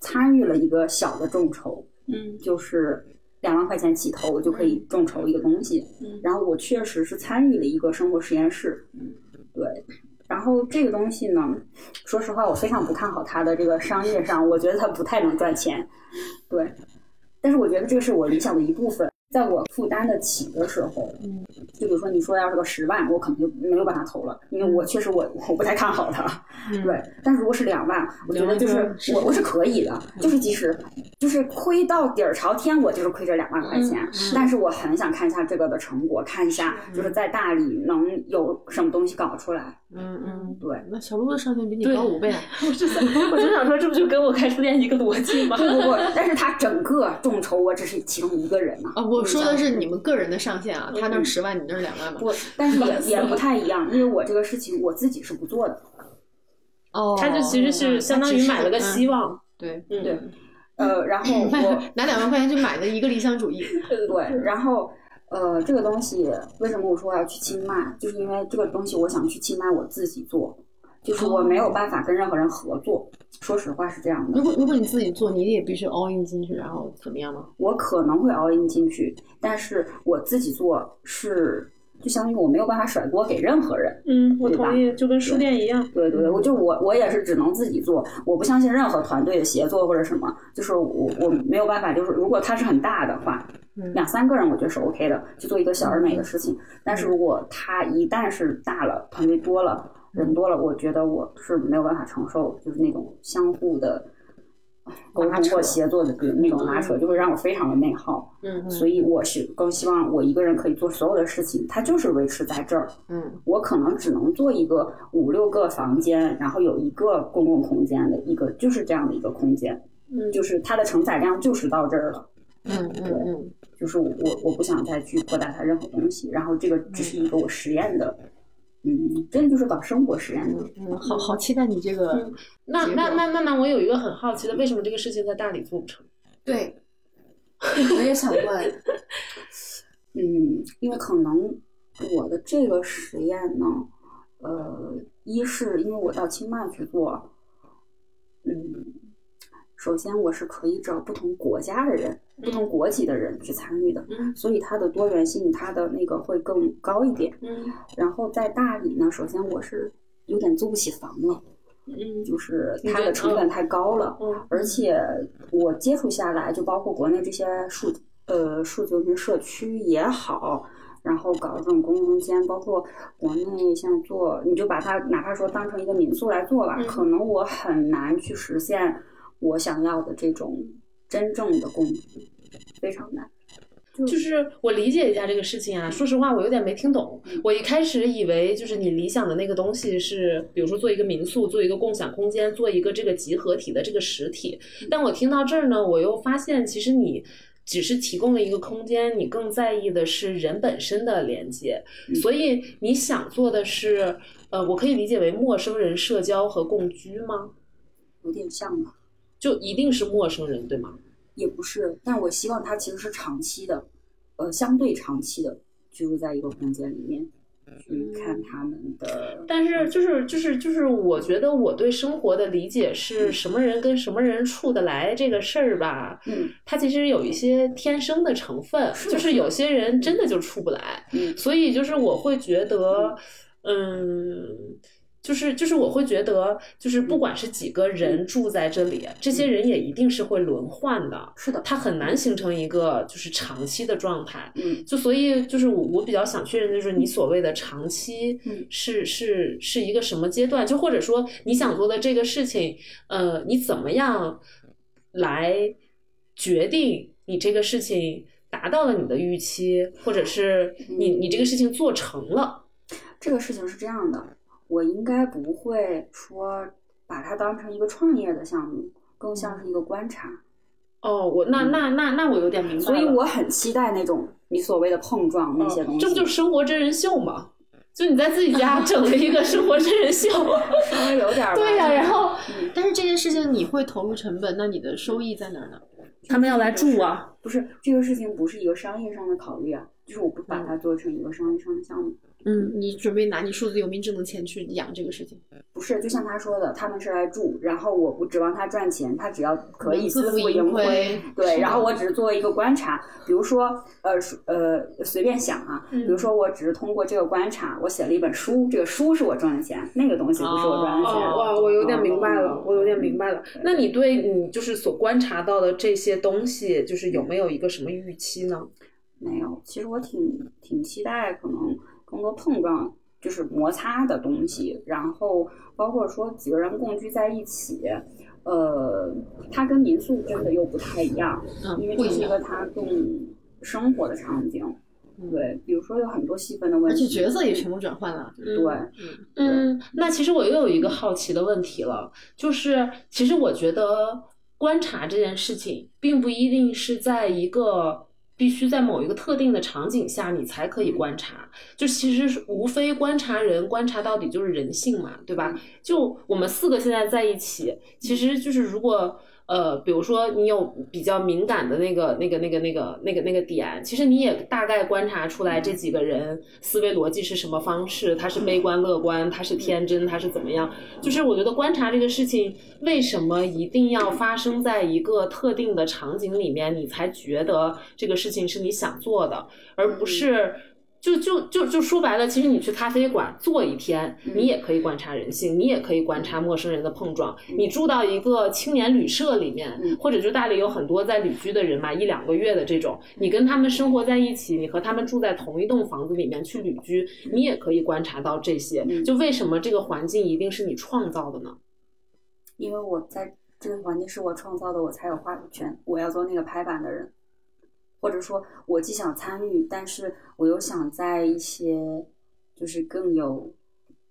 S5: 参与了一个小的众筹，
S3: 嗯
S5: 就是两万块钱起投，我就可以众筹一个东西。
S3: 嗯
S5: 然后我确实是参与了一个生活实验室，对。然后这个东西呢，说实话，我非常不看好它的这个商业上，我觉得它不太能赚钱，对。但是我觉得这个是我理想的一部分，在我负担得起的时候，
S8: 嗯
S5: 就比如说你说要是个十万，我可能就没有办法投了，因为
S8: 嗯
S5: 我确实我我不太看好它。对，但如果是两万，我觉得就
S8: 两
S5: 是
S8: 万就是嗯
S5: 我我是可以的，就是即使就是亏到底儿朝天，我就是亏这两万块钱，
S8: 嗯
S5: 但是我很想看一下这个的成果，看一下就是在大理能有什么东西搞出来。
S8: 嗯嗯，
S5: 对，
S8: 那小鹿的上限比你
S3: 对
S8: 高五倍啊！
S3: 我就想说，这不就跟我开书店一个逻辑吗？
S5: 不不不，但是它整个众筹，我只是其中一个人嘛。
S6: 啊，我说的是你们个人的上限啊，
S8: 嗯
S6: 他那十万，你那两万嘛。
S5: 不，但是也也不太一样，因为我这个事情我自己是不做的。
S6: 哦
S3: 他就其实是相当于买
S8: 嗯
S3: 了个希望，
S6: 嗯对，
S3: 嗯
S5: 对，呃，然后我
S6: 拿两万块钱就买了一个理想主义。
S5: 对，然后呃，这个东西为什么我说我要去清迈，就是因为这个东西我想去清迈我自己做，就是我没有办法跟任何人合作，说实话是这样的
S8: 如。果如果你自己做，你也必须 all in 进去，然后怎么样呢？
S5: 我可能会 all in 进去，但是我自己做是就相当于我没有办法甩锅给任何人。
S9: 嗯，我
S5: 对吧
S9: 同意，就跟书店一样。
S5: 对对对，我就我我也是只能自己做，我不相信任何团队的协作或者什么，就是我我没有办法，就是如果它是很大的话，两三个人我觉得是 OK 的，去做一个小而美的事情。但是如果它一旦是大了，团队多了，人多了，我觉得我是没有办法承受，就是那种相互的。沟通或协作的对那种拉扯，就会让我非常的内耗。
S8: 嗯
S5: 所以我是更希望我一个人可以做所有的事情，它就是维持在这儿。
S8: 嗯
S5: 我可能只能做一个五六个房间，然后有一个公共空间的一个，就是这样的一个空间，
S9: 嗯，
S5: 就是它的承载量就是到这儿了，
S8: 嗯嗯嗯，
S5: 就是我我我不想再去扩大它任何东西，然后这个只是一个我实验的，嗯，真的就是搞生活实验的，
S8: 嗯，好好期待你这个
S3: 嗯那
S8: 结
S3: 那
S8: 果
S3: 那那那，我有一个很好奇的，为什么这个事情在大理做不成？
S7: 对，我也想啊问，
S5: 嗯，因为可能我的这个实验呢，呃，一是因为我到清迈去做，嗯，首先我是可以找不同国家的人、不同国籍的人去参与的，
S3: 嗯
S5: 所以它的多元性，它的那个会更高一点。
S3: 嗯
S5: 然后在大理呢，首先我是有点租不起房了，
S3: 嗯
S5: 就是
S3: 你
S5: 它
S3: 觉
S5: 的
S3: 得
S5: 成本太高了。
S3: 嗯
S5: 而且我接触下来，就包括国内这些数呃数字游民社区也好，然后搞这种公共空间，包括国内像做，你就把它哪怕说当成一个民宿来做吧，
S3: 嗯
S5: 可能我很难去实现我想要的这种真正的共鸣，非常难。
S3: 就是我理解一下这个事情啊，说实话，我有点没听懂。我一开始以为就是你理想的那个东西是，比如说做一个民宿，做一个共享空间，做一个这个集合体的这个实体。但我听到这儿呢，我又发现其实你。只是提供了一个空间，你更在意的是人本身的连接，
S5: 嗯
S3: 所以你想做的是，呃，我可以理解为陌生人社交和共居吗？
S5: 有点像吧，
S3: 就一定是陌生人，对吗？
S5: 也不是，但我希望它其实是长期的，呃，相对长期的居住在一个空间里面，去看他们的。
S3: 但是就是就是就是，我觉得我对生活的理解是什么人跟什么人处得来这个事儿吧，
S5: 嗯
S3: 它其实有一些天生的嗯成分，就是有些人真的就处不来，
S5: 嗯
S3: 所以就是我会觉得，嗯。就是就是我会觉得，就是不管是几个人住在这里，这些人也一定是会轮换的，
S5: 是的，
S3: 它很难形成一个就是长期的状态。
S5: 嗯
S3: 就所以就是我我比较想确认，就是你所谓的长期
S5: 嗯
S3: 是、是是一个什么阶段，就或者说你想做的这个事情，呃，你怎么样来决定你这个事情达到了你的预期，或者是
S5: 嗯
S3: 你你这个事情做成了，
S5: 这个事情是这样的，我应该不会说把它当成一个创业的项目，更像是一个观察。
S3: 哦，我那那那那我有点明白
S5: 嗯所以
S3: 了
S5: 我很期待那种你所谓的碰撞那些东西。
S3: 这不就是生活真人秀吗？就你在自己
S5: *laughs*
S3: 家整了一个生活真人秀，
S5: 稍微有点 *laughs* 儿吧
S3: 对呀、然后
S8: 嗯但是这件事情你会投入成本，那你的收益在哪儿呢？
S3: 他们要来住啊，
S5: 不是这个事情不是一个商业上的考虑啊，就是我不把它做成一个商业上的项目。
S8: 嗯，你准备拿你数字游民挣的钱去养这个事情，
S5: 不是，就像他说的，他们是来住，然后我不指望他赚钱，他只要可以
S8: 自
S5: 嗯自
S8: 负
S5: 负
S8: 盈
S5: 盈亏，
S8: 亏。
S5: 对，然后我只是作为一个观察，比如说，呃，是呃，随便想啊，
S8: 嗯
S5: 比如说我只是通过这个观察，我写了一本书，这个书是我赚的钱，那个东西不是我赚的钱。
S3: 哦，哇，我有点明白了，我有点明白了。
S5: 对
S3: 那你对你就是所观察到的这些东西，就是有没有一个什么预期呢？
S5: 没有，其实我挺挺期待，可能更多碰撞，就是摩擦的东西，然后包括说几个人共居在一起，呃，它跟民宿真的又不太一样，
S8: 嗯
S5: 因为
S8: 不
S5: 这
S8: 一
S5: 是一
S8: 样
S5: 个它更生活的场景。对，比如说有很多细分的问
S8: 嗯而
S5: 题，
S8: 且角色也全部转换了，
S5: 对，
S3: 嗯，那其实我又有一个好奇的问题了，就是其实我觉得观察这件事情，并不一定是在一个必须在某一个特定的场景下你才可以观察，就其实是无非观察人，观察到底嗯就是人性嘛，对吧？就我们四个现在在一起，其实就是如果。呃，比如说你有比较敏感的那个、那个、那个、那个、那个、那个点，其实你也大概观察出来这几个人思维逻辑是什么方式，他是悲观、乐观，他是天真，他是怎么样？就是我觉得观察这个事情，为什么一定要发生在一个特定的场景里面，你才觉得这个事情是你想做的，而不是。就就就就说白了，其实你去咖啡馆坐一天，你也可以观察人性，你也可以观察陌生人的碰撞。你住到一个青年旅社里面，或者就大理有很多在旅居的人嘛，一两个月的这种，你跟他们生活在一起，你和他们住在同一栋房子里面去旅居，你也可以观察到这些。就为什么这个环境一定是你创造的呢？
S5: 因为我在这个环境是我创造的，我才有话语权。我要做那个拍板的人，或者说，我既想参与，但是我又想在一些就是更有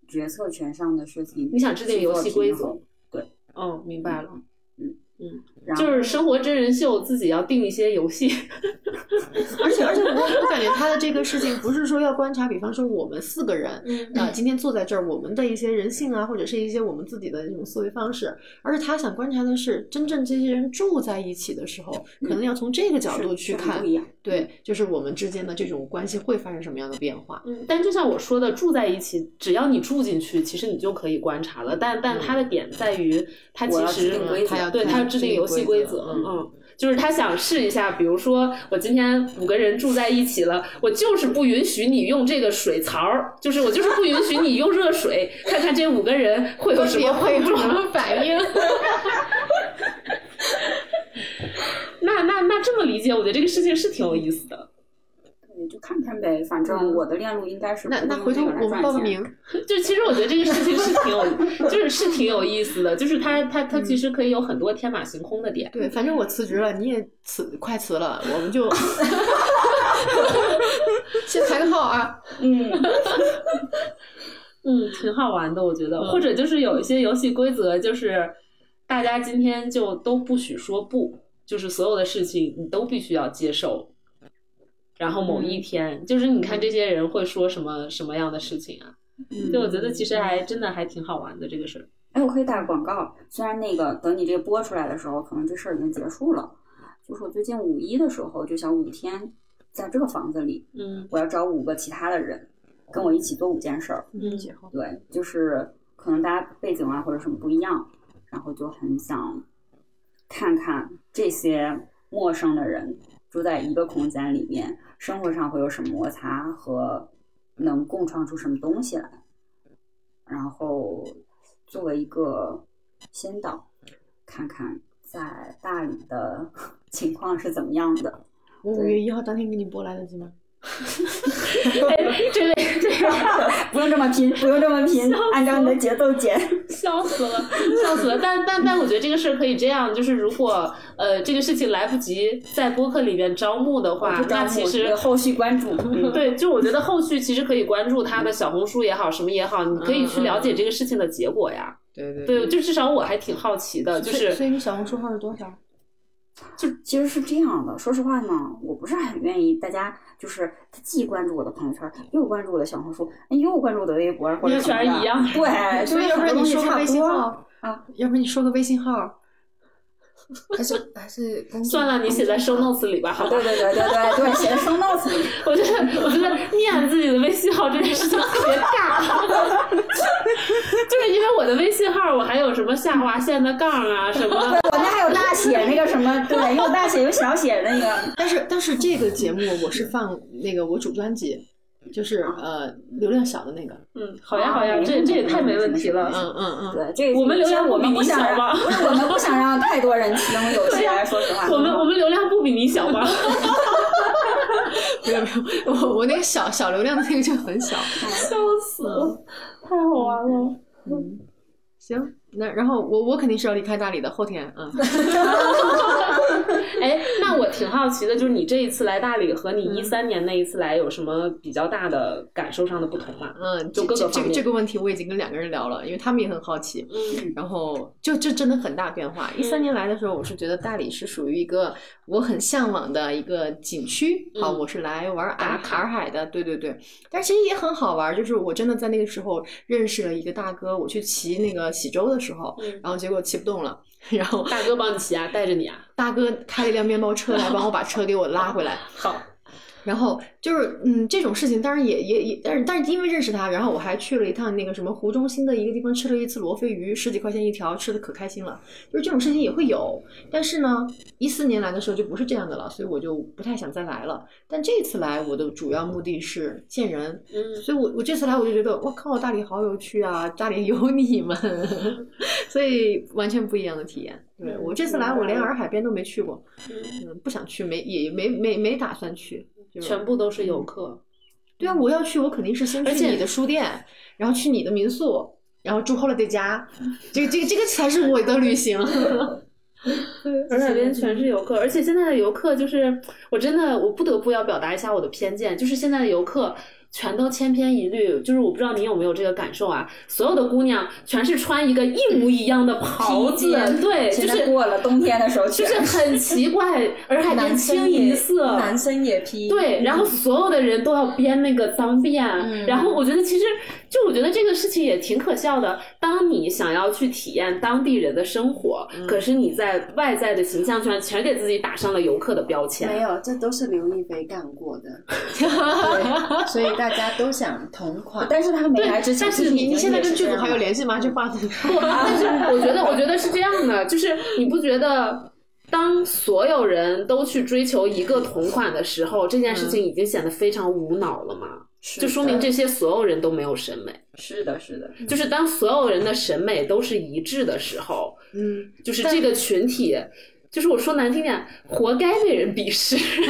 S5: 决策权上的事情，
S3: 你想制定游戏规则？
S5: 对，
S3: 哦，明白了，
S5: 嗯
S6: 嗯
S5: 然后
S3: 就是生活真人秀自己要定一些游戏。
S6: *laughs* 而且而且我我感觉他的这个事情不是说要观察，比方说我们四个人，
S3: 嗯
S5: 嗯
S6: 啊、今天坐在这儿，我们的一些人性啊，或者是一些我们自己的这种思维方式，而是他想观察的是，真正这些人住在一起的时候，可能要从这个角度去
S5: 是是
S6: 看
S5: 不，一嗯样。
S6: 对，就是我们之间的这种关系会发生什么样的变化。
S3: 嗯，但就像我说的，住在一起，只要你住进去，其实你就可以观察了。但但它的点在于，它
S5: 我
S3: 其
S5: 要制
S3: 实
S5: 定规
S6: 则
S3: 对
S6: 嗯
S3: 它要制定游戏规则，
S6: 嗯
S3: 嗯。就是他想试一下，比如说我今天五个人住在一起了，我就是不允许你用这个水槽儿，就是我就是不允许你用热水，看看这五个人会有什么
S6: 会有
S3: 碰
S6: 什
S3: 撞。
S6: 么反应？
S3: *laughs* 那那那这么理解，我觉得这个事情是挺有意思的。
S5: 对，就看看呗，反正我的链路应该是
S6: 嗯那
S5: 不
S6: 那
S5: 用
S6: 回
S5: 这个
S6: 头
S5: 来
S6: 我们
S5: 赚
S6: 报个
S5: 钱
S6: 名，
S3: 就其实我觉得这个事情是挺有，就是是挺有意思的，就是它它它其实可以有很多天马行空的点。
S6: 对，反正我辞职了，你也辞快辞了，我
S5: *laughs*
S6: 们就先排个号啊。
S3: 嗯，挺好玩的，我觉得，嗯或者就是有一些游戏规则，就是大家今天就都不许说不，就是所有的事情你都必须要接受。然后某一天，就是你看这些人会说什么什么样的事情啊？
S7: 嗯
S3: 就我觉得其实还真的还挺好玩的这个事儿。
S5: 哎，我可以打个广告，虽然那个等你这播出来的时候，可能这事儿已经结束了。就是我最近五一的时候，就想五天在这个房子里，
S3: *laughs* 嗯
S5: 我要找五个其他的人跟我一起做五件事儿。
S3: 嗯
S5: 对，就是可能大家背景啊或者什么不一样，然后就很想看看这些陌生的人住在一个空间里面，生活上会有什么摩擦和能共创出什么东西来。然后作为一个先导，看看在大理的 *laughs* 情况是怎么样的。
S6: 我五月一号当天给你拨来得及吗？
S3: 这位这位。
S5: 哎不用这么拼，不用这么拼，按照你的节奏剪。
S3: *laughs* 笑死了，笑死了！但但但，我觉得这个事儿可以这样，就是如果呃这个事情来不及在播客里面招募的话
S5: 我，不招
S3: 那
S5: 募
S3: 其实
S5: 对
S3: *laughs*
S5: 后续关注嗯 *laughs*
S3: 对，就我觉得后续其实可以关注他的小红书也好，什么也好，你可以去了解这个事情的结果
S5: 嗯
S3: 呀。
S6: 对对
S3: 对，就至少我还挺好奇的，就
S6: 所以所
S3: 是
S6: 以你小红书呃号是多少？
S5: 其实是这样的，说实话呢，我不是很愿意大家就是他既关注我的朋友圈，又关注我的小红书，哎又关注我的微博或者什么的
S3: 因为全一样
S6: *laughs*
S5: 对，就
S6: 所以
S5: 是
S6: 要不
S5: 很多
S6: 然
S5: 东
S6: 你
S5: 西
S6: 说个
S5: 差
S6: 微
S5: 不
S6: 信
S5: 多。
S6: 号
S5: 啊？
S6: 要不然你说个微信号？
S7: 还是还是公众
S3: *laughs* 算了，你写在 show notes 里吧，好吧
S5: 对？对对对对对，写的生动词。
S3: *laughs* 我觉得，我觉得念自己的微信号这件事情特
S5: *laughs*
S3: 别尬， *laughs* 就是因为我的微信号我还有什么下划线的杠啊什么。
S5: 我那还有大写那个什么，对，有大写有小写那个，
S6: 但是但是这个节目我是放那个我主专辑，就是呃流量小的那个。
S3: 嗯，好呀好呀，这这也太没问题了。
S6: 嗯嗯 *laughs* 嗯。
S5: 对，这个
S3: 我们流量
S5: 我
S3: 比
S5: 们
S3: 你
S5: 不想
S3: 小吧
S5: 让，不是我们不想让太多人听，有
S3: 对
S5: 些
S3: 呀
S5: 说实话，
S3: 嗯
S5: 嗯
S3: 我们我们流量不比你小 *laughs* 吧？
S6: 没有没有，我我那个小小流量的那个就很小。
S3: 笑死了，太好玩了。
S6: 行，那然后我我肯定是要离开大理的，后天啊。嗯
S3: 哎，那我挺好奇的，就是你这一次来大理和你一三年那一次来有什么比较大的感受上的不同吗？
S6: 嗯，
S3: 就各
S6: 这
S3: 个
S6: 这
S3: 方
S6: 这
S3: 面
S6: 个这个问题我已经跟两个人聊了，因为他们也很好奇。
S3: 嗯
S6: 然后就这真的很大变化。一三年来的时候，我是觉得大理是属于一个我很向往的一个景区。好，
S3: 嗯
S6: 我是来玩
S3: 打
S6: 洱
S3: 卡
S6: 洱海的，对对对。但其实也很好玩，就是我真的在那个时候认识了一个大哥，我去骑那个喜洲的时候，
S3: 嗯
S6: 然后结果骑不动了。 *laughs* 然后
S3: 大哥帮你骑啊，带着你啊，
S6: 大哥开了一辆面包车来帮我把车给我拉回来。
S3: 好，
S6: 然后就是，嗯，这种事情当然也也也，但是但是因为认识他，然后我还去了一趟那个什么湖中心的一个地方，吃了一次罗非鱼，十几块钱一条，吃的可开心了。就是这种事情也会有，但是呢，一四年来的时候就不是这样的了，所以我就不太想再来了。但这次来，我的主要目的是见人，
S3: 嗯，
S6: 所以我我这次来我就觉得，我靠，大理好有趣啊，大理有你们， *laughs* 所以完全不一样的体验。对
S3: 嗯
S6: 我这次来，我连洱海边都没去过，嗯，不想去，没也没没没打算去，就是
S3: 全部都是游客，
S6: 对啊，我要去，我肯定是先
S3: 而
S6: 去
S3: 且
S6: 你的书店，然后去你的民宿，然后住 holiday 家，这个这个这个才是我的旅
S8: *laughs*
S6: 行。
S5: 嗯
S3: 洱海边全是游客，而且现在的游客就是，我真的我不得不要表达一下我的偏见，就是现在的游客。全都千篇一律，就是我不知道你有没有这个感受啊？所有的姑娘全是穿一个一模一样的袍子，
S5: 披肩
S3: 对，就
S5: 现
S3: 是
S5: 在过了冬天的时候去，
S3: 就是很奇怪，洱
S5: *laughs*
S3: 海边清一色，
S5: 男生也披，
S3: 对，然后所有的人都要编那个脏辫，啊然后我觉得其实就我觉得这个事情也挺可笑的。当你想要去体验当地人的生活，可是你在外在的形象上全给自己打上了游客的标
S7: 没
S3: 签。
S7: 有，这都是刘亦菲干过 *laughs* 的，对所以大家都想同款。
S5: 但是他没来之前，
S3: 但是
S5: 其实已
S8: 你
S5: 经
S8: 你现在跟
S5: 也是
S8: 剧组
S5: 这样
S8: 还有联系吗？这话题。 *laughs*
S3: 但是我觉得，我觉得是这样的，就是你不觉得？当所有人都去追求一个同款的时候，这件事情已经显得非常无脑了吗？
S5: 是
S3: 就说
S5: 的
S3: 明这些所有人都没有审美。
S5: 是的，是的，
S3: 就是当所有人的审美都是一致的时候，
S8: 嗯，
S3: 就是这个群体，就是我说难听点，活该被人
S8: *laughs*
S3: 鄙视。真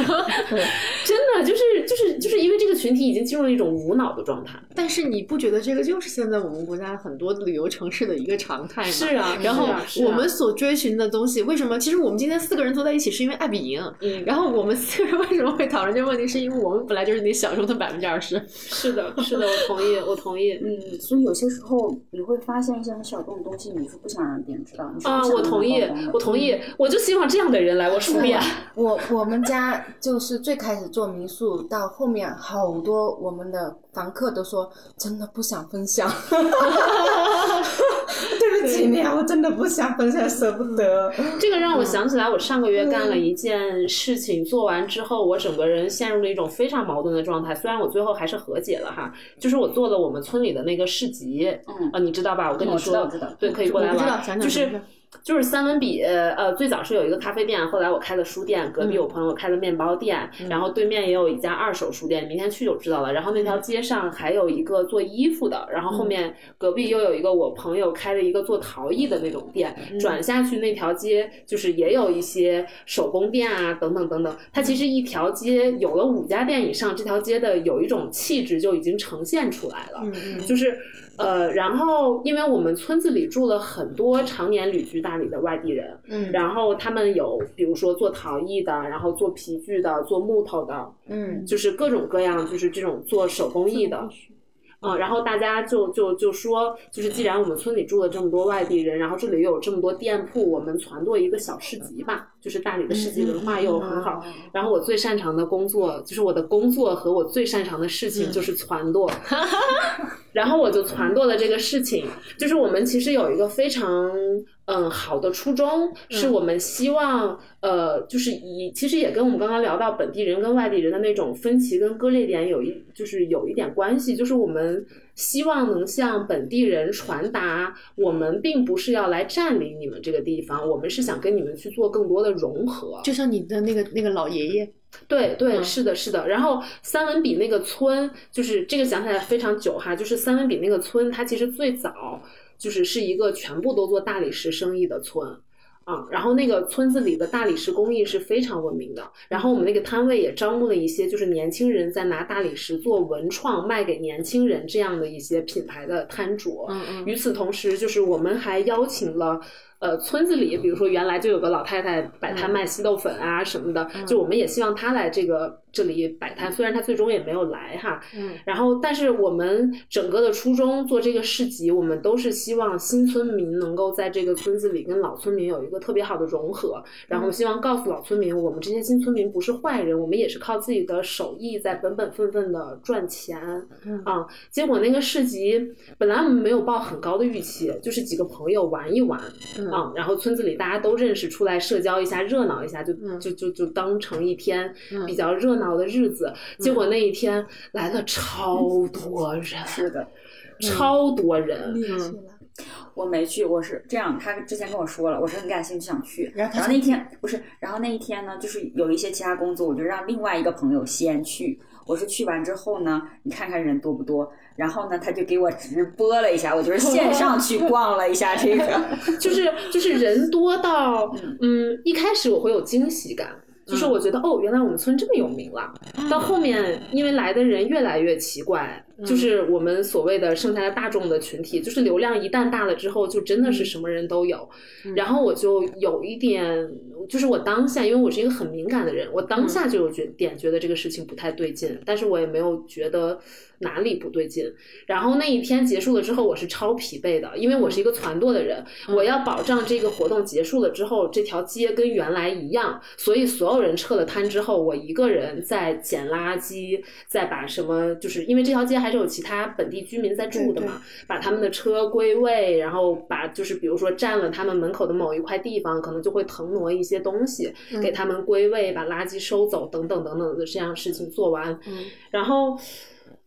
S3: 的，就是就是就是因为这个群体已经进入了一种无脑的状态。
S8: 但是你不觉得这个就是现在我们国家很多旅游城市的一个常态吗？
S3: 是啊，
S8: 然后
S3: 是啊是啊
S8: 我们所追寻的东西，为什么？其实我们今天四个人坐在一起， *laughs* 是因为爱彼迎。
S3: 嗯
S8: 然后我们四个人为什么会讨论这个问题？是因为我们本来就是你小时候的百分之二十。
S3: 是的，是的，我同意，我同意。
S8: *laughs*
S5: 嗯，所以有些时候你会发现一些很小众的东西，你是不想让别人知道，你是不想
S3: 啊，
S5: 让
S3: 我同
S8: 嗯
S3: 意
S5: 人曝光的，嗯
S3: 我同意，我就希望这样的人来我书店。
S7: 我我们家就是最开始做民宿，到后面好多我们的房客都说真的不想分 *laughs* 享，
S4: 对不起你啊，我真的不想分享，舍不得。
S3: 这个让我想起来，我上个月干了一件事情，做完之后，我整个人陷入了一种非常矛盾的状态。虽然我最后还是和解了哈，就是我做了我们村里的那个市集，
S5: 嗯
S3: 啊，你知道吧？我跟你
S5: 我知道
S3: 说
S5: 我知道，
S3: 对，可以过
S8: 我
S3: 来
S8: 不知道
S3: 玩，
S8: 讲讲
S3: 就是
S8: 讲讲。
S3: 就是三文笔，呃，最早是有一个咖啡店，后来我开了书店，隔壁我朋友开了面包店，然后对面也有一家二手书店，明天去就知道了。然后那条街上还有一个做衣服的，然后后面隔壁又有一个我朋友开的一个做陶艺的那种店，转下去那条街就是也有一些手工店啊，等等等等。它其实一条街有了五家店以上，这条街的有一种气质就已经呈现出来
S6: 嗯
S3: 了。就是呃，然后因为我们村子里住了很多常年旅居大理的外地人，
S7: 嗯
S3: 然后他们有比如说做陶艺的，然后做皮具的，做木头的，
S7: 嗯，
S3: 就是各种各样，就是这种做手工艺的。嗯，然后大家就就就说，就是既然我们村里住了这么多外地人，然后这里又有这么多店铺，我们攒做一个小市集吧，就是大理的市集文化又很好。然后我最擅长的工作，就是我的工作和我最擅长的事情就是攒掇。然后我就撺掇了这个事情，就是我们其实有一个非常嗯好的初衷，是我们希望呃，就是以其实也跟我们刚刚聊到本地人跟外地人的那种分歧跟割裂点有一就是有一点关系，就是我们希望能向本地人传达，我们并不是要来占领你们这个地方，我们是想跟你们去做更多的融合，
S8: 就像你的那个那个老爷爷，
S3: 对对，
S8: 嗯
S3: 是的，是的。然后三文笔那个村，就是这个想起来非常久哈，就是三文笔那个村，它其实最早就是是一个全部都做大理石生意的村。啊，然后那个村子里的大理石工艺是非常文明的，然后我们那个摊位也招募了一些就是年轻人在拿大理石做文创卖给年轻人这样的一些品牌的摊主，啊
S8: 嗯嗯，
S3: 与此同时，就是我们还邀请了。呃，村子里，比如说原来就有个老太太摆摊卖稀豆粉啊什么的，就我们也希望她来这个这里摆摊，虽然她最终也没有来哈，
S8: 嗯，
S3: 然后但是我们整个的初衷做这个市集，我们都是希望新村民能够在这个村子里跟老村民有一个特别好的融合，然
S8: 嗯
S3: 后希望告诉老村民，我们这些新村民不是坏人，我们也是靠自己的手艺在本本分分的赚钱，
S8: 嗯
S3: 啊，结果那个市集本来我们没有抱很高的预期，就是几个朋友玩一玩，
S8: 嗯
S3: 嗯，然后村子里大家都认识，出来社交一下，热闹一下，就、
S8: 嗯
S3: 就就就当成一天
S8: 嗯
S3: 比较热闹的日子。结果那一天来了超多人，
S5: 是的，
S3: 超多人，
S8: 嗯
S5: 我没去，我是这样，他之前跟我说了，我是很感兴趣想去。
S6: 然后他
S5: 然后那天不是，然后那一天呢，就是有一些其他工作，我就让另外一个朋友先去。我是去完之后呢，你看看人多不多，然后呢，他就给我直播了一下，我就
S3: *laughs*
S5: 是线上去逛了一下这个，
S3: 就是就是人多到，嗯，一开始我会有惊喜感。就是我觉得、哦，原来我们村这么有名了。到后面，因为来的人越来越奇怪，就是我们所谓的剩下的大众的群体，就是流量一旦大了之后，就真的是什么人都有。然后我就有一点，就是我当下，因为我是一个很敏感的人，我当下就有觉点觉得这个事情不太对劲，但是我也没有觉得哪里不对劲。然后那一天结束了之后，我是超疲惫的，因为我是一个团舵的人，我要保障这个活动结束了之后，这条街跟原来一样。所以所有人撤了摊之后，我一个人在捡垃圾，再把什么，就是因为这条街还是有其他本地居民在住的嘛，把他们的车归位，然后把就是比如说占了他们门口的某一块地方，可能就会腾挪一些东西给他们归位，把垃圾收走等等等等的这样的事情做完，然后。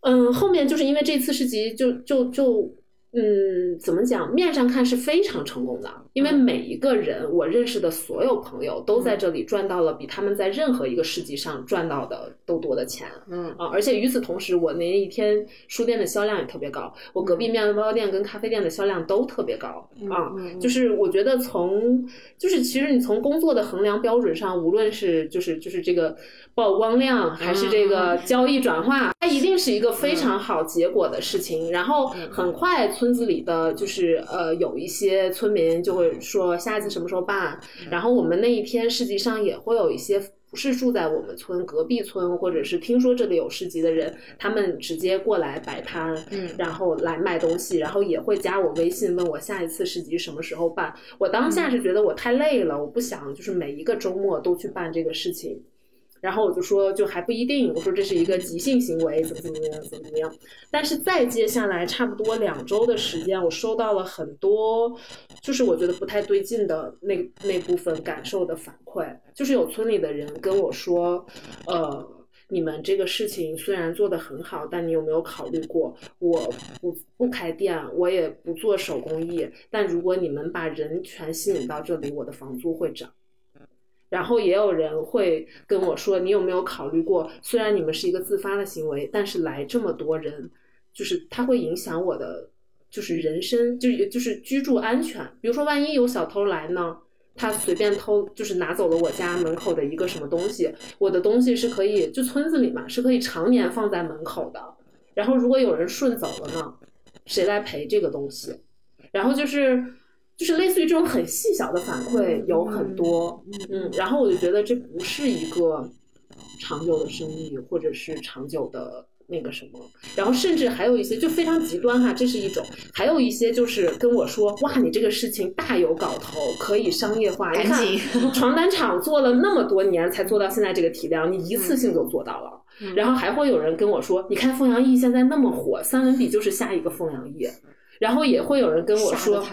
S3: 嗯，后面就是因为这次市集就就就嗯，怎么讲？面上看是非常成功的，因为每一个人我认识的所有朋友都在这里赚到了比他们在任何一个市集上赚到的都多的钱。
S8: 嗯
S3: 啊，而且与此同时，我那一天书店的销量也特别高，我隔壁面包店跟咖啡店的销量都特别高、
S6: 嗯
S3: 啊。就是我觉得从就是其实你从工作的衡量标准上，无论是就是就是这个曝光量，还是这个交易转化，它一定是一个非常好结果的事情。然后很快村子里的就是呃有一些村民就会说下一次什么时候办，然后我们那一天市集上也会有一些。不是住在我们村隔壁村，或者是听说这里有市集的人，他们直接过来摆摊，
S6: 嗯
S3: 然后来卖东西，然后也会加我微信问我下一次市集什么时候办。我当下是觉得我太累了，我不想就是每一个周末都去办这个事情，然后我就说就还不一定，我说这是一个即兴行为，怎么怎么样，怎么怎么样。但是再接下来差不多两周的时间，我收到了很多，就是我觉得不太对劲的那那部分感受的反馈，就是有村里的人跟我说，呃。你们这个事情虽然做得很好，但你有没有考虑过，我不不开店，我也不做手工艺，但如果你们把人全吸引到这里，我的房租会涨。然后也有人会跟我说，你有没有考虑过，虽然你们是一个自发的行为，但是来这么多人，就是它会影响我的，就是人身，就是就是居住安全。比如说，万一有小偷来呢，他随便偷，就是拿走了我家门口的一个什么东西，我的东西是可以，就村子里嘛，是可以常年放在门口的。然后如果有人顺走了呢，谁来赔这个东西？然后就是就是类似于这种很细小的反馈有很多，嗯，然后我就觉得这不是一个长久的生意，或者是长久的那个什么，然后甚至还有一些就非常极端哈，这是一种，还有一些就是跟我说，哇，你这个事情大有搞头，可以商业化，你
S6: 赶
S3: 看
S6: 紧
S3: *laughs* 床单厂做了那么多年才做到现在这个体量，你一次性就做到了。
S6: 嗯
S3: 然后还会有人跟我说，你看凤阳易现在那么火，三文笔就是下一个凤阳易。然后也会有人跟我说，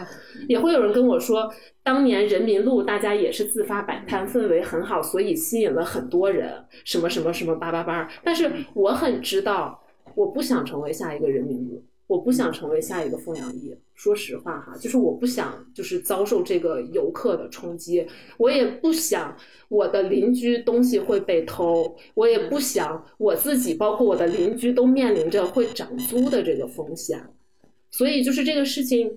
S3: 也会有人跟我说，当年人民路大家也是自发摆摊，氛围很好，所以吸引了很多人，什么什么什么八八八。但是我很知道，我不想成为下一个人民路，我不想成为下一个凤阳易。说实话哈，就是我不想就是遭受这个游客的冲击，我也不想我的邻居东西会被偷，我也不想我自己，包括我的邻居都面临着会涨租的这个风险。所以就是这个事情，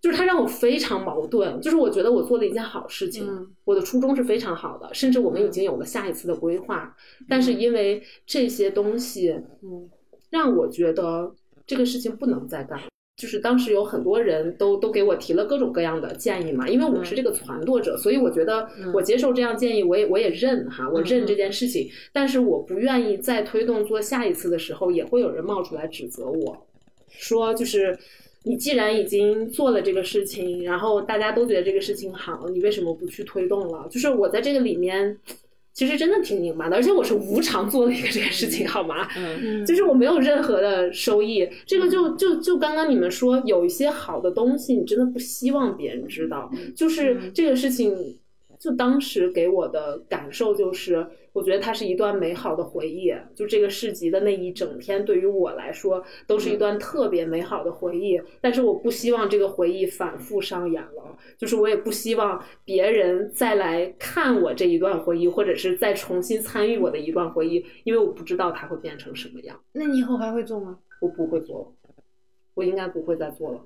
S3: 就是它让我非常矛盾。就是我觉得我做了一件好事情，我的初衷是非常好的，甚至我们已经有了下一次的规划。但是因为这些东西，嗯，让我觉得这个事情不能再干了。就是当时有很多人都都给我提了各种各样的建议嘛，因为我是这个传舵者，所以我觉得我接受这样建议，我也我也认哈，我认这件事情，但是我不愿意再推动做下一次的时候，也会有人冒出来指责我，说就是你既然已经做了这个事情，然后大家都觉得这个事情好，你为什么不去推动了？就是我在这个里面，其实真的挺拧巴的，而且我是无偿做了一个这个事情，好吗？
S8: 嗯
S3: 就是我没有任何的收益，这个就就就刚刚你们说有一些好的东西，你真的不希望别人知道，就是这个事情，就当时给我的感受就是，我觉得它是一段美好的回忆，就这个市集的那一整天，对于我来说都是一段特别美好的回忆，但是我不希望这个回忆反复上演了，就是我也不希望别人再来看我这一段回忆，或者是再重新参与我的一段回忆，因为我不知道它会变成什么样。
S6: 那你以后还会做吗？
S3: 我不会做了，我应该不会再做了。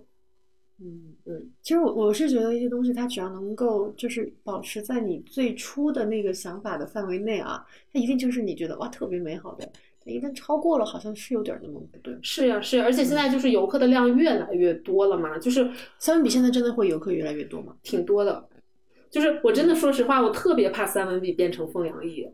S6: 嗯
S3: 嗯，
S6: 其实我我是觉得一些东西，它只要能够就是保持在你最初的那个想法的范围内啊，它一定就是你觉得哇特别美好的。它一旦超过了，好像是有点儿那么不对。
S3: 是呀、是呀、而且现在就是游客的量越来越多了嘛，就是
S6: 三文笔现在真的会游客越来越多吗？
S3: 挺多的。就是我真的说实话，我特别怕三文笔变成凤阳 *laughs* 翼。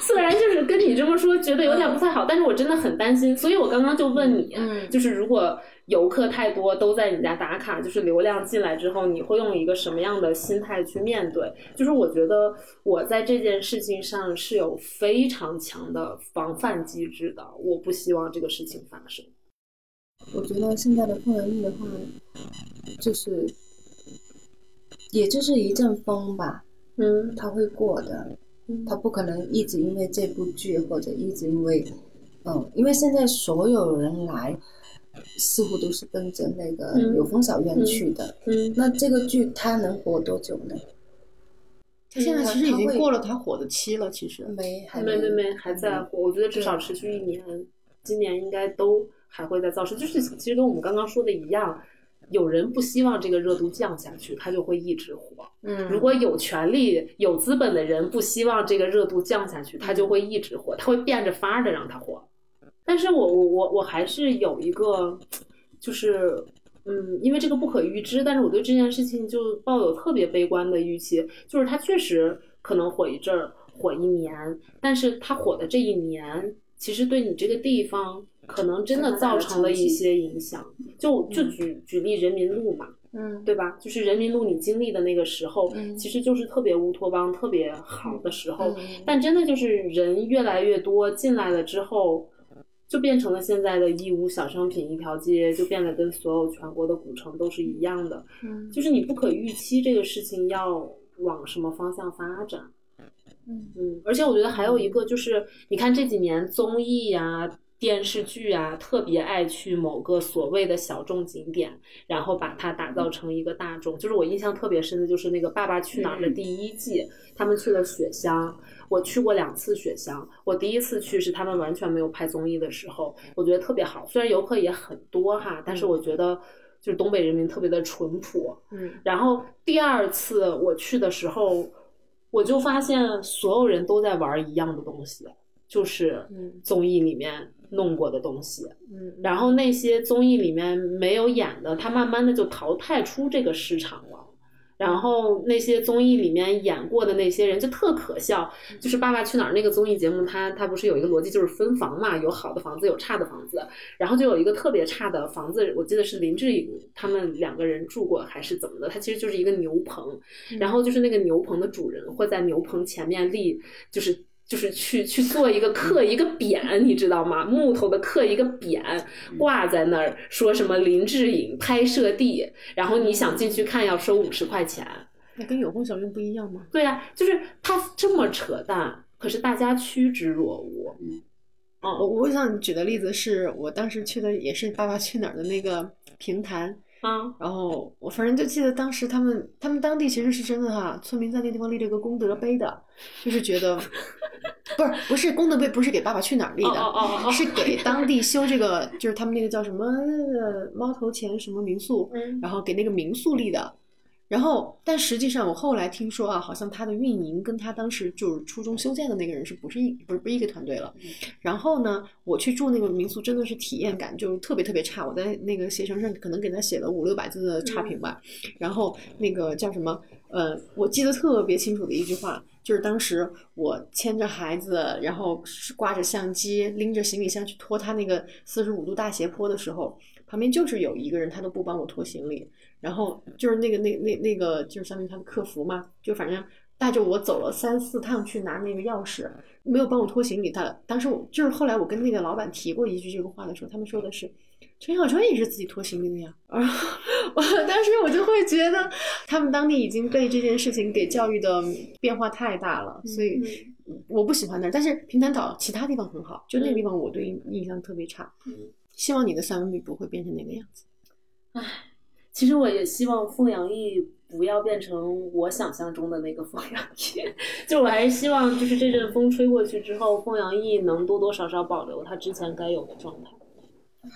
S3: 虽然就是跟你这么说，觉得有点不太好，但是我真的很担心，所以我刚刚就问你，
S6: 嗯
S3: 就是如果游客太多都在你家打卡，就是流量进来之后，你会用一个什么样的心态去面对？就是我觉得我在这件事情上是有非常强的防范机制的，我不希望这个事情发生。
S7: 我觉得现在的凤凰翼的话，就是，也就是一阵风吧，
S3: 嗯
S7: 它会过的
S3: 嗯，
S7: 它不可能一直因为这部剧或者一直因为，嗯，因为现在所有人来，似乎都是奔着那个
S3: 嗯
S7: 有风小院去的。
S3: 嗯
S7: 那这个剧它能活多久呢？
S6: 它现在
S7: 它
S6: 其实已
S7: 它
S6: 经
S7: 会
S6: 过了嗯它嗯火的期了，其实。
S7: 没，还
S3: 没没没，还在
S7: 嗯
S3: 乎。我觉得至少持续一年，今年应该都还会再造势。就是其实跟我们刚刚说的一样，有人不希望这个热度降下去，它就会一直火。
S7: 嗯，
S3: 如果有权利、有资本的人不希望这个热度降下去，它就会一直火，它会变着法儿的让它火。但是我我我我还是有一个，就是嗯，因为这个不可预知，但是我对这件事情就抱有特别悲观的预期，就是它确实可能火一阵儿，火一年，但是它火的这一年，其实对你这个地方可能真的造成了一些影响。就就举举例人民路嘛，
S7: 嗯
S3: 对吧？就是人民路你经历的那个时候，
S7: 嗯
S3: 其实就是特别乌托邦、特别好的时候。
S7: 嗯
S3: 但真的就是人越来越多进来了之后，就变成了现在的义乌小商品一条街，就变得跟所有全国的古城都是一样的。
S7: 嗯
S3: 就是你不可预期这个事情要往什么方向发展。
S7: 嗯
S3: 嗯，而且我觉得还有一个就是，你看这几年综艺呀、电视剧啊，特别爱去某个所谓的小众景点，然后把它打造成一个大众。就是我印象特别深的就是那个《爸爸去哪儿》的第一季，他们去了雪乡。我去过两次雪乡，我第一次去是他们完全没有拍综艺的时候，我觉得特别好。虽然游客也很多哈，但是我觉得就是东北人民特别的淳朴。
S6: 嗯，
S3: 然后第二次我去的时候，我就发现所有人都在玩一样的东西，就是综艺里面弄过的东西。嗯，然后那些综艺里面没有演的，它慢慢的就淘汰出这个市场了。然后那些综艺里面演过的那些人就特可笑，就是《爸爸去哪儿》那个综艺节目，它它不是有一个逻辑就是分房嘛，有好的房子，有差的房子，然后就有一个特别差的房子，我记得是林志颖他们两个人住过还是怎么的，它其实就是一个牛棚，然后就是那个牛棚的主人会在牛棚前面立，就是。就是去去做一个刻一个匾，你知道吗？木头的刻一个匾，挂在那儿，说什么林志颖拍摄地，然后你想进去看要收五十块钱，
S6: 那跟有风小院不一样吗？
S3: 对呀、就是他这么扯淡，可是大家趋之若鹜。
S6: 我我想举的例子是我当时去的也是《爸爸去哪儿》的那个平潭，
S3: 啊，
S6: 然后我反正就记得当时他们他们当地其实是真的哈，村民在那地方立了个功德碑的，就是觉
S3: *laughs*
S6: 得不是不是功德碑不是给《爸爸去哪儿》立
S3: 哦
S6: 的，
S3: 哦哦哦，
S6: 是给当地修这个就是他们那个叫什么呃猫头前什么民宿，
S3: 嗯
S6: 然后给那个民宿立的。然后，但实际上我后来听说啊，好像他的运营跟他当时就是初中修建的那个人是不是一不是不是一个团队了。然后呢，我去住那个民宿真的是体验感就是特别特别差，我在那个携程上可能给他写了五六百字的差评吧。然后那个叫什么？呃，我记得特别清楚的一句话，就是当时我牵着孩子，然后是挂着相机，拎着行李箱去拖他那个四十五度大斜坡的时候，旁边就是有一个人，他都不帮我拖行李，然后就是那个那那那个就是相当于他的客服嘛，就反正带着我走了三四趟去拿那个钥匙，没有帮我拖行李。他当时我就是后来我跟那个老板提过一句这个话的时候，他们说的是陈小春也是自己拖行李的呀。 *laughs* 然后我当时我就会觉得他们当地已经被这件事情给教育的变化太大了，所以我不喜欢那儿。但是平潭岛其他地方很好，就那个地方我对印印象特别差。希望你的三文鱼不会变成那个样子。
S3: 其实我也希望凤阳驿不要变成我想象中的那个凤阳驿， *laughs* 就我还是希望就是这阵风吹过去之后，凤阳驿能多多少少保留它之前该有的状态。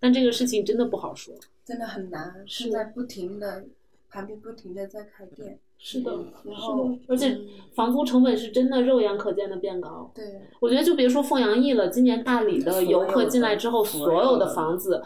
S3: 但这个事情真的不好说。
S7: 真的很难，
S3: 是
S7: 现在不停的旁边不停的在开店，嗯
S3: 是
S7: 的
S3: 然
S7: 是
S3: 后
S7: 的
S3: 而且房租成本是真的肉眼可见的变高。
S7: 嗯对，
S3: 我觉得就别说凤阳驿了，今年大理的游客进来之后，
S5: 所有的
S3: 所有的房子，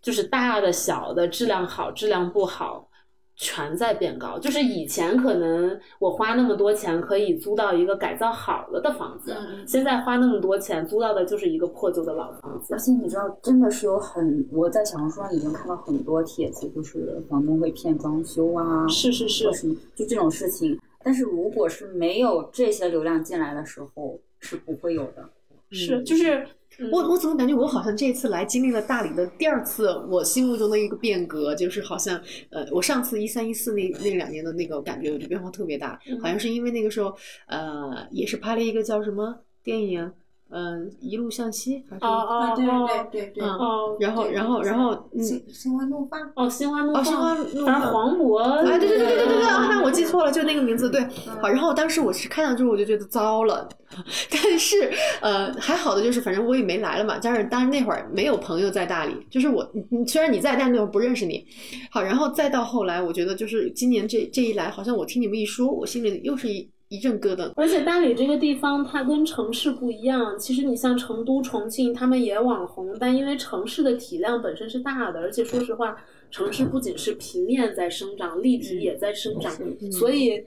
S3: 就是大的、小的，质量好、质量不好，全在变高。就是以前可能我花那么多钱可以租到一个改造好了的房子，
S7: 嗯
S6: 嗯
S3: 现在花那么多钱租到的就是一个破旧的老房子
S5: 而。且你知道，真的是有很，我在小红书上已经看到很多帖子，就是房东会骗装修啊，
S3: 是是是
S5: 或，什么，就这种事情。但是如果是没有这些流量进来的时候，是不会有的。
S3: 是就是
S6: 我我怎么感觉我好像这次来经历了大理的第二次我心目中的一个变革，就是好像呃，我上次一三一四那那两年的那个感觉，我觉得变化特别大，
S3: 嗯
S6: 好像是因为那个时候呃，也是拍了一个叫什么电影，嗯、一路向西还是。
S3: 哦哦
S7: 啊，对
S3: 哦
S7: 对对
S6: 嗯
S7: 对对，
S3: 哦
S6: 然后，
S7: 对
S6: 然后，然后，嗯，
S7: 心心花怒放，
S3: 哦，心花怒放，
S6: 哦心花怒
S3: 反
S6: 放
S3: 正黄渤，
S6: 啊，对对对对对对对，啊
S3: 嗯
S6: 那我记错了，就那个名字，对。好，然后当时我是看到之后，我就觉得糟了，但是呃，还好的就是，反正我也没来了嘛。加上当然那会儿没有朋友在大理，就是我，你你虽然你在，但那会儿不认识你。好，然后再到后来，我觉得就是今年这这一来，好像我听你们一说，我心里又是一一阵咯噔。
S3: 而且大理这个地方，它跟城市不一样。其实你像成都、重庆，他们也网红，但因为城市的体量本身是大的，而且说实话，城市不仅是平面在生长，立体也在生长，所以。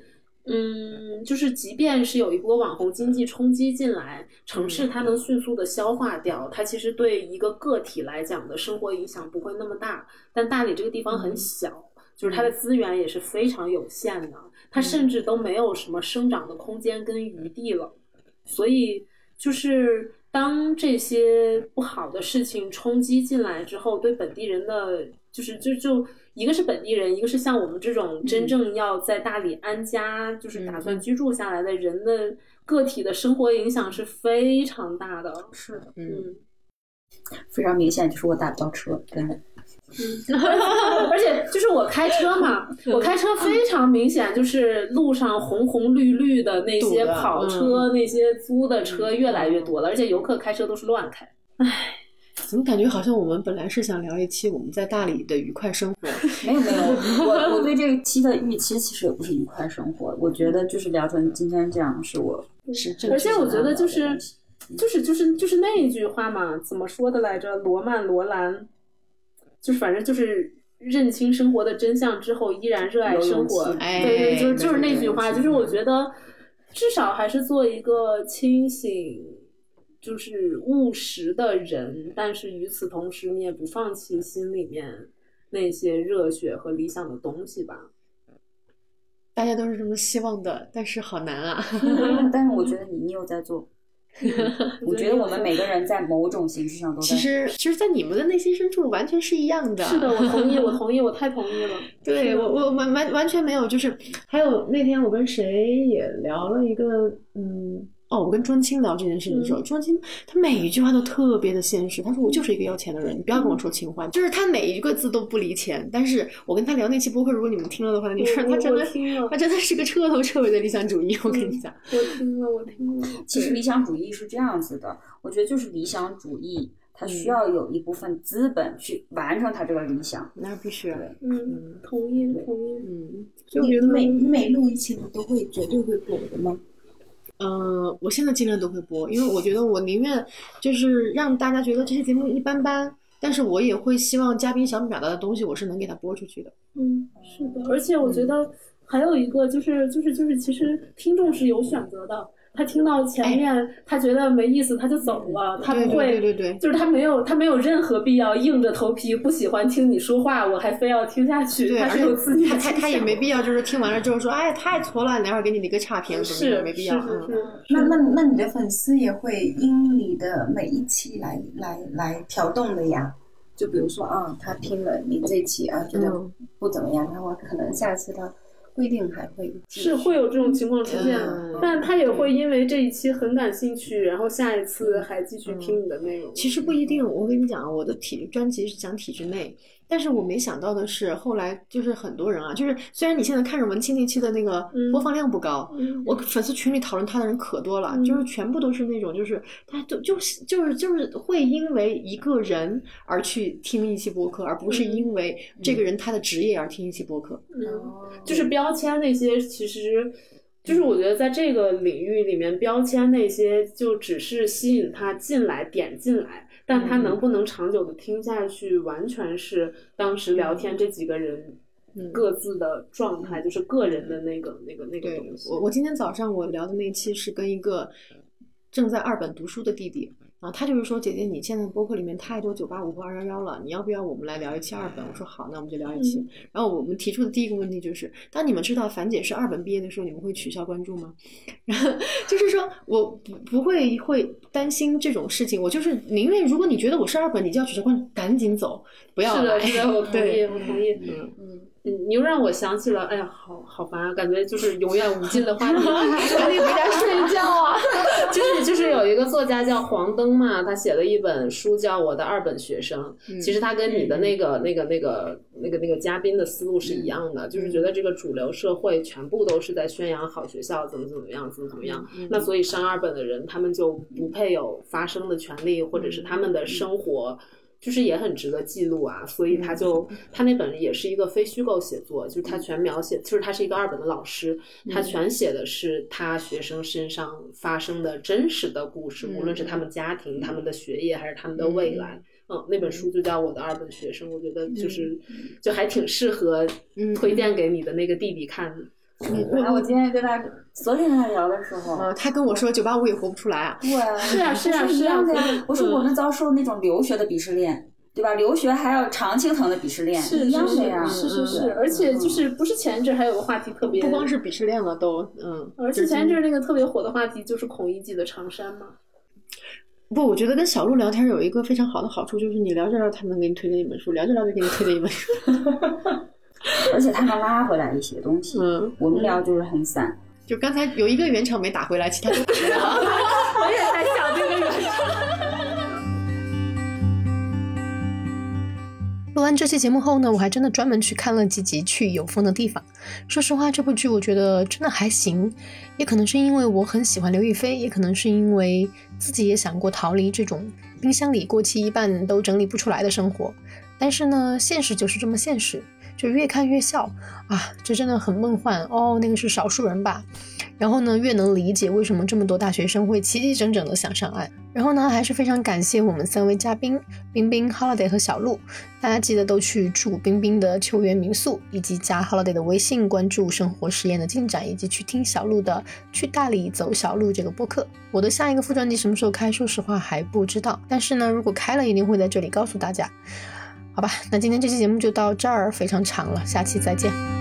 S3: 嗯，就是即便是有一波网红经济冲击进来，城市它能迅速的消化掉，它其实对一个个体来讲的生活影响不会那么大。但大理这个地方很小，就是它的资源也是非常有限的，它甚至都没有什么生长的空间跟余地了。所以，就是当这些不好的事情冲击进来之后，对本地人的就是就就一个是本地人，一个是像我们这种真正要在大理安家，就是打算居住下来的人的个体的生活影响是非常大的。
S5: 是的，
S3: 嗯。
S5: 非常明显，就是我打不到车，真的。
S3: 而且就是我开车嘛，
S6: 嗯
S3: 我开车非常明显，就是路上红红绿绿的那些
S6: 堵的嗯
S3: 跑车、那些租的车越来越多了，而且游客开车都是乱开。
S6: 怎么感觉好像我们本来是想聊一期我们在大理的愉快生活，
S5: 没有没
S3: *laughs*
S5: 有，我我对这一期的预期其实也不是愉快生活，我觉得就是聊成今天这样是我
S6: 是这
S3: 嗯而
S6: 个
S3: 且我觉得就是就是就是就是那一句话嘛，怎么说的来着？罗曼罗兰，就是反正就是认清生活的真相之后，依然热爱生活
S5: 有勇气。
S6: 哎
S3: 对对，就是
S5: 对
S3: 就是那句话，
S5: 对对
S3: 就是我觉得至少还是做一个清醒。就是务实的人，但是与此同时，你也不放弃心里面那些热血和理想的东西吧。
S6: 大家都是这么希望的，但是好难啊。
S5: *laughs* 但是我觉得你你有在
S3: *laughs*
S5: 做，嗯我觉得我们每个人在某种形式
S3: *laughs*
S5: 上都在
S6: 其
S5: 做。
S6: 实，其实，在你们的内心深处，完全是一样的。
S3: 是的，我同意，我同意，我太同意了。
S6: 对我，我完完完全没有，就是还有那天我跟谁也聊了一个，嗯，哦，我跟庄青聊这件事情的时候，庄青他每一句话都特别的现实，他说我就是一个要钱的人，你不要跟我说情怀，就是他每一个字都不离钱。但是我跟他聊那期播客，如果你们听了的话，你知道
S3: 我
S6: 他真的
S3: 我听了
S6: 他真的是个彻头彻尾的理想主义，我跟你讲，
S3: 我听了，我听了。
S5: 其实理想主义是这样子的，我觉得就是理想主义，它
S3: 嗯
S5: 需要有一部分资本去完成它这个理想。
S6: 那必须，
S3: 嗯，同意，同意。
S6: 嗯，就
S7: 你
S6: 觉得
S7: 每你每录一期你都会绝对会补的吗？
S6: 嗯，我现在尽量都会播，因为我觉得我宁愿就是让大家觉得这些节目一般般，但是我也会希望嘉宾想表达的东西，我是能给他播出去的。
S3: 嗯，是的，而且我觉得还有一个就是就是就是，其实听众是有选择的。他听到前面他觉得没意思，他就走了，他不会，
S6: 哎对对对对
S3: 就是他没有他没有任何必要硬着头皮不喜欢听你说话，我还非要听下去，
S6: 对，
S3: 他
S6: 而
S3: 是有自己
S6: 且
S3: 的
S6: 他他他也没必要，就是听完了之后说，哎，太挫了，等会儿给你一个差评什么
S3: 是
S6: 的，没必要。
S3: 是是
S6: 嗯，
S3: 是，
S7: 那那那你的粉丝也会因你的每一期来来来调动的呀。就比如说啊，他听了你这期啊，觉得
S6: 嗯
S7: 不怎么样，然后可能下次他不一定还会继续
S3: 是会有这种情况出现，
S6: 嗯
S3: 但他也会因为这一期很感兴趣，然后下一次还继续听你的内容。
S6: 嗯
S3: 嗯
S6: 其实不一定，我跟你讲，啊我的体专辑是讲体制内，但是我没想到的是，后来就是很多人啊，就是虽然你现在看着文青那期的那个
S3: 嗯
S6: 播放量不高，
S3: 嗯
S6: 我粉丝群里讨论他的人可多了，
S3: 嗯
S6: 就是全部都是那种，就是大家就就是就是就是会因为一个人而去听一期播客，而不是
S3: 嗯
S6: 因为这个人他的职业而听一期播客。
S3: 嗯，就是标签那些，其实就是我觉得在这个领域里面，标签那些就只是吸引他进来、点进来，但他
S6: 嗯
S3: 能不能长久的听下去，完全是当时聊天这几个人
S6: 嗯
S3: 各自的状态，就是个人的那个、那个、那个
S6: 对
S3: 东西。
S6: 我，我今天早上我聊的那一期是跟一个正在二本读书的弟弟，然后他就是说：“姐姐，你现在播客里面太多九八五和二幺幺了，你要不要我们来聊一期二本？”我说：“好，那我们就聊一
S3: 嗯
S6: 期。然后我们提出的第一个问题就是：当你们知道樊姐是二本毕业的时候，你们会取消关注吗？ *laughs* 然后就是说我不不会会担心这种事情，我就是宁愿如果你觉得我是二本，你就要取消关注，赶紧走，不要
S3: 是
S6: 来。
S3: 的，是的，我同意，
S6: *laughs* 对
S3: 我同意。
S6: 嗯
S3: 嗯，你又让我想起了，哎呀，好好烦啊，感觉就是永远无尽的话题。
S6: *laughs* 赶紧回家睡觉啊！
S3: *laughs* 就是就是有一个作家叫黄登嘛，他写了一本书叫《我的二本学生》，
S6: 嗯
S3: 其实他跟你的那个、那个那个那个那个嘉宾的思路
S6: 嗯
S3: 是一样的，就是觉得这个主流社会全部都是在宣扬好学校怎么怎么样怎么怎么样，那所以上二本的人他们就不配有发声的权利，或者是他们的生活。就是也很值得记录啊，所以他就他那本也是一个非虚构写作，就是他全描写，就是他是一个二本的老师，他全写的是他学生身上发生的真实的故事，无论是他们家庭、他们的学业，还是他们的未来。嗯，那本书就叫《我的二本学生》，我觉得就是就还挺适合推荐给你的那个弟弟看的。
S6: *laughs*
S5: 哎，我今天跟他昨天跟他聊的时候，
S6: 嗯，他跟我说九八五也活不出来啊。
S5: 对啊，
S3: 是啊是啊
S5: 我说一
S3: 是啊
S5: 样
S3: 是
S5: 的呀
S3: 啊。
S5: 我说我们遭受那种留学的鄙视链，对吧？留学还要常青藤的鄙视链，一样的呀。嗯
S3: 是是
S5: 对
S3: 是，而且就是不是前一阵还有个话题特别，
S6: 不光是鄙视链了，都嗯，
S3: 而且前一阵那个特别火的话题就是孔乙己的长衫嘛，
S6: 不，我觉得跟小鹿聊天有一个非常好的好处，就是你聊着聊着，他能给你推荐一本书，聊着聊着给你推荐一本书。 *laughs*
S5: 而且他能拉回来一些东西。
S6: 嗯，
S5: 我们聊就是很散，
S6: 就刚才有一个原厂没打回来，其他都打回来了。
S2: 录完这期节目后呢，我还真的专门去看了几集去有风的地方。说实话，这部剧我觉得真的还行，也可能是因为我很喜欢刘亦菲，也可能是因为自己也想过逃离这种冰箱里过期一半都整理不出来的生活。但是呢，现实就是这么现实，就越看越笑啊，这真的很梦幻哦。那个是少数人吧？然后呢，越能理解为什么这么多大学生会齐齐整整的想上岸。然后呢，还是非常感谢我们三位嘉宾冰冰、Holiday 和小鹿，大家记得都去住冰冰的秋园民宿，以及加 Holiday 的微信关注生活实验的进展，以及去听小鹿的《去大理走小路》这个播客。我的下一个副专辑什么时候开，说实话还不知道，但是呢，如果开了，一定会在这里告诉大家。好吧，那今天这期节目就到这儿，非常长了，下期再见。